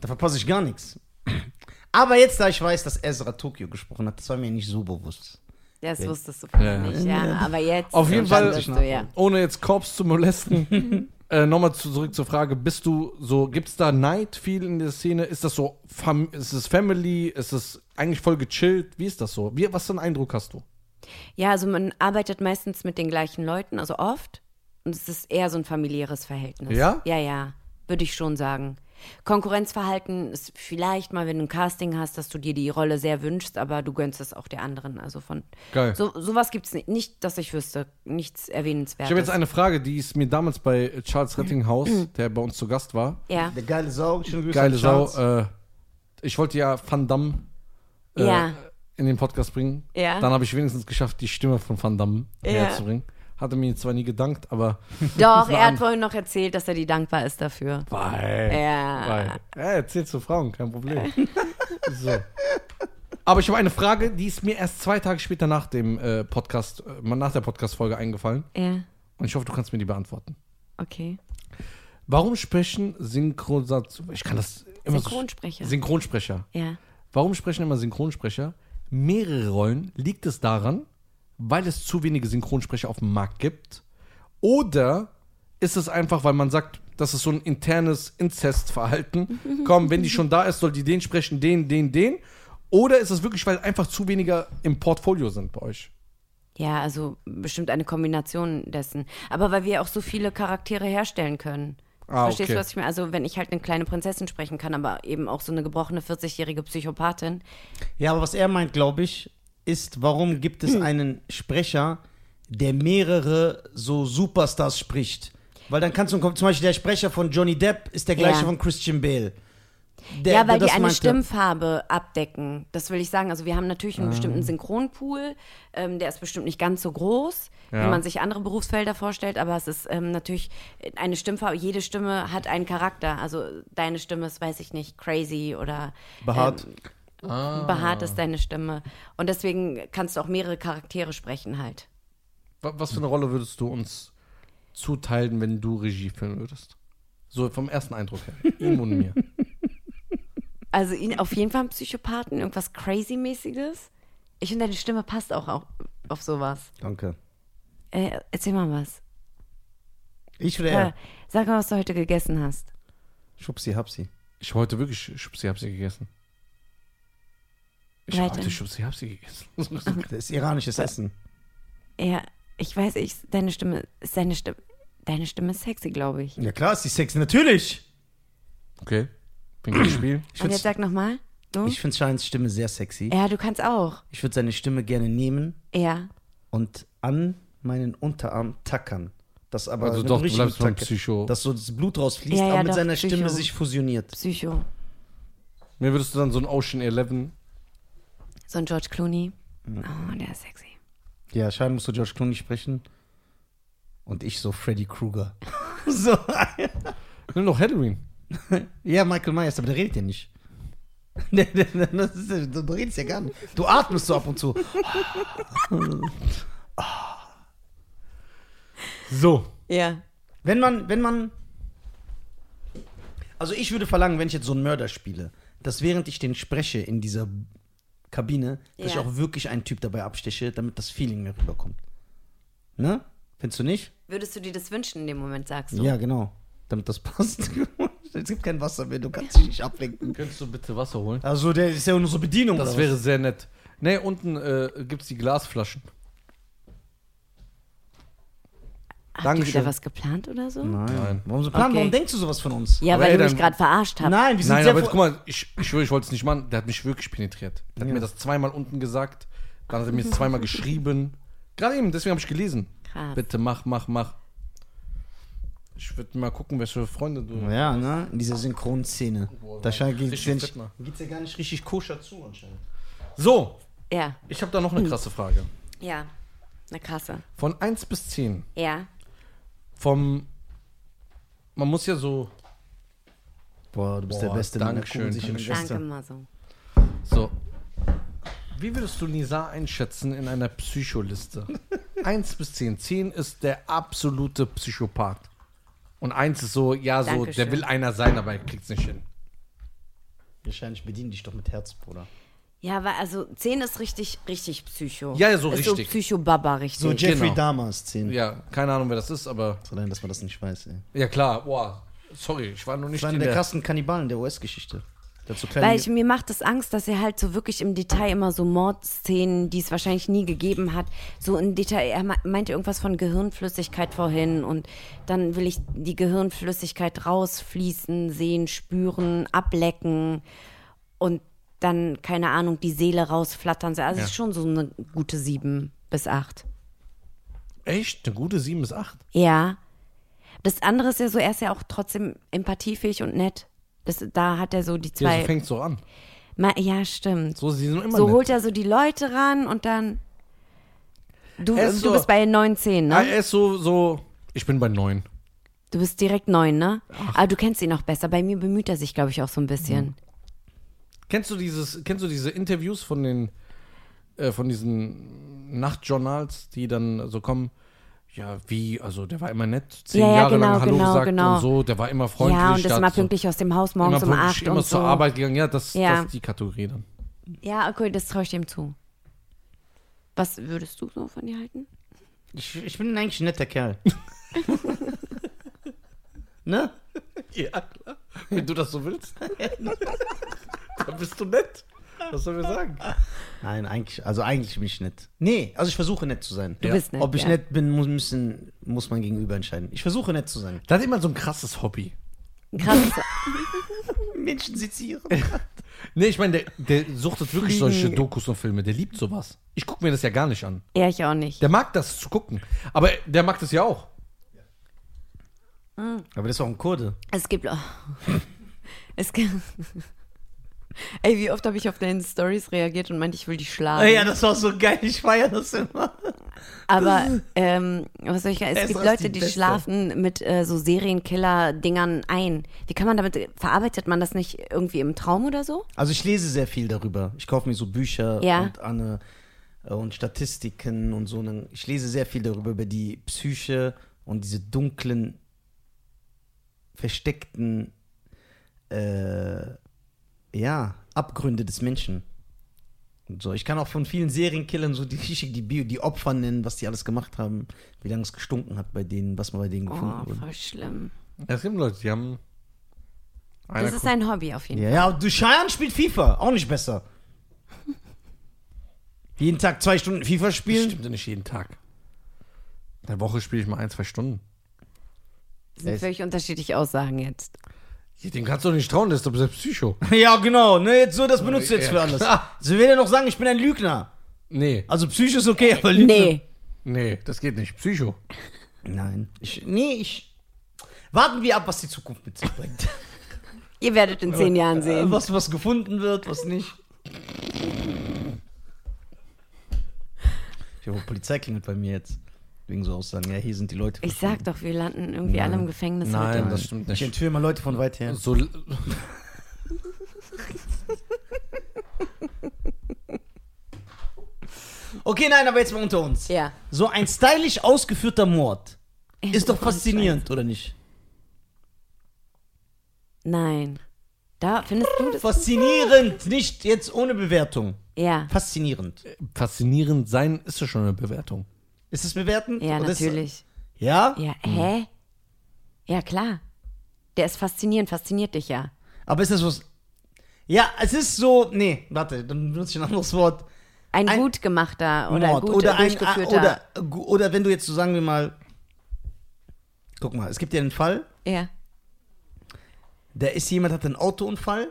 C: Da verpasse ich gar nichts. Aber jetzt, da ich weiß, dass Ezra Tokio gesprochen hat, das war mir nicht so bewusst.
A: Das wusstest du vorher
B: Ja.
A: nicht, ja. Aber jetzt.
B: Auf jeden
A: verstehst
B: Fall-
A: Du, ja.
B: Ohne jetzt Korps zu molesten, äh, nochmal zu, zurück zur Frage: Bist du so, gibt's da Neid viel in der Szene? Ist das so, fam ist es Family? Ist es eigentlich voll gechillt? Wie ist das so? Wie, was für einen Eindruck hast du?
A: ja, also man arbeitet meistens mit den gleichen Leuten, also oft. Und es ist eher so ein familiäres Verhältnis.
B: Ja?
A: Ja, ja. Würde ich schon sagen. Konkurrenzverhalten ist vielleicht mal, wenn du ein Casting hast, dass du dir die Rolle sehr wünschst, aber du gönnst es auch der anderen. Also von.
B: Geil.
A: So, sowas gibt es nicht. Nicht, dass ich wüsste. Nichts Erwähnenswertes.
B: Ich habe jetzt eine Frage, die ist mir damals bei äh, Charles Rettinghaus, der bei uns zu Gast war.
A: Ja.
C: Der geile Sau, schöne Grüße
B: Geile
C: an
B: Sau.
C: Charles.
B: Äh, ich wollte ja Van Damme äh,
A: Ja.
B: in den Podcast bringen.
A: Ja.
B: Dann habe ich wenigstens geschafft, die Stimme von Van Damme
A: Ja.
B: herzubringen. Hatte mir zwar nie gedankt, aber
A: Doch, er hat vorhin noch erzählt, dass er dir dankbar ist dafür.
B: Weil.
A: Ja.
B: Weil. Ja, erzähl zu Frauen, kein Problem. so. Aber ich habe eine Frage, die ist mir erst zwei Tage später nach dem äh, Podcast, äh, nach der Podcast-Folge eingefallen.
A: Ja.
B: Und ich hoffe, du kannst mir die beantworten.
A: Okay. Warum?
B: Warum sprechen Synchronisation. Ich kann das immer
A: Synchronsprecher.
B: So, Synchronsprecher.
A: Ja.
B: Warum sprechen immer Synchronsprecher mehrere Rollen? Liegt es daran, weil es zu wenige Synchronsprecher auf dem Markt gibt? Oder ist es einfach, weil man sagt, das ist so ein internes Inzestverhalten? Komm, wenn die schon da ist, soll die den sprechen, den, den, den? Oder ist es wirklich, weil einfach zu weniger im Portfolio sind bei euch?
A: Ja, also bestimmt eine Kombination dessen. Aber weil wir auch so viele Charaktere herstellen können.
B: Ah,
A: Verstehst
B: okay.
A: du, was ich meine? Also, wenn ich halt eine kleine Prinzessin sprechen kann, aber eben auch so eine gebrochene 40-jährige Psychopathin.
C: Ja, aber was er meint, glaube ich, ist, warum gibt es einen Sprecher, der mehrere so Superstars spricht? Weil dann kannst du zum Beispiel der Sprecher von Johnny Depp ist der gleiche
A: Ja.
C: von Christian Bale. Der,
A: ja, weil
C: der
A: die eine
C: meinte.
A: Stimmfarbe abdecken. Das will ich sagen. Also, wir haben natürlich
B: Ah.
A: einen bestimmten Synchronpool. Ähm, der ist bestimmt nicht ganz so groß,
B: Ja.
A: wenn man sich andere Berufsfelder vorstellt. Aber es ist ähm, natürlich eine Stimmfarbe. Jede Stimme hat einen Charakter. Also, deine Stimme ist, weiß ich nicht, crazy oder.
C: Behaart.
A: Ähm, Behaart
C: Ah.
A: ist deine Stimme. Und deswegen kannst du auch mehrere Charaktere sprechen halt.
B: Wa- Was für eine Rolle würdest du uns zuteilen, wenn du Regie führen würdest? So vom ersten Eindruck her. Ihm und mir.
A: Also ihn auf jeden Fall einen Psychopathen, irgendwas Crazy-mäßiges. Ich finde, deine Stimme passt auch auf, auf sowas.
C: Danke.
A: Äh, erzähl mal was.
C: Ich oder
A: Äh,
C: er?
A: sag mal, was du heute gegessen hast.
C: Schubsi, Hapsi.
B: Ich habe heute wirklich Schubsi Hapsi gegessen. Ich habe
A: Weiter.
B: heute Schubsi Hapsi gegessen.
C: Das ist iranisches Essen.
A: Ja, ich weiß, ich, deine Stimme ist deine Stimme. Deine Stimme ist sexy, glaube ich.
C: Ja klar, ist die sexy. Natürlich.
B: okay. Bin gutes Spiel.
C: Ich
A: Und jetzt
C: finde
A: sag nochmal. Du?
C: ich find Shines Stimme sehr sexy.
A: ja, du kannst auch.
C: Ich würde seine Stimme gerne nehmen
A: Ja.
C: und an meinen Unterarm tackern. Das aber
B: Also
C: mit
B: doch, du
C: richtigem
B: bleibst beim
C: Tacker.
B: Psycho.
C: Dass so das Blut rausfließt,
A: Ja, ja,
C: aber mit
A: doch,
C: seiner Stimme
A: Psycho.
C: sich fusioniert.
A: Psycho.
B: Mir würdest du dann so ein Ocean 11.
A: So ein George Clooney. Oh, der ist sexy.
C: Ja, scheinbar musst du George Clooney sprechen. Und ich so Freddy Krueger. so.
B: Nimm doch Halloween.
C: Ja, Michael Myers, aber der redet ja nicht. Der- der- der- das ist ja- du redest ja gar nicht. Du atmest so ab und zu.
B: So.
A: Ja.
C: Wenn man, wenn man. Also ich würde verlangen, wenn ich jetzt so einen Mörder spiele, dass während ich den spreche in dieser Kabine, dass
A: Ja.
C: ich auch wirklich einen Typ dabei absteche, damit das Feeling mir rüberkommt. Ne? Findest du nicht?
A: Würdest du dir das wünschen in dem Moment, sagst du?
C: Ja, genau. Damit das passt. es gibt kein Wasser mehr, du kannst dich nicht ablenken.
B: Könntest du bitte Wasser holen?
C: Also der ist ja nur so Bedienung.
B: Das
C: oder
B: wäre sehr nett. Ne, unten äh, gibt es die Glasflaschen.
A: Habt ihr
B: Dankeschön.
A: wieder was geplant oder so?
C: was? Nein.
B: Nein.
C: Warum so Plan?
A: Okay.
C: Warum denkst du sowas von uns?
A: Ja,
B: Aber
A: weil
B: ey,
A: du mich
B: dann-
A: gerade verarscht hast.
C: Nein, wir sind
B: Nein,
C: sehr
B: aber jetzt,
C: froh-
B: guck mal, ich, ich schwöre, ich wollte es nicht machen. Der hat mich wirklich penetriert. Der hat mir das zweimal unten gesagt. Dann hat er mir es zweimal geschrieben. Gerade eben, deswegen habe ich gelesen.
A: Krass.
B: Bitte mach, mach, mach. Ich würde mal gucken, welche Freunde du.
C: Ja, ne? In dieser Synchronszene. Da geht's
B: Richtig
C: geht's
B: fit, ne?
C: ja gar nicht richtig koscher zu anscheinend.
B: So,
A: Ja,
B: ich habe da noch eine krasse Frage.
A: ja. Eine krasse.
B: Von 1 bis 10.
A: Ja.
B: Vom. Man muss ja so.
C: Boah, du bist
B: Boah,
C: der Beste. Mann, da
B: Dankeschön,
C: gucken sich in die
B: Dankeschön.
C: Gäste.
A: Danke, Maso.
B: So. Wie würdest du Nisa einschätzen in einer Psycholiste? 1 bis 10. 10 ist der absolute Psychopath. Und 1 ist so, ja, so,
A: Dankeschön.
B: der will einer sein, aber er kriegt's nicht hin.
C: Wahrscheinlich bedienen dich doch mit Herz, Bruder.
A: Ja, weil also 10 ist richtig, richtig Psycho.
B: Ja, so
A: ist
B: richtig.
A: So Psycho-Baba, richtig.
C: So Jeffrey
B: genau.
C: Dahmer-Szene.
B: Ja, keine Ahnung, wer das ist, aber.
C: So Allein, dass man das nicht weiß, ey.
B: Ja, klar, boah. Sorry, ich war noch nicht
C: Das war
B: in
C: einer der
B: der.
C: krassen Kannibalen der US-Geschichte. Dazu kleine.
B: Ähm,
A: Weil ich, mir macht es Angst, dass er halt so wirklich im Detail immer so Mordszenen, die es wahrscheinlich nie gegeben hat, so im Detail, er me- meinte irgendwas von Gehirnflüssigkeit vorhin und dann will ich die Gehirnflüssigkeit rausfließen, sehen, spüren, ablecken und dann, keine Ahnung, die Seele rausflattern. Also es
B: Ja.
A: ist schon so eine gute sieben bis acht.
B: Echt? Eine gute 7 bis 8?
A: Ja. Das andere ist ja so, er ist ja auch trotzdem empathiefähig und nett. Das, da hat er so die
B: Ja,
A: zwei.
B: so fängt so an.
A: Ma- ja stimmt.
B: So, sie sind immer
A: So
B: nett.
A: holt er so die Leute ran und dann. Du,
B: Er ist
A: du
B: so- Ah,
A: bist bei 19,
B: Ja,
A: ne?
B: er ist so, so. Ich bin bei 9.
A: Du bist direkt 9, ne? Aber du kennst ihn noch besser. Bei mir bemüht er sich, glaube ich, auch so ein
B: Mhm.
A: bisschen.
B: Kennst du dieses, kennst du diese Interviews von den, äh, von diesen Nachtjournals, die dann so kommen? Ja, wie, also der war immer nett, zehn
A: Ja, ja,
B: Jahre
A: genau,
B: lang Hallo
A: genau,
B: gesagt
A: genau.
B: und so, der war immer freundlich.
A: ja, und ist
B: der
A: immer
B: hat so-
A: pünktlich aus dem Haus morgens
B: immer
A: um
B: pünktlich,
A: 8
B: immer
A: und so.
B: zur Arbeit gegangen. Ja, das,
A: Ja.
B: das ist die Kategorie dann.
A: Ja, okay, das traue ich dem zu. Was würdest du so von dir halten?
C: Ich, ich bin eigentlich ein netter Kerl. ne?
B: Ja, klar. Wenn du das so willst. dann bist du nett. Was soll wir sagen?
C: Nein, eigentlich, also eigentlich bin ich nett. Nee, also ich versuche nett zu sein.
A: Du bist nett.
C: Ob ich
A: ja.
C: nett bin, muss, müssen, muss man gegenüber entscheiden. Ich versuche nett zu sein.
B: Das ist immer so ein krasses Hobby.
A: Krass.
C: Menschen sezieren.
B: Nee, ich meine, der, der suchtet wirklich
A: Fliegen.
B: solche Dokus und Filme. Der liebt sowas. Ich gucke mir das ja gar nicht an.
A: ja, ich auch nicht.
B: Der mag das zu gucken. Aber der mag das ja auch.
C: Aber das ist auch ein Kurde.
A: Es gibt. oh. es gibt. Ey, wie oft habe ich auf deine Stories reagiert und meinte, ich will dich schlagen.
C: das war so geil. Ich feiere das immer.
A: Aber ähm, was soll ich sagen? Es
C: Esra
A: gibt
C: ist
A: Leute,
C: die
A: die
C: Beste.
A: schlafen mit äh, so Serienkiller-Dingern ein. Wie kann man damit, verarbeitet man das nicht irgendwie im Traum oder so?
C: Also ich lese sehr viel darüber. Ich kaufe mir so Bücher
A: Ja.
C: und Anne äh, und Statistiken und so. Und Ich lese sehr viel darüber, über die Psyche und diese dunklen, versteckten äh, ja, Abgründe des Menschen. Und so. Ich kann auch von vielen Serienkillern so die, richtig die, Bio, die Opfer nennen, was die alles gemacht haben, wie lange es gestunken hat bei denen, was man bei denen gefunden
A: Oh,
C: wurde.
A: voll schlimm.
B: Es gibt Leute, die haben. Einer
C: Ah,
A: Das ist
B: guckt-
A: ein Hobby auf jeden Fall.
C: Ja, ja, du Scheiern spielt FIFA, auch nicht besser. Jeden Tag zwei Stunden FIFA
B: das
C: spielen.
B: stimmt ja nicht jeden Tag. In der Woche spiele ich mal ein, zwei Stunden.
A: Das sind völlig unterschiedliche Aussagen jetzt.
B: Ja, Dem kannst du doch nicht trauen, der ist doch selbst Psycho.
C: Ja, genau, ne, jetzt so, das benutzt du jetzt
B: Ja,
C: für alles.
B: klar.
C: Sie will ja noch sagen, ich bin ein Lügner.
B: Nee,
C: Also Psycho ist okay, aber Lügner.
A: Nee.
B: nee, das geht nicht. Psycho.
C: Nein. Ich, nee, ich. Warten wir ab, was die Zukunft mit sich bringt. Äh,
A: Ihr werdet in zehn Jahren sehen.
C: was, was gefunden wird, was nicht. Ich hoffe, Polizei klingelt bei mir jetzt. Wegen so Aussagen. Ja, hier sind die Leute.
A: Ich sag doch, wir landen irgendwie alle im Gefängnis
B: Nein,
A: heute.
B: das stimmt
C: Ich
B: nicht.
C: entführe mal Leute von weit her.
B: So,
C: Okay, nein, aber jetzt mal unter uns.
A: Ja.
C: So ein stylisch ausgeführter Mord ist doch
A: Voll
C: faszinierend, oder nicht?
A: scheiße. Nein. Da findest du das?
C: Faszinierend, nicht jetzt ohne Bewertung.
A: Ja.
C: Faszinierend.
B: faszinierend sein ist ja schon eine Bewertung.
C: Ist es bewertend?
A: Ja,
C: Oder ist-
A: natürlich.
C: Ja?
A: Ja, hä? Ja, klar. Der ist faszinierend, fasziniert dich ja.
C: Aber ist das was. Ja, es ist so. Nee, warte, dann benutze ich ein anderes Wort.
A: Ein,
C: Ein
A: gut gemachter oder
C: Mord.
A: gut
C: oder ein, ah,
A: durchgeführter.
C: oder, oder wenn du jetzt so sagen wir mal. Guck mal, es gibt ja einen Fall,
A: ja.
C: da ist jemand, hat einen Autounfall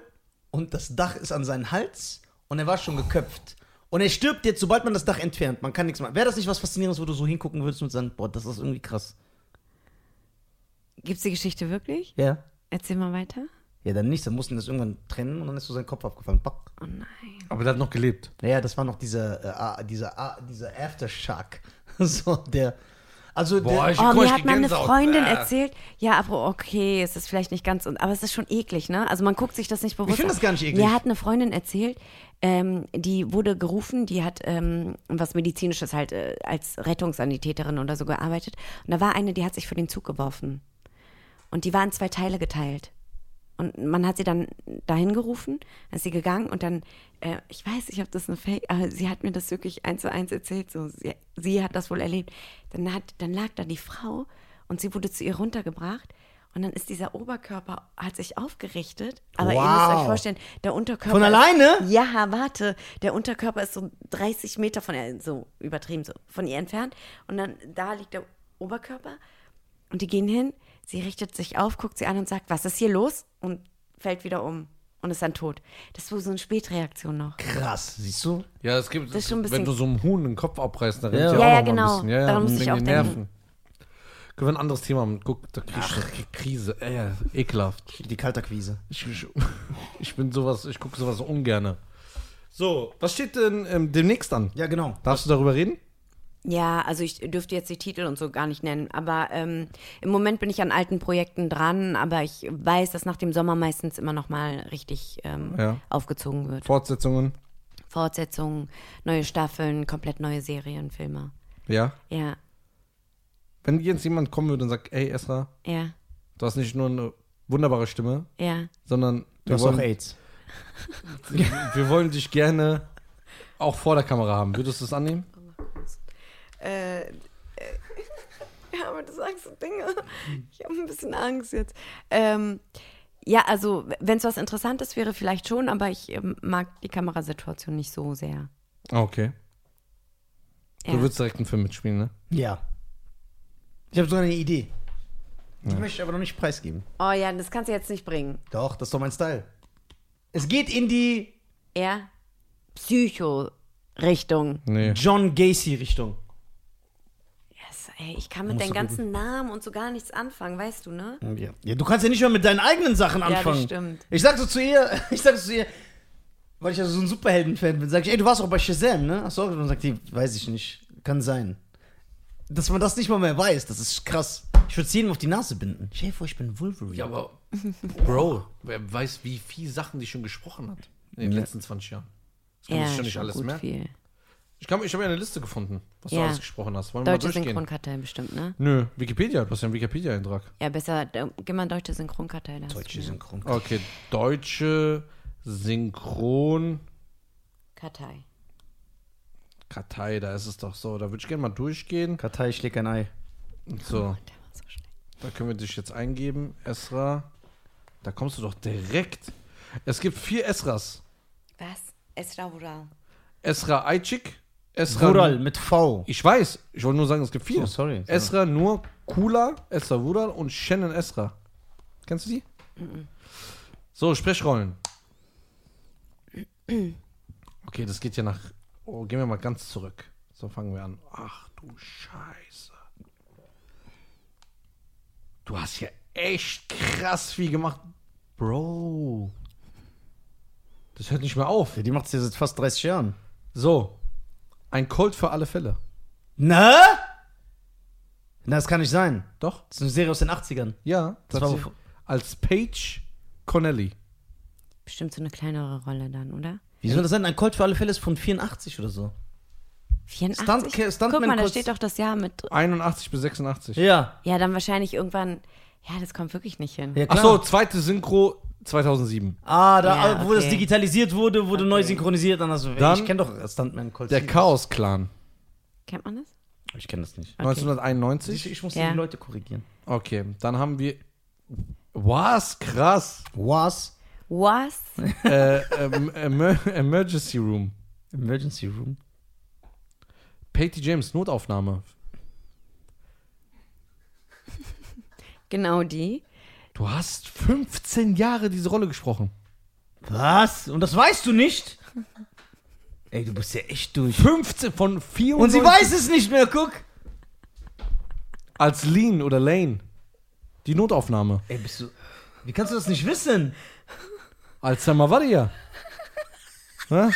C: und das Dach ist an seinen Hals und er war schon geköpft. Und er stirbt jetzt, sobald man das Dach entfernt. Man kann nichts machen. Wäre das nicht was Faszinierendes, wo du so hingucken würdest und sagen, boah, das ist irgendwie krass.
A: Gibt's die Geschichte wirklich?
C: Ja.
A: Erzähl mal weiter.
C: Ja, dann nicht. Dann mussten das irgendwann trennen und dann ist so sein Kopf abgefallen. Pack.
A: Oh nein.
B: Aber der hat noch gelebt.
C: Naja, das war noch dieser, äh, ah, dieser, ah, dieser Aftershock. so, der. Also,
B: Boah,
C: der,
B: ich-
A: Oh,
B: guck mal,
A: mir
B: ich
A: hat
B: krieg
A: meine
B: Gänsehaut.
A: Freundin
C: Ah.
B: Äh.
A: erzählt, ja, aber okay, es ist vielleicht nicht ganz, un- aber es ist schon eklig, ne? Also man guckt sich das nicht bewusst
C: finde
A: an.
C: das gar nicht eklig.
A: Mir hat eine Freundin erzählt, ähm, die wurde gerufen, die hat ähm, was Medizinisches halt äh, als Rettungssanitäterin oder so gearbeitet. Und da war eine, die hat sich für den Zug geworfen. Und die waren in zwei Teile geteilt. Und man hat sie dann dahin gerufen, dann ist sie gegangen und dann, äh, ich weiß nicht, ob das eine Fake, aber sie hat mir das wirklich eins zu eins erzählt, so, sie, sie hat das wohl erlebt. Dann, hat, dann lag da die Frau und sie wurde zu ihr runtergebracht und dann ist dieser Oberkörper, hat sich aufgerichtet, aber ihr müsst
C: Wow.
A: euch vorstellen, der Unterkörper.
C: Von
A: ist-
C: alleine?
A: ja, warte. Der Unterkörper ist so 30 Meter von ihr, so übertrieben, so von ihr entfernt. Und dann da liegt der Oberkörper. Und die gehen hin, sie richtet sich auf, guckt sie an und sagt, was ist hier los? Und fällt wieder um und ist dann tot. Das war so eine Spätreaktion noch.
C: krass, siehst du?
B: Ja, es gibt,
A: Das ist schon ein
B: wenn
A: bisschen-
B: du so einem Huhn den Kopf abreißt, dann
C: Ja.
A: Ja,
B: rennt ja
A: ja,
B: auch noch mal
A: genau.
B: ein bisschen. Ja, ja,
A: Daran
B: das
A: muss ich
B: Ding
A: auch
B: die
A: denken.
B: Nerven. Können wir ein anderes Thema haben? Guck, da krieg ich eine Krise. Äh, ekelhaft.
C: Die Kalterquise.
B: Ich, ich, ich bin sowas, ich gucke sowas ungerne. So, was steht denn ähm, demnächst an?
C: Ja, genau.
B: Darfst du darüber reden?
A: Ja, also ich dürfte jetzt die Titel und so gar nicht nennen, aber ähm, im Moment bin ich an alten Projekten dran, aber ich weiß, dass nach dem Sommer meistens immer noch mal richtig ähm,
B: Ja.
A: aufgezogen wird.
B: Fortsetzungen?
A: Fortsetzungen, neue Staffeln, komplett neue Serien, Filme.
B: Ja.
A: Ja,
B: Wenn jetzt jemand kommen würde und sagt, ey Esra,
A: ja,
B: du hast nicht nur eine wunderbare Stimme,
A: ja.
B: sondern
C: Du
B: wir
C: hast auch
B: wollen,
C: AIDS.
B: wir wollen dich gerne auch vor der Kamera haben. Würdest du es annehmen?
A: Äh, ja, aber du sagst so Dinge. Ich habe ein bisschen Angst jetzt. Ähm, ja, also, wenn es was Interessantes wäre, vielleicht schon, aber ich ähm, mag die Kamerasituation nicht so sehr.
B: Ah, okay.
A: Ja.
B: Du würdest direkt einen Film mitspielen, ne?
C: Ja. Ich habe sogar eine Idee. Die möchte ich aber noch nicht preisgeben.
A: oh ja, das kannst du jetzt nicht bringen.
C: Doch, das ist doch mein Style. Es geht in die
A: Er? Psycho-Richtung.
B: Nee.
C: John Gacy-Richtung.
A: Yes, ey, ich kann mit deinen ganzen Namen und so gar nichts anfangen, weißt du, ne?
C: Ja. ja, du kannst ja nicht mal mit deinen eigenen Sachen
A: das
C: anfangen.
A: stimmt.
C: Ich sag so zu ihr, ich sag so zu ihr, weil ich ja so ein Superhelden-Fan bin, sag ich, ey, du warst auch bei Shazam, ne? Ach so, und dann sagt die, weiß ich nicht, kann sein. Dass man das nicht mal mehr weiß, das ist krass. Ich würde jedem auf die Nase binden. Stell dir vor, ich bin Wolverine.
B: Ja, aber Bro, wer weiß, wie viel Sachen die schon gesprochen hat in den letzten 20 Jahren. Das kann
A: ja,
B: ich schon nicht
A: schon
B: alles
A: gut
B: merken.
A: viel.
B: Ich, kann- ich habe ja eine Liste gefunden, was du
A: Ja.
B: alles gesprochen hast. Wollen wir mal
A: Deutsche
B: durchgehen?
A: Synchronkartei bestimmt, ne?
B: Nö, Wikipedia, du hast ja einen Wikipedia-Eintrag.
A: Ja, besser, äh, geh mal in deutsche Synchronkartei. da hast
C: Deutsche
A: du mehr.
C: Synchron.
B: Okay, deutsche Synchronkartei,
A: Kartei.
B: da ist es doch so. Da würde ich gerne mal durchgehen.
C: Kartei schlägt ein Ei.
B: So,
A: Der war so schlecht.
B: da können wir dich jetzt eingeben. Esra, da kommst du doch direkt. Es gibt vier Esras.
A: Was? Esra Rural.
B: Esra Aycik, Esra
C: Rural mit V.
B: Ich weiß, ich wollte nur sagen, es gibt vier.
C: Oh, sorry.
B: Esra nur Kula, Esra Wural und Shannon Esra. Kennst du die? So, Sprechrollen. Okay, das geht ja nach. Oh, gehen wir mal ganz zurück. So fangen wir an. Ach du Scheiße. Du hast ja echt krass viel gemacht. Bro. Das hört nicht mehr auf.
C: Ja, die macht's ja seit fast 30 Jahren.
B: So. Ein Colt für alle Fälle.
C: Na? Na, das kann nicht sein.
B: Doch?
C: Das ist eine Serie aus den 80ern.
B: Ja,
C: Das
B: das
C: war
B: war
C: bevor-
B: als Paige Connelly.
A: Bestimmt so eine kleinere Rolle dann, oder?
C: Wie soll das sein? Ein Colt für alle Fälle ist von 84 oder so.
A: 84?
C: Stuntca- Stuntman
A: Guck mal, da
C: kurz-
A: steht doch das Jahr mit.
B: 81 bis 86.
C: Ja.
A: Ja, dann wahrscheinlich irgendwann. Ja, das kommt wirklich nicht hin.
C: ja
B: Ach
C: klar.
B: so, zweite Synchro 2007.
C: Ah, da,
A: Ja,
C: wo das
A: okay.
C: digitalisiert wurde, wurde neu
A: Okay.
C: synchronisiert. Anders,
B: Dann-
C: ich kenne doch Stuntman Colt.
B: Der Chaos Clan.
A: Kennt man das?
C: Ich kenne das nicht.
A: Okay.
B: 1991.
C: Ich muss
A: Ja.
C: die Leute korrigieren.
B: Okay, dann haben wir. Was? Krass.
C: Was?
A: Was?
B: äh, ähm, Emer Emergency Room.
C: Emergency Room.
B: Patty James, Notaufnahme.
A: Genau die.
B: Du hast 15 Jahre diese Rolle gesprochen.
C: Was? Und das weißt du nicht? Ey, du bist ja echt durch.
B: 15 von 4
C: Und sie weiß es nicht mehr, guck.
B: Als Lean oder Lane. Die Notaufnahme.
C: Ey, bist du. Wie kannst du das nicht wissen?
B: Alzheimer war die ja. Ne?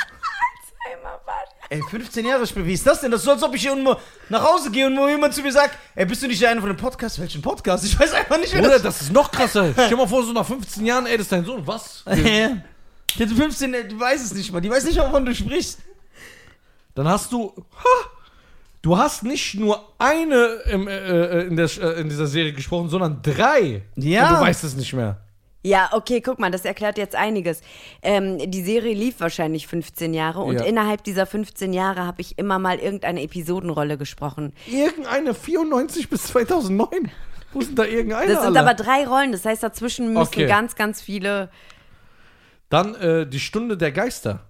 C: Ey, 15 Jahre später, wie ist das denn? Das ist so, als ob ich hier irgendwo nach Hause gehe und wo jemand zu mir sagt, ey, bist du nicht der eine von dem Podcast? Welchen Podcast? Ich weiß einfach nicht, wer
B: Bruder,
C: das
B: das ist noch krasser. Stell dir mal vor, so nach 15 Jahren, ey, das ist dein Sohn. Was?
C: ist. Die hat 15, die weiß es nicht mal. Die weiß nicht, wovon du sprichst.
B: Dann hast du. Ha, du hast nicht nur eine im, äh, äh, in, der, äh, in dieser Serie gesprochen, sondern drei.
C: Ja.
B: Und du weißt es nicht mehr.
A: Ja, okay, guck mal, das erklärt jetzt einiges. Ähm, die Serie lief wahrscheinlich 15 Jahre und
B: Ja.
A: innerhalb dieser 15 Jahre habe ich immer mal irgendeine Episodenrolle gesprochen.
B: Irgendeine 94 bis 2009. Wo sind da irgendeine?
A: Das sind
B: alle?
A: aber drei Rollen, das heißt, dazwischen müssen
B: Okay.
A: ganz, ganz viele.
B: Dann äh, die Stunde der Geister.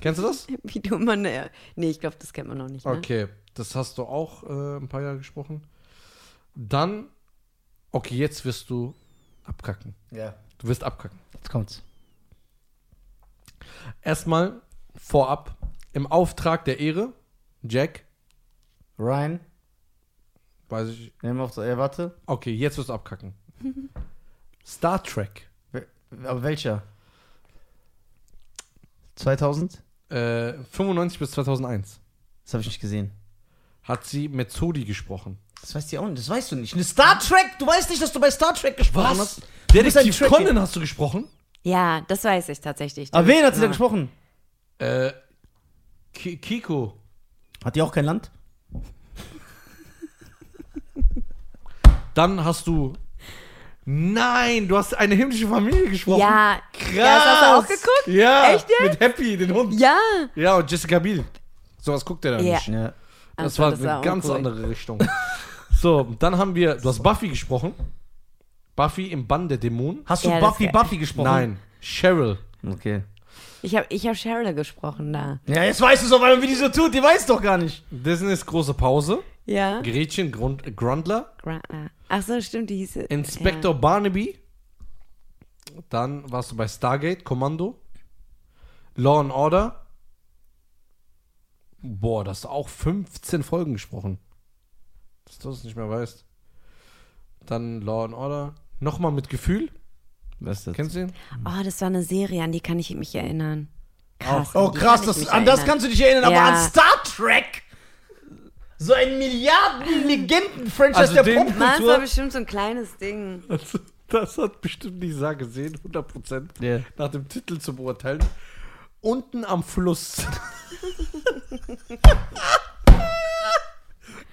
B: Kennst du das?
A: Wie du immer ne, Nee, ich glaube, das kennt man noch nicht. Ne?
B: Okay, das hast du auch äh, ein paar Jahre gesprochen. Dann, okay, jetzt wirst du abkacken.
C: Ja,
B: Du wirst abkacken.
C: jetzt kommt's.
B: Erstmal vorab im Auftrag der Ehre, Jack,
C: Ryan,
B: weiß ich.
C: nimm auf. Ja, warte.
B: Okay, jetzt wirst du abkacken. Star Trek.
C: Wel- Aber welcher? 2000?
B: Äh, 95 bis 2001
C: Das habe ich nicht gesehen.
B: hat sie Mezzodi gesprochen.
C: Das weißt du auch nicht. Das weißt du nicht. Eine Star Trek? Du weißt nicht, dass du bei Star Trek gesprochen hast. Du bist ein
B: Detektiv
C: Trekkie.
B: Conan hast du gesprochen?
A: Ja, das weiß ich tatsächlich.
C: Aber wen hat sie da
A: Ja.
C: gesprochen?
B: Äh, Ki- Kiko.
C: Hat die auch kein Land?
B: Dann hast du. Nein, du hast eine himmlische Familie gesprochen.
A: Ja,
B: krass.
A: Ja, das hast du auch geguckt?
B: Ja,
A: Echt jetzt?
B: mit Happy, den Hund.
A: Ja.
B: Ja, und Jessica Biel. Sowas guckt er dann
A: Ja.
B: nicht.
C: Ja.
B: Das
A: Also,
B: war
A: das
B: eine
A: war
B: ganz
A: uncool.
B: andere Richtung. so, dann haben wir, du hast Buffy gesprochen. Buffy im Bann der Dämonen.
C: Hast du
A: Ja, das
C: Buffy
A: ist geil.
C: Buffy gesprochen?
B: Nein, Cheryl.
C: Okay.
A: Ich habe ich hab Cheryl gesprochen da.
C: Ja, jetzt weißt du so, weil wie die so tut, die weiß doch gar nicht.
B: Disneys große Pause.
A: Ja.
B: Gretchen Grund, äh, Grundler.
A: Gra- äh. Ach so, stimmt, die hieß.
B: Inspector Barnaby. Dann warst du bei Stargate, Kommando. Law and Order. Boah, das hast du auch 15 Folgen gesprochen. Dass du es nicht mehr weißt. Dann Law and Order. Nochmal mit Gefühl.
C: Was ist das?
B: Kennst du ihn?
A: Ja. Oh, das war eine Serie, an die kann ich mich erinnern. Krass.
C: Oh
A: die kann
C: krass,
A: ich
C: das,
A: mich
C: an das
A: erinnern.
C: kannst du dich erinnern, aber
A: Ja.
C: an Star Trek, so ein Milliarden-Legenden-Franchise
B: Also
C: der
B: den-
A: Mann, das war
C: Popkultur.
A: bestimmt so ein kleines Ding.
B: Das, das hat bestimmt Lisa gesehen, 100%.
C: Ja.
B: Nach dem Titel zu beurteilen. Unten am Fluss.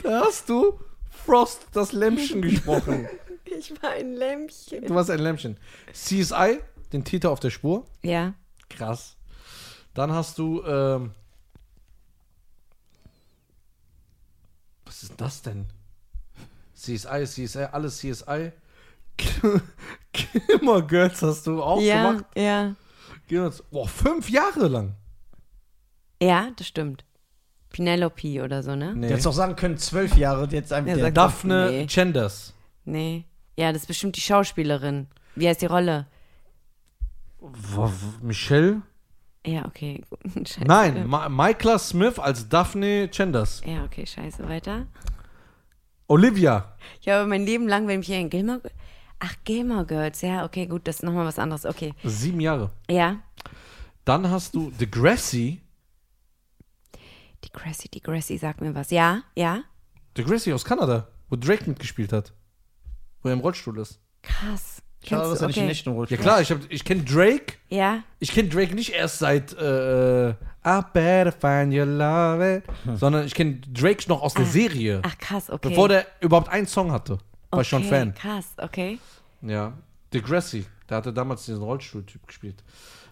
B: da hast du Frost, das Lämmchen, gesprochen.
A: Ich war ein Lämpchen.
B: Du warst ein Lämmchen. CSI, den Täter auf der Spur.
A: Ja.
B: Krass. Dann hast du. Ähm, was ist das denn? CSI, CSI, alles CSI. Gilmore Girls hast du auch
A: ja,
B: gemacht.
A: ja.
B: Gilmore Girls, boah, fünf Jahre lang.
A: Ja, das stimmt. Penelope oder so, ne?
B: Nee.
C: Du hättest auch sagen können, zwölf Jahre, die jetzt einfach
A: Ja,
C: der
A: sag-
B: Daphne
A: Nee.
B: Chanders.
A: Nee. Ja, das ist bestimmt die Schauspielerin. Wie heißt die Rolle?
B: W- w- Michelle?
A: Ja, okay. Scheiße.
B: Nein, Ma Michaela Smith als Daphne Chanders.
A: Ja, okay, scheiße. Weiter.
B: Olivia.
A: Ich habe mein Leben lang, wenn ich hier in Gilmore... Ach, Gilmore Girls. Ja, okay, gut, das ist nochmal was anderes. Okay.
B: Sieben Jahre.
A: Ja.
B: Dann hast du Degrassi.
A: Die Grassy, die Grassy sagt mir was. Ja, ja.
B: Degrassi aus Kanada, wo Drake mitgespielt hat. Wo er im Rollstuhl ist.
A: Krass.
C: Schade,
A: Kennst
C: dass
A: du-
C: er nicht in echten Rollstuhl
B: Ja klar, ich, hab, ich kenne Drake.
A: Ja.
B: Ich kenne Drake nicht erst seit äh, I better find your love, it, sondern ich kenne Drake noch aus der Serie.
A: Ach, krass, Ah. okay.
B: Bevor der überhaupt einen Song hatte. War ich schon
A: Okay,
B: Fan.
A: Krass, okay.
B: Ja. Degrassi, der hatte damals diesen Rollstuhltyp gespielt.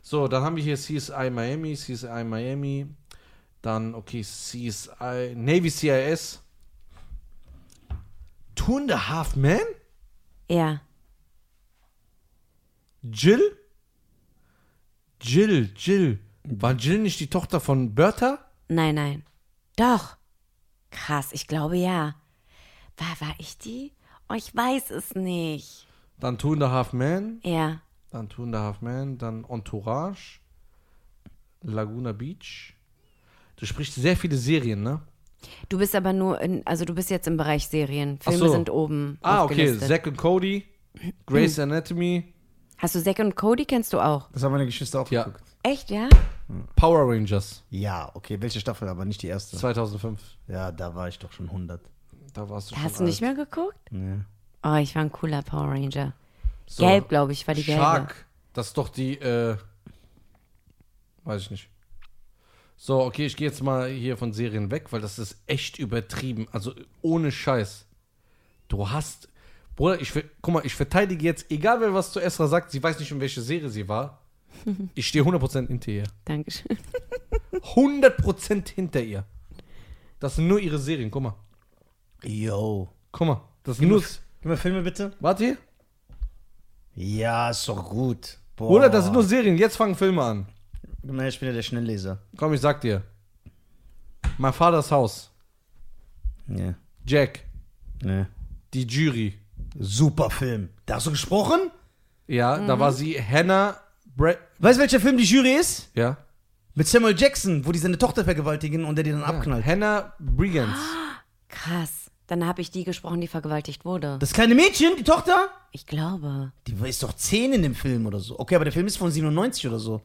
B: So, dann haben wir hier CSI Miami, CSI Miami. Dann, okay, CSI, Navy CIS. Two and a Half Men?
A: Ja.
B: Jill? Jill, Jill. War Jill nicht die Tochter von Bertha?
A: Nein, nein. Doch. Krass, ich glaube ja. War, war ich die? Oh, ich weiß es nicht.
B: Dann Two and a Half Men,
A: Ja.
B: dann Two and a Half Men, dann Entourage, Laguna Beach. Du sprichst sehr viele Serien, ne?
A: Du bist aber nur in, also du bist jetzt im Bereich Serien. Filme
B: so.
A: sind oben.
B: Ah, okay.
A: aufgelistet. Hm.
B: Zack und Cody, Grey's Anatomy,
A: Hast du Zack und Cody kennst du auch?
C: Das haben meine Geschwister auch
B: Ja.
C: geguckt.
A: Echt, ja?
B: Power Rangers
C: Ja, okay, welche Staffel, aber nicht die erste.
B: 2005.
C: Ja, da war ich doch schon 100.
B: Da warst du schon
A: Hast du nicht
B: alt.
A: mehr geguckt?
C: Nee.
A: Oh, ich war ein cooler Power Ranger.
B: So.
A: Gelb, glaube ich, war die gelbe.
B: Shark. Das ist doch die, äh, weiß ich nicht. So, okay, ich gehe jetzt mal hier von Serien weg, weil das ist echt übertrieben. Also ohne Scheiß. Du hast, Bruder, ich, ver- guck mal, ich verteidige jetzt, egal wer was zu Esra sagt, sie weiß nicht, in welche Serie sie war. Ich stehe 100% hinter ihr.
A: Dankeschön.
B: 100% hinter ihr. Das sind nur ihre Serien, guck mal.
C: Yo.
B: Guck mal, das sind nur...
C: Gib mir Filme bitte.
B: Warte hier.
C: Ja, ist doch gut. Boah.
B: Bruder, das sind nur Serien. Jetzt fangen Filme an.
C: Na, ich bin ja der Schnellleser.
B: Komm, ich sag dir. Mein Vaters Haus.
C: Nee.
B: Jack.
C: Nee.
B: Die Jury.
C: Super Film. Da hast du gesprochen?
B: Ja,
A: Mhm.
B: da war sie Hannah Bre
C: Weißt du, welcher Film die Jury ist?
B: ja.
C: Mit Samuel Jackson, wo die seine Tochter vergewaltigen und der die dann abknallt.
B: Hannah Brigands.
A: Krass. Dann habe ich die gesprochen, die vergewaltigt wurde.
C: Das kleine Mädchen, die Tochter,
A: Ich glaube.
C: die ist doch 10 in dem Film oder so. Okay, aber der Film ist von 97 oder so.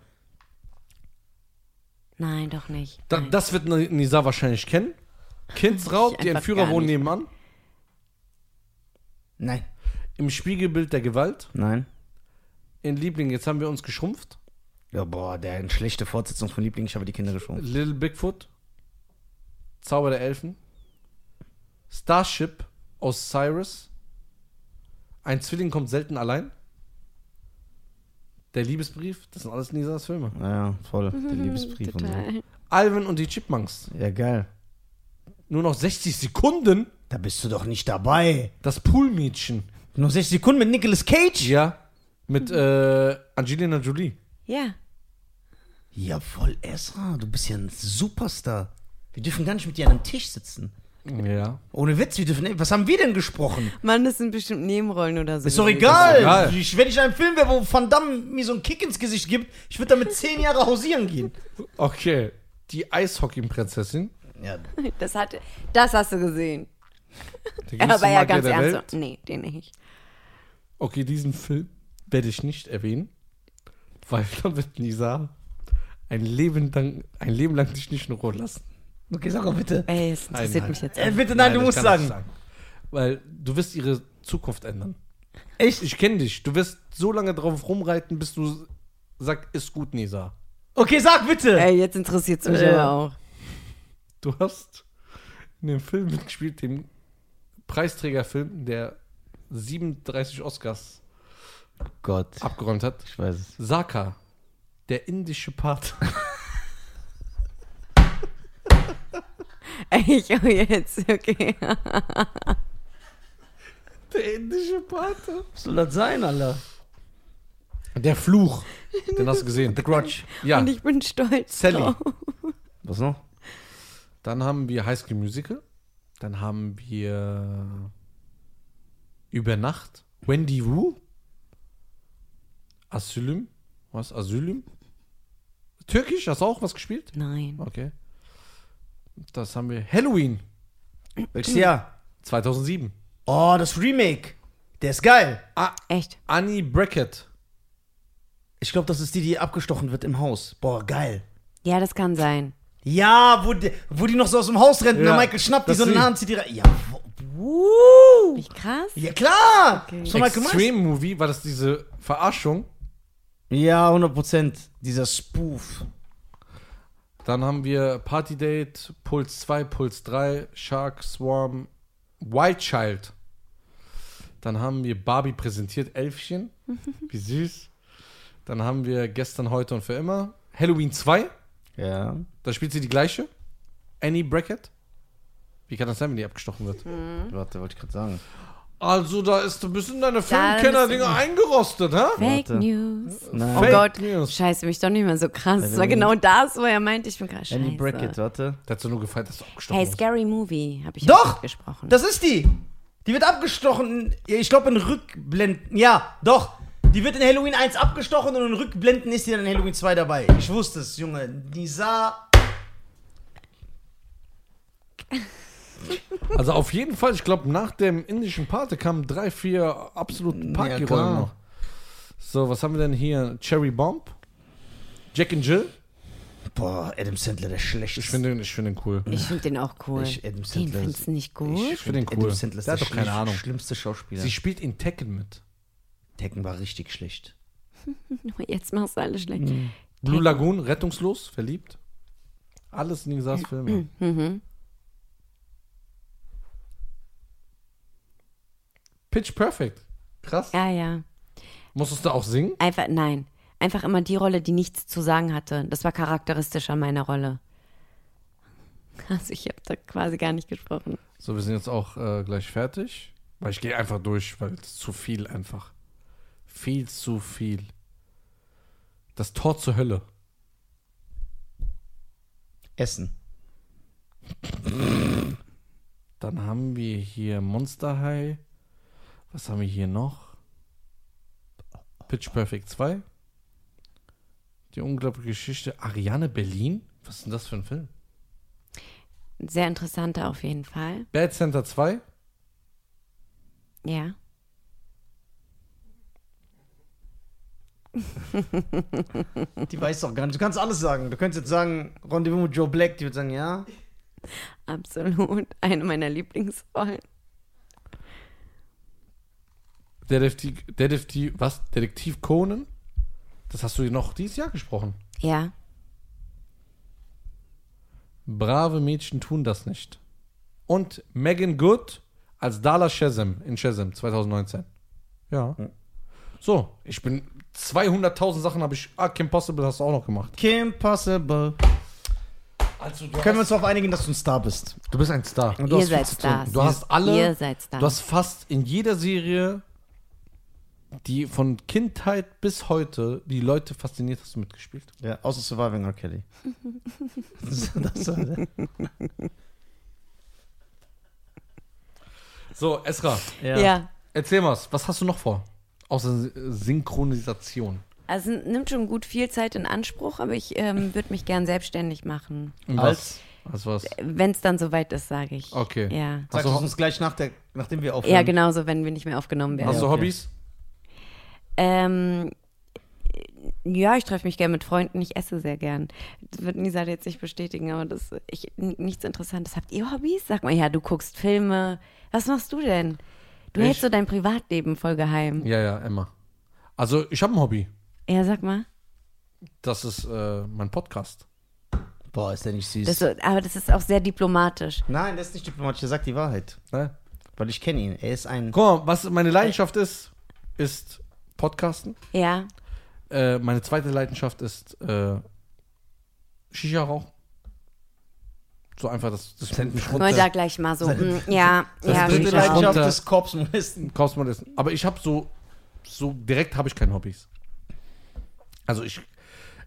A: Nein, doch nicht.
B: Da,
A: Nein.
B: das wird Nisa wahrscheinlich kennen. Kindsraub,
A: Ich
B: die
A: einfach
B: Entführer
A: gar
B: wohnen
A: nicht.
B: nebenan.
C: Nein.
B: Im Spiegelbild der Gewalt.
C: Nein.
B: In Liebling, jetzt haben wir uns geschrumpft.
C: Ja, boah, der eine schlechte Fortsetzung von Liebling, ich habe die Kinder geschoben.
B: Little Bigfoot. Zauber der Elfen. Starship aus Cyrus. Ein Zwilling kommt selten allein. Der Liebesbrief, das sind alles Nisas Filme.
C: Ja, voll. Der Liebesbrief und
A: Total.
B: Alvin und die Chipmunks.
C: so. Ja, geil.
B: Nur noch 60 Sekunden.
C: Da bist du doch nicht dabei.
B: Das Poolmädchen.
C: Nur 60 Sekunden mit Nicolas Cage?
B: Ja. Mit äh, Angelina Jolie.
A: Ja.
C: Ja, voll, Esra, du bist ja ein Superstar. Wir dürfen gar nicht mit dir an einem Tisch sitzen.
B: Ja.
C: Ohne Witz, wir dürfen. Was haben wir denn gesprochen?
A: Mann, das sind bestimmt Nebenrollen oder so.
C: Ist doch
A: gewesen.
C: egal.
B: egal.
C: Ich, wenn ich in einem Film wäre, wo Van Damme mir so einen Kick ins Gesicht gibt, ich würde damit zehn Jahre hausieren gehen.
B: Okay. Die Eishockey-Prinzessin.
C: Ja,
A: Das, hat, das hast du gesehen.
B: Der
A: Aber
B: größte
A: ja,
B: Magier
A: ganz
B: der
A: ernst.
B: Welt.
A: Nee, den nicht.
B: Okay, diesen Film werde ich nicht erwähnen, weil dann wird Nisa ein Leben lang, ein Leben lang dich nicht in Ruhe lassen.
C: okay, sag mal bitte.
A: Ey, es interessiert mich jetzt.
C: Äh, bitte, nein, du
B: ich
C: musst
B: kann das
C: sagen.
B: nicht Weil du wirst ihre Zukunft ändern.
C: Echt?
B: Ich kenne dich. Du wirst so lange drauf rumreiten, bis du sagst, ist gut, Nisa.
C: Okay, sag bitte.
A: Ey, jetzt interessiert es mich
C: Äh.
A: aber auch.
B: Du hast in dem Film mitgespielt, dem Preisträgerfilm, der 37 Oscars
C: Gott,
B: abgeräumt hat.
C: ich weiß es.
B: Saka, der indische Part.
A: Ey, ich oh, jetzt, okay.
C: Ah.
B: Der indische Pate.
C: Was soll das sein, Alter?
B: Der Fluch. Den hast du gesehen. The Grudge. Ja.
A: Und ich bin stolz.
B: Sally.
A: drauf.
C: Was noch?
B: Dann haben wir High School Musical. Dann haben wir Über Nacht. Wendy Wu. Asylum. Was? Asylum? Türkisch? Hast du auch was gespielt?
A: Nein.
B: Okay. Das haben wir. Halloween
C: Welches Jahr?
B: 2007.
C: Oh, das Remake. Der ist geil.
B: Ah,
A: Echt?
B: Annie Brackett.
C: Ich glaube, das ist die, die abgestochen wird im Haus. Boah, geil.
A: Ja, das kann sein.
C: Ja, wo die, wo die noch so aus dem Haus rennt und
B: Ja,
C: der Michael schnappt die
B: das
C: so einen
B: sie.
C: Hand, zieht die rein. Ja, wo- wuh.
A: Nicht krass?
C: Ja, klar.
A: Okay.
C: Schon mal gemacht.
B: Extreme Movie war das diese Verarschung.
C: Ja, 100%. Dieser Spoof.
B: Dann haben wir Party Date, Puls 2, Puls 3, Shark, Swarm, Wild Child. Dann haben wir Barbie präsentiert, Elfchen. Wie süß. Dann haben wir gestern, heute und für immer. Halloween 2,
C: Ja.
B: da spielt sie die gleiche. Annie Brackett. Wie kann das sein, wenn die abgestochen wird?
A: Hm.
C: Warte, wollte ich gerade sagen.
B: Also, da ist ein bisschen deine
A: Da
B: Filmkenner-Dinge
A: bist
B: eingerostet, hä?
A: Fake
C: Warte.
A: News.
C: Nein.
A: Oh
B: Fake
A: Gott,
B: News.
A: scheiße, mich doch nicht mehr so krass.
C: Weil
A: Das
C: wir
A: war
C: nicht-
A: genau das, wo er meint, ich bin krass. Scheiße.
C: Annie Brackett, warte.
B: Da hat sie nur gefeiert, dass du abgestochen
A: Hey,
B: wirst.
A: Scary Movie, habe ich
C: Doch!
A: auch gesprochen.
C: Das ist die. Die wird abgestochen. in- Ich glaube, in Rückblenden. Ja, doch. Die wird in Halloween 1 abgestochen und in Rückblenden ist die dann in Halloween 2 dabei. Ich wusste es, Junge. Nisa.
B: Also auf jeden Fall, ich glaube, nach dem indischen Pate kamen drei, vier absoluten
C: Ja,
B: party
C: klar.
B: noch. So, was haben wir denn hier? Cherry Bomb, Jack and Jill.
C: Boah, Adam Sandler, der schlechteste.
B: Ich finde den, ich find den cool.
A: Ich finde den auch cool.
C: Ich- Adam
A: den
C: Sandler ist-
A: findest du nicht gut?
B: Ich finde den cool.
C: Adam Sandler ist
B: Der
C: der,
B: hat doch keine
C: schlimm-
B: Ahnung.
C: schlimmste Schauspieler.
B: Sie spielt in Tekken mit.
C: Tekken war richtig schlecht.
A: Jetzt machst du alle schlecht.
C: Hm.
B: Blue Lagoon, rettungslos, verliebt. Alles in Saas Filme.
C: Mhm.
B: Pitch Perfect. Krass.
A: Ja, ja.
B: Musstest du auch singen?
A: Einfach, nein. Einfach immer die Rolle, die nichts zu sagen hatte. Das war charakteristisch an meiner Rolle. Also ich habe da quasi gar nicht gesprochen.
B: So, wir sind jetzt auch äh, gleich fertig. Weil ich gehe einfach durch, weil es zu viel einfach. Viel zu viel. Das Tor zur Hölle.
C: Essen.
B: Dann haben wir hier Monster High. Was haben wir hier noch? Pitch Perfect 2. Die unglaubliche Geschichte. Ariane Berlin? Was ist denn das für ein Film?
A: Sehr interessanter auf jeden Fall.
B: Bad Center 2.
A: Ja.
C: Die weiß doch gar nicht. Du kannst alles sagen. Du könntest jetzt sagen, Rendezvous mit Joe Black, die wird sagen, ja.
A: Absolut. Eine meiner Lieblingsrollen.
B: Detektiv, Detektiv, was? Detektiv Conan? Das hast du dir noch dieses Jahr gesprochen.
A: Ja.
B: Brave Mädchen tun das nicht. Und Megan Good als Dala Shazam in Shazam 2019. Ja. So, ich bin 200.000 Sachen habe ich. Ah, Kim Possible hast du auch noch gemacht.
C: Kim Possible.
B: Also,
C: Können wir uns darauf einigen, dass du ein Star bist?
B: du bist ein Star.
C: Und du
A: Ihr
C: hast viel
A: seid
C: zu tun.
A: Stars.
B: Du hast alle.
A: Ihr seid Stars.
B: Du hast fast in jeder Serie, die von Kindheit bis heute die Leute fasziniert, hast du mitgespielt.
C: Ja, außer Surviving R. Kelly. das, das, war-
B: So, Esra,
A: ja.
B: erzähl mal, was hast du noch vor? Außer Synchronisation.
A: Also nimmt schon gut viel Zeit in Anspruch, aber ich ähm, würde mich gern selbstständig machen.
B: Und
C: Als-
B: was? Was war's?
A: Wenn es dann soweit ist, sage ich.
B: Okay.
A: Ja.
C: Sagst du
B: Also-
C: es uns gleich nach der, nachdem wir aufhören?
A: Ja, genau. genauso, wenn wir nicht mehr aufgenommen werden.
B: Hast du
C: okay.
B: Hobbys?
A: Ähm, ja, ich treffe mich gern mit Freunden, ich esse sehr gern. Das wird Nisa jetzt nicht bestätigen, aber das ich, n- nichts Interessantes. Habt ihr Hobbys? Sag mal, ja, du guckst Filme. Was machst du denn? Du
B: Ich-
A: hältst so dein Privatleben voll geheim.
B: Ja, ja, Emma. Also, ich habe ein Hobby.
A: Ja, sag mal.
B: Das ist äh, mein Podcast.
C: Boah, ist der nicht süß.
A: Das, so- aber das ist auch sehr diplomatisch.
C: Nein, das ist nicht diplomatisch. Der sagt die Wahrheit.
B: Ne?
C: Weil ich kenne ihn. Er ist ein.
B: Guck mal, was meine Leidenschaft ist, ist Podcasten.
A: Ja,
B: Äh, meine zweite Leidenschaft ist äh, Shisha-Rauch. So einfach, das, das bringt mich
A: wollen wir da
B: runter.
A: gleich mal so. mm, ja, ja,
B: dritte
C: Die
A: schon
B: Leidenschaft.
A: klar.
C: Leidenschaft
B: Runter.
C: des Korpsmolisten.
B: Kaufst mal das. Aber ich habe so, so direkt habe ich keine Hobbys. Also ich,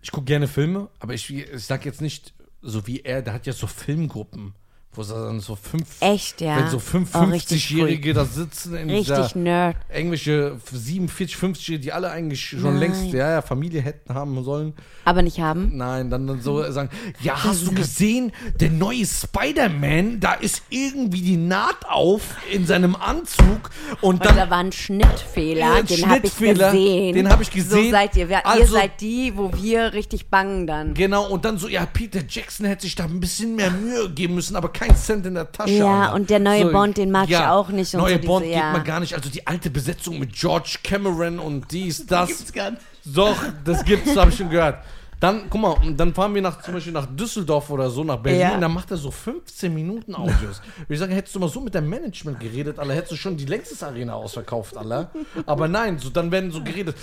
B: ich gucke gerne Filme, aber ich, ich sag jetzt nicht, so wie er, der hat ja so Filmgruppen, wo es dann so fünf,
A: Echt, ja.
B: wenn so fünf-
A: Oh, richtig cool.
B: 50-Jährige da sitzen in dieser
A: Richtig nerd.
B: irgendwelche 47, 50, die alle eigentlich schon
A: Nein.
B: längst ja, ja, Familie hätten haben sollen.
A: Aber nicht haben.
B: Nein, dann, dann
A: Hm.
B: so sagen, ja, hast du gesehen, der neue Spider-Man, da ist irgendwie die Naht auf in seinem Anzug und
A: Und
B: dann
A: da war ein Schnittfehler,
B: Ein
A: den habe ich
B: Schnittfehler,
A: gesehen.
B: den hab ich
A: So
B: gesehen.
A: seid ihr. Wer, ihr
B: Also-
A: seid die, wo wir richtig bangen dann.
B: Genau, und dann so, ja, Peter Jackson hätte sich da ein bisschen mehr Mühe geben müssen, aber kein Cent in der Tasche.
A: Ja,
B: Alter.
A: und der neue Bond, den mag ich auch nicht und
B: Neue
A: so diese-
B: Bond
A: ja.
B: geht man gar nicht. Also die alte Besetzung mit George Cameron und dies, das.
C: Gibt's gar nicht.
B: Doch, das gibt's, habe ich schon gehört. Dann, guck mal, und dann fahren wir nach, zum Beispiel nach Düsseldorf oder so, nach Berlin,
A: Ja.
B: dann macht er so 15 Minuten Audios. Ich sage, hättest du mal so mit deinem Management geredet, Alter, hättest du schon die längstes Arena ausverkauft, Alter. Aber nein, so, dann werden so geredet,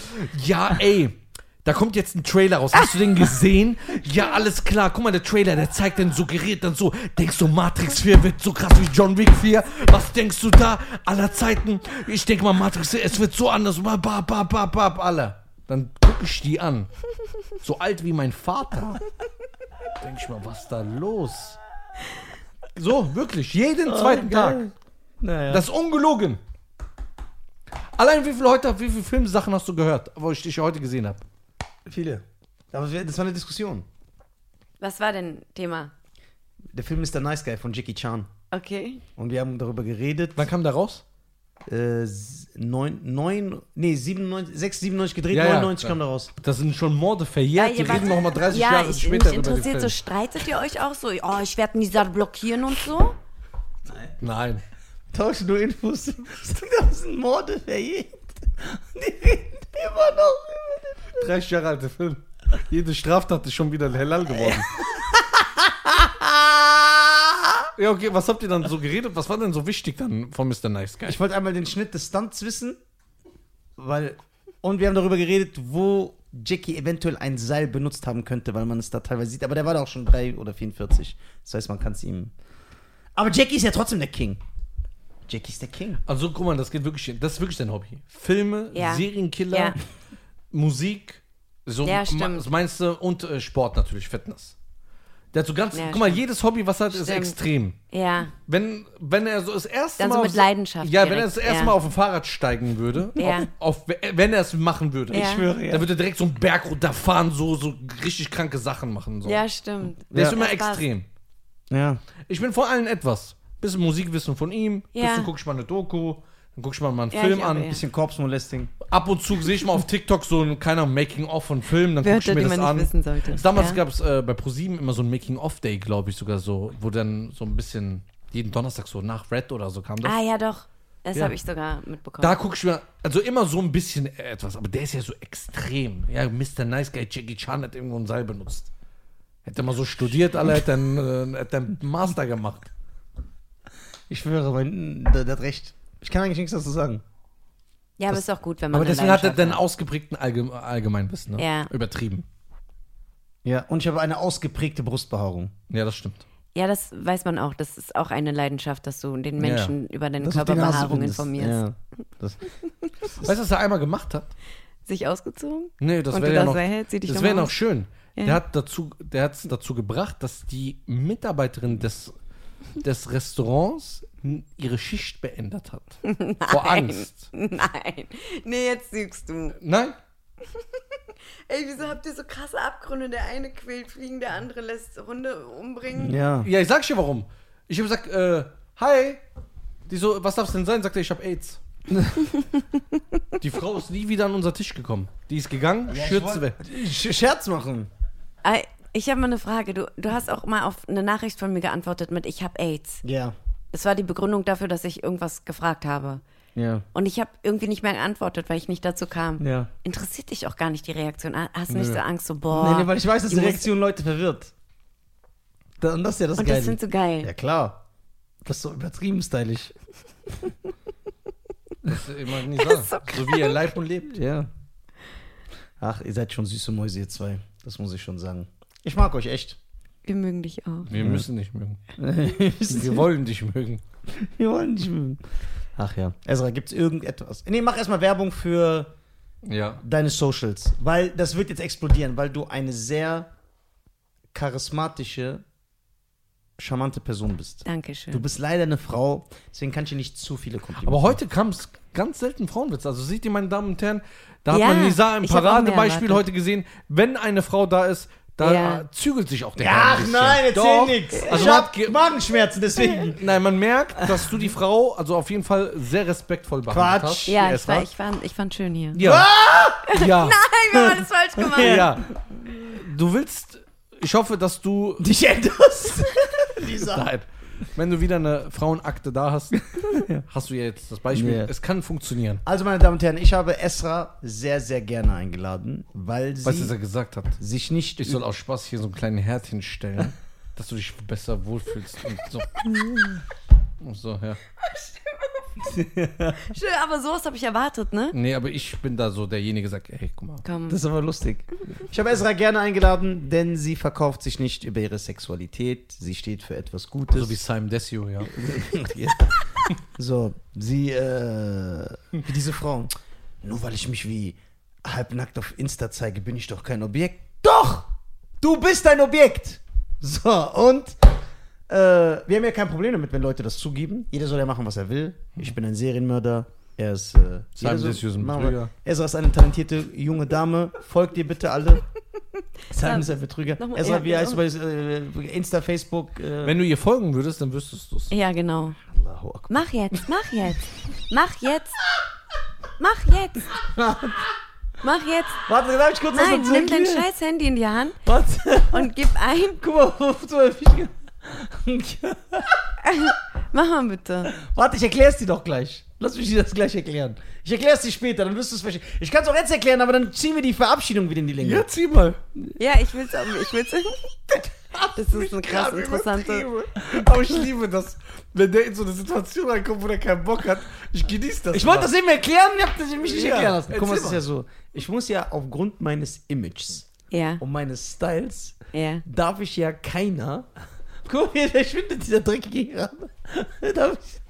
B: ja, ey, da kommt jetzt ein Trailer raus, hast du den gesehen? Ja, alles klar, guck mal, der Trailer, der zeigt dann so, gerät dann so, denkst du, Matrix 4 wird so krass wie John Wick 4? Was denkst du da aller Zeiten? Ich denke mal, Matrix 4, es wird so anders, ba, ba, ba, ba, ba, Alter. Dann gucke ich die an. So alt wie mein Vater. Denk ich mal, was ist da los? So, wirklich, jeden zweiten Tag.
C: Naja.
B: Das ist ungelogen. Allein wie viel heute, wie viele Filmsachen hast du gehört, wo ich dich heute gesehen habe?
C: Viele. Aber wir- das war eine Diskussion.
A: Was war denn Thema?
C: Der Film ist der Nice Guy von Jackie Chan.
A: Okay.
C: Und wir haben darüber geredet.
B: Wann kam der raus?
C: Äh, s- neun, neun, nee, 97, 6, 97 gedreht,
B: Ja, ja,
C: 99
B: klar.
C: kam da raus.
B: Das sind schon Morde verjährt.
A: ihr
B: die reden
A: wart-
B: noch mal 30
A: Ah, ja,
B: Jahre
A: ich,
B: später
A: mich
B: über den
A: interessiert,
B: Film.
A: so streitet ihr euch auch so? Oh, ich werde Nizar blockieren und so?
B: Nein.
C: Tausch nur Infos. Das sind Morde verjährt. Die reden immer noch.
B: 30 Jahre alter Film. Jede Straftat ist schon wieder Hellal geworden. Ja, okay, was habt ihr dann so geredet? Was war denn so wichtig dann von Mr. Nice Guy?
C: Ich wollte einmal den Schnitt des Stunts wissen, weil. Und wir haben darüber geredet, wo Jackie eventuell ein Seil benutzt haben könnte, weil man es da teilweise sieht. Aber der war da auch schon 3 oder 44. Das heißt, man kann es ihm. Aber Jackie ist ja trotzdem der King. Jackie ist der King.
B: Also guck mal, das geht wirklich, das ist wirklich dein Hobby. Filme,
A: Ja.
B: Serienkiller,
A: Ja.
B: Musik, so
A: Ja,
B: ma-
A: stimmt.
B: meinst du und äh, Sport natürlich, Fitness. Der hat so ganz,
A: Ja,
B: guck mal, jedes Hobby, was er hat, ist
A: Stimmt.
B: extrem.
A: Ja.
B: Wenn, wenn er so das erste
A: Dann so
B: Mal.
A: mit
B: aufs-
A: Leidenschaft
B: Ja, wenn er
A: direkt,
B: das erste
A: ja.
B: Mal auf dem Fahrrad steigen würde,
A: Ja.
B: auf, auf, wenn er es machen würde,
A: Ich Ja. schwöre,
C: ja.
B: dann würde er direkt so einen Berg runterfahren, so, so richtig kranke Sachen machen. So.
A: Ja, stimmt.
B: Der ist
A: Ja.
B: immer
A: Das war's.
B: extrem.
C: Ja.
B: Ich bin vor allem etwas. Bisschen Musikwissen von ihm,
A: Ja.
B: bisschen gucke ich mal eine Doku, dann gucke ich mal, mal einen
A: Ja,
B: Film
A: ich auch,
B: an.
A: ja.
C: Bisschen Korpsmolesting.
B: Ab und zu sehe ich mal auf TikTok so ein keiner Making-of von Filmen, dann gucke ich
A: Wörter,
B: mir
A: die
B: das
A: man nicht
B: an.
A: wissen sollte.
B: Damals
A: Ja.
B: gab es äh, bei ProSieben immer so ein Making-of-Day, glaube ich sogar so, wo dann so ein bisschen jeden Donnerstag so nach Red oder so kam das.
A: Ah, ja, doch. Das
B: Ja.
A: habe ich sogar mitbekommen.
B: Da gucke ich mir, also immer so ein bisschen etwas, aber der ist ja so extrem. Ja, Mr. Nice Guy Jackie Chan hat irgendwo ein Seil benutzt. Hätte mal so studiert, alle hätte einen, äh, hätte einen Master gemacht.
C: Ich schwöre, mein, der, der hat recht. Ich kann eigentlich nichts dazu sagen.
A: ja, aber ist auch gut, wenn man.
B: Aber
A: eine
B: deswegen hat er
A: Leidenschaft
B: dann ausgeprägten Allgeme Allgemeinwissen, ne?
A: Ja.
B: Übertrieben.
C: Ja, und ich habe eine ausgeprägte Brustbehaarung.
B: Ja, das stimmt.
A: Ja, das weiß man auch. Das ist auch eine Leidenschaft, dass du den Menschen über deine
C: Dass du auf die Nase
A: Körperbehaarung
C: findest.
A: informierst.
C: Ja. Das,
B: Weißt du, was er einmal gemacht hat?
A: Sich ausgezogen?
B: Nee, das
A: Und
B: wäre
A: du
B: ja
A: das
B: noch,
A: Seil hältst, zieh dich
B: das
A: doch
B: wäre
A: mal
B: noch
A: aus.
B: schön.
A: Ja.
B: Der hat dazu, der hat's dazu gebracht, dass die Mitarbeiterin des, des Restaurants n- ihre Schicht beendet hat. Vor Angst.
A: Nein. Nee, jetzt lügst du.
B: Nein?
A: Ey, wieso habt ihr so krasse Abgründe? Der eine quält Fliegen, der andere lässt Hunde umbringen.
C: ja.
B: Ja, ich sag dir warum. Ich hab gesagt, äh, hi. Die so, was darf's denn sein? Sagt er, ich hab AIDS. die Frau ist nie wieder an unser Tisch gekommen. Die ist gegangen, Schürze weg.
C: Sch- Scherz machen.
A: Ah, Ich habe mal eine Frage. Du, du hast auch mal auf eine Nachricht von mir geantwortet mit Ich habe AIDS.
C: Ja.
A: Das war die Begründung dafür, dass ich irgendwas gefragt habe.
C: Ja.
A: Und ich habe irgendwie nicht mehr geantwortet, weil ich nicht dazu kam.
C: Ja.
A: Interessiert dich auch gar nicht die Reaktion. Ah, Hast nicht
B: Nö.
A: so Angst, so boah.
C: Nee, nee, weil Oh. ich weiß, dass die
A: muss-
C: Reaktion Leute verwirrt. Da, und das ist ja das
A: Und
C: Geile.
A: das sind so geil.
C: ja, klar. Das ist so übertrieben stylisch.
B: Das mag ich nicht sagen. So, wie er lebt und lebt.
C: Ja. Ach, ihr seid schon süße Mäuse, ihr zwei. Das muss ich schon sagen. Ich mag euch echt.
A: Wir mögen dich auch.
B: Wir müssen dich mögen. Wir
C: Wir
B: wollen dich mögen.
C: wollen nicht mögen. Ach ja. Ezra, gibt's irgendetwas? Nee, mach erstmal Werbung für
B: Ja.
C: deine Socials, weil das wird jetzt explodieren, weil du eine sehr charismatische, charmante Person bist. Du
A: Dankeschön.
C: bist leider eine Frau, deswegen kann ich dir nicht zu viele Komplimente.
B: Aber heute kam es ganz selten Frauenwitz. Also seht ihr, meine Damen und Herren, da hat
A: Ja,
B: man Nisa im
A: ich hab auch mehr
B: Paradebeispiel
A: erwartet.
B: heute gesehen, wenn eine Frau da ist, da
A: Ja.
B: äh, zügelt sich auch der
C: Ach
B: Kerl ein
C: nein,
B: bisschen.
C: erzähl
B: Doch.
C: nix.
B: Also
C: ich
B: man hat
C: hab
B: ge-
C: Magenschmerzen, deswegen.
B: Nein, man merkt, dass du die Frau also auf jeden Fall sehr respektvoll behandelt
C: Quatsch. Ah!
B: hast.
A: Ja, ich,
B: Esra.
A: war, ich, fand, ich fand schön hier.
B: Ja. Ja.
A: Nein, wir haben alles falsch gemacht.
B: ja. Du willst, ich hoffe, dass du,
C: Dich änderst. Lisa.
B: nein, wenn du wieder eine Frauenakte da hast, hast du ja jetzt das Beispiel.
C: Ja.
B: Es kann funktionieren,
C: Also, meine Damen und Herren, ich habe Esra sehr, sehr gerne eingeladen, weil sie
B: was dieser gesagt hat.
C: sich nicht.
B: Ich soll aus Spaß hier so ein kleines Herd hinstellen, dass du dich besser wohlfühlst. Und so. Mm. Und so, ja.
A: Schön, aber sowas habe ich erwartet, ne?
B: Nee, aber ich bin da so derjenige, der sagt, hey, guck mal.
A: Komm.
C: Das ist aber lustig. Ich habe Esra gerne eingeladen, denn sie verkauft sich nicht über ihre Sexualität. Sie steht für etwas Gutes.
B: So Also wie Simon Desio, ja.
C: Ja. So, sie, äh, wie diese Frauen. Nur weil ich mich wie halbnackt auf Insta zeige, bin ich doch kein Objekt. Doch! Du bist ein Objekt! So, und äh, wir haben ja kein Problem damit, wenn Leute das zugeben. Jeder soll ja machen, was er will. Ich bin ein Serienmörder. Er ist, äh, jeder
B: Desio ist ein
C: machen wir-
B: Betrüger.
C: Ezra ist eine talentierte junge Dame. Folgt ihr bitte alle. Simon ist ein Betrüger.
A: Nochmal-
C: Erstmal,
A: ja, genau.
C: wie heißt du bei äh, Insta, Facebook? Äh,
B: Wenn du ihr folgen würdest, dann wüsstest du es.
A: Ja, genau.
C: Allahu Akbar.
A: Mach jetzt, mach jetzt. Mach jetzt. Mach jetzt. Mach jetzt.
C: Warte, darf ich kurz
A: Nein,
C: was dazu
A: nimm dein
C: erklären?
A: scheiß Handy in die Hand
C: Warte,
A: und gib ein.
C: guck mal, wozu du mich ge-
A: Mach mal bitte.
C: Warte, ich erklär's dir doch gleich. Lass mich dir das gleich erklären. Ich erklär's dir später, dann wirst du es verstehen. Ich kann's auch jetzt erklären, aber dann ziehen wir die Verabschiedung wieder in die Länge.
B: Ja, zieh mal.
A: Ja, ich will's auch. Ich will's. Das ist eine krass
B: Gerade
A: interessante.
B: übertrieben. Aber ich liebe das, wenn der in so eine Situation reinkommt, wo der keinen Bock hat. Ich genieße das.
C: Ich wollte das eben erklären, ihr habt das mich nicht
B: Ja,
C: erklären lassen. Guck mal,
B: erzähl
C: es ist
B: mal.
C: ja so. Ich muss ja aufgrund meines Images
A: Ja,
C: und meines Styles
A: ja.
C: darf ich ja keiner. Guck mal, der schwindet dieser dreckige Iran. darf ich,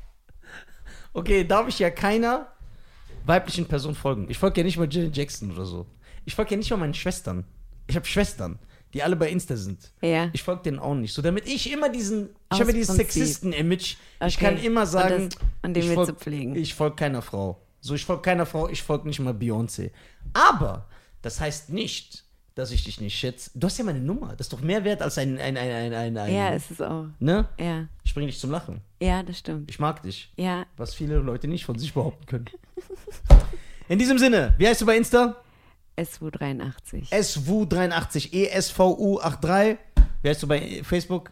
C: okay, darf ich ja keiner weiblichen Person folgen. Ich folge ja nicht mal Jill Jackson oder so. Ich folge ja nicht mal meinen Schwestern. Ich habe Schwestern, die alle bei Insta sind.
A: Ja.
C: Ich folge denen auch nicht. So, damit ich immer diesen. Ich habe ja dieses
A: Prinzip.
C: Sexisten-Image. Ich
A: Okay.
C: kann immer
A: Und
C: sagen.
A: das- und den
C: ich
A: willst du
C: folg-
A: pflegen.
C: Ich folge keiner Frau. So, ich folge keiner Frau, ich folge nicht mal Beyoncé. Aber das heißt nicht, dass ich dich nicht schätze. Du hast ja meine Nummer. Das ist doch mehr wert als ein. ein, ein, ein, ein, ein
A: Ja, ist es auch.
C: ne?
A: Ja.
C: Ich bringe dich zum Lachen.
A: Ja, das stimmt.
C: Ich mag dich.
A: Ja.
C: Was viele Leute nicht von sich behaupten können. In diesem Sinne, wie heißt du bei Insta?
A: SU83.
C: SWU83, ESVU83. Wie heißt du bei Facebook?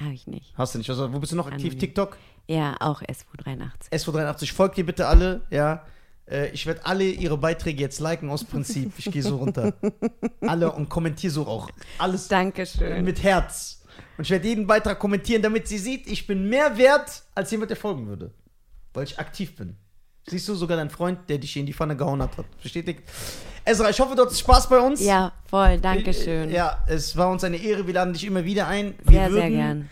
A: Habe ich nicht.
C: Hast du nicht. Was, wo bist du noch aktiv?
A: Anonym.
C: TikTok?
A: Ja, auch SU83.
C: SW83, folgt ihr bitte alle, ja. Äh, Ich werde alle ihre Beiträge jetzt liken aus Prinzip. Ich gehe so runter. Alle und kommentiere so auch. Alles
A: Dankeschön.
C: mit Herz. Und ich werde jeden Beitrag kommentieren, damit sie sieht, ich bin mehr wert, als jemand, der folgen würde. Weil ich aktiv bin. Siehst du sogar deinen Freund, der dich hier in die Pfanne gehauen hat, hat bestätigt. Ezra, ich hoffe, du hattest Spaß bei uns.
A: Ja, voll, Dankeschön.
C: Ja, es war uns eine Ehre. Wir laden dich immer wieder ein. Wir
A: sehr, sehr
C: würden,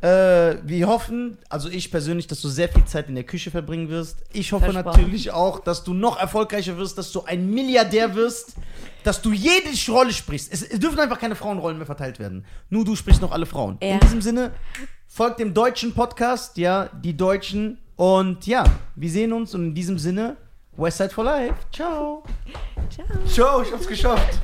A: gern.
C: äh, wir hoffen, also ich persönlich, dass du sehr viel Zeit in der Küche verbringen wirst. Ich hoffe
A: Versprochen.
C: natürlich auch, dass du noch erfolgreicher wirst, dass du ein Milliardär wirst, dass du jede Rolle sprichst. Es, es dürfen einfach keine Frauenrollen mehr verteilt werden. Nur du sprichst noch alle Frauen.
A: Ja.
C: In diesem Sinne, folgt dem deutschen Podcast, ja, die Deutschen. Und ja, wir sehen uns und in diesem Sinne, Westside for Life. Ciao.
A: Ciao.
B: Ciao, ich hab's geschafft.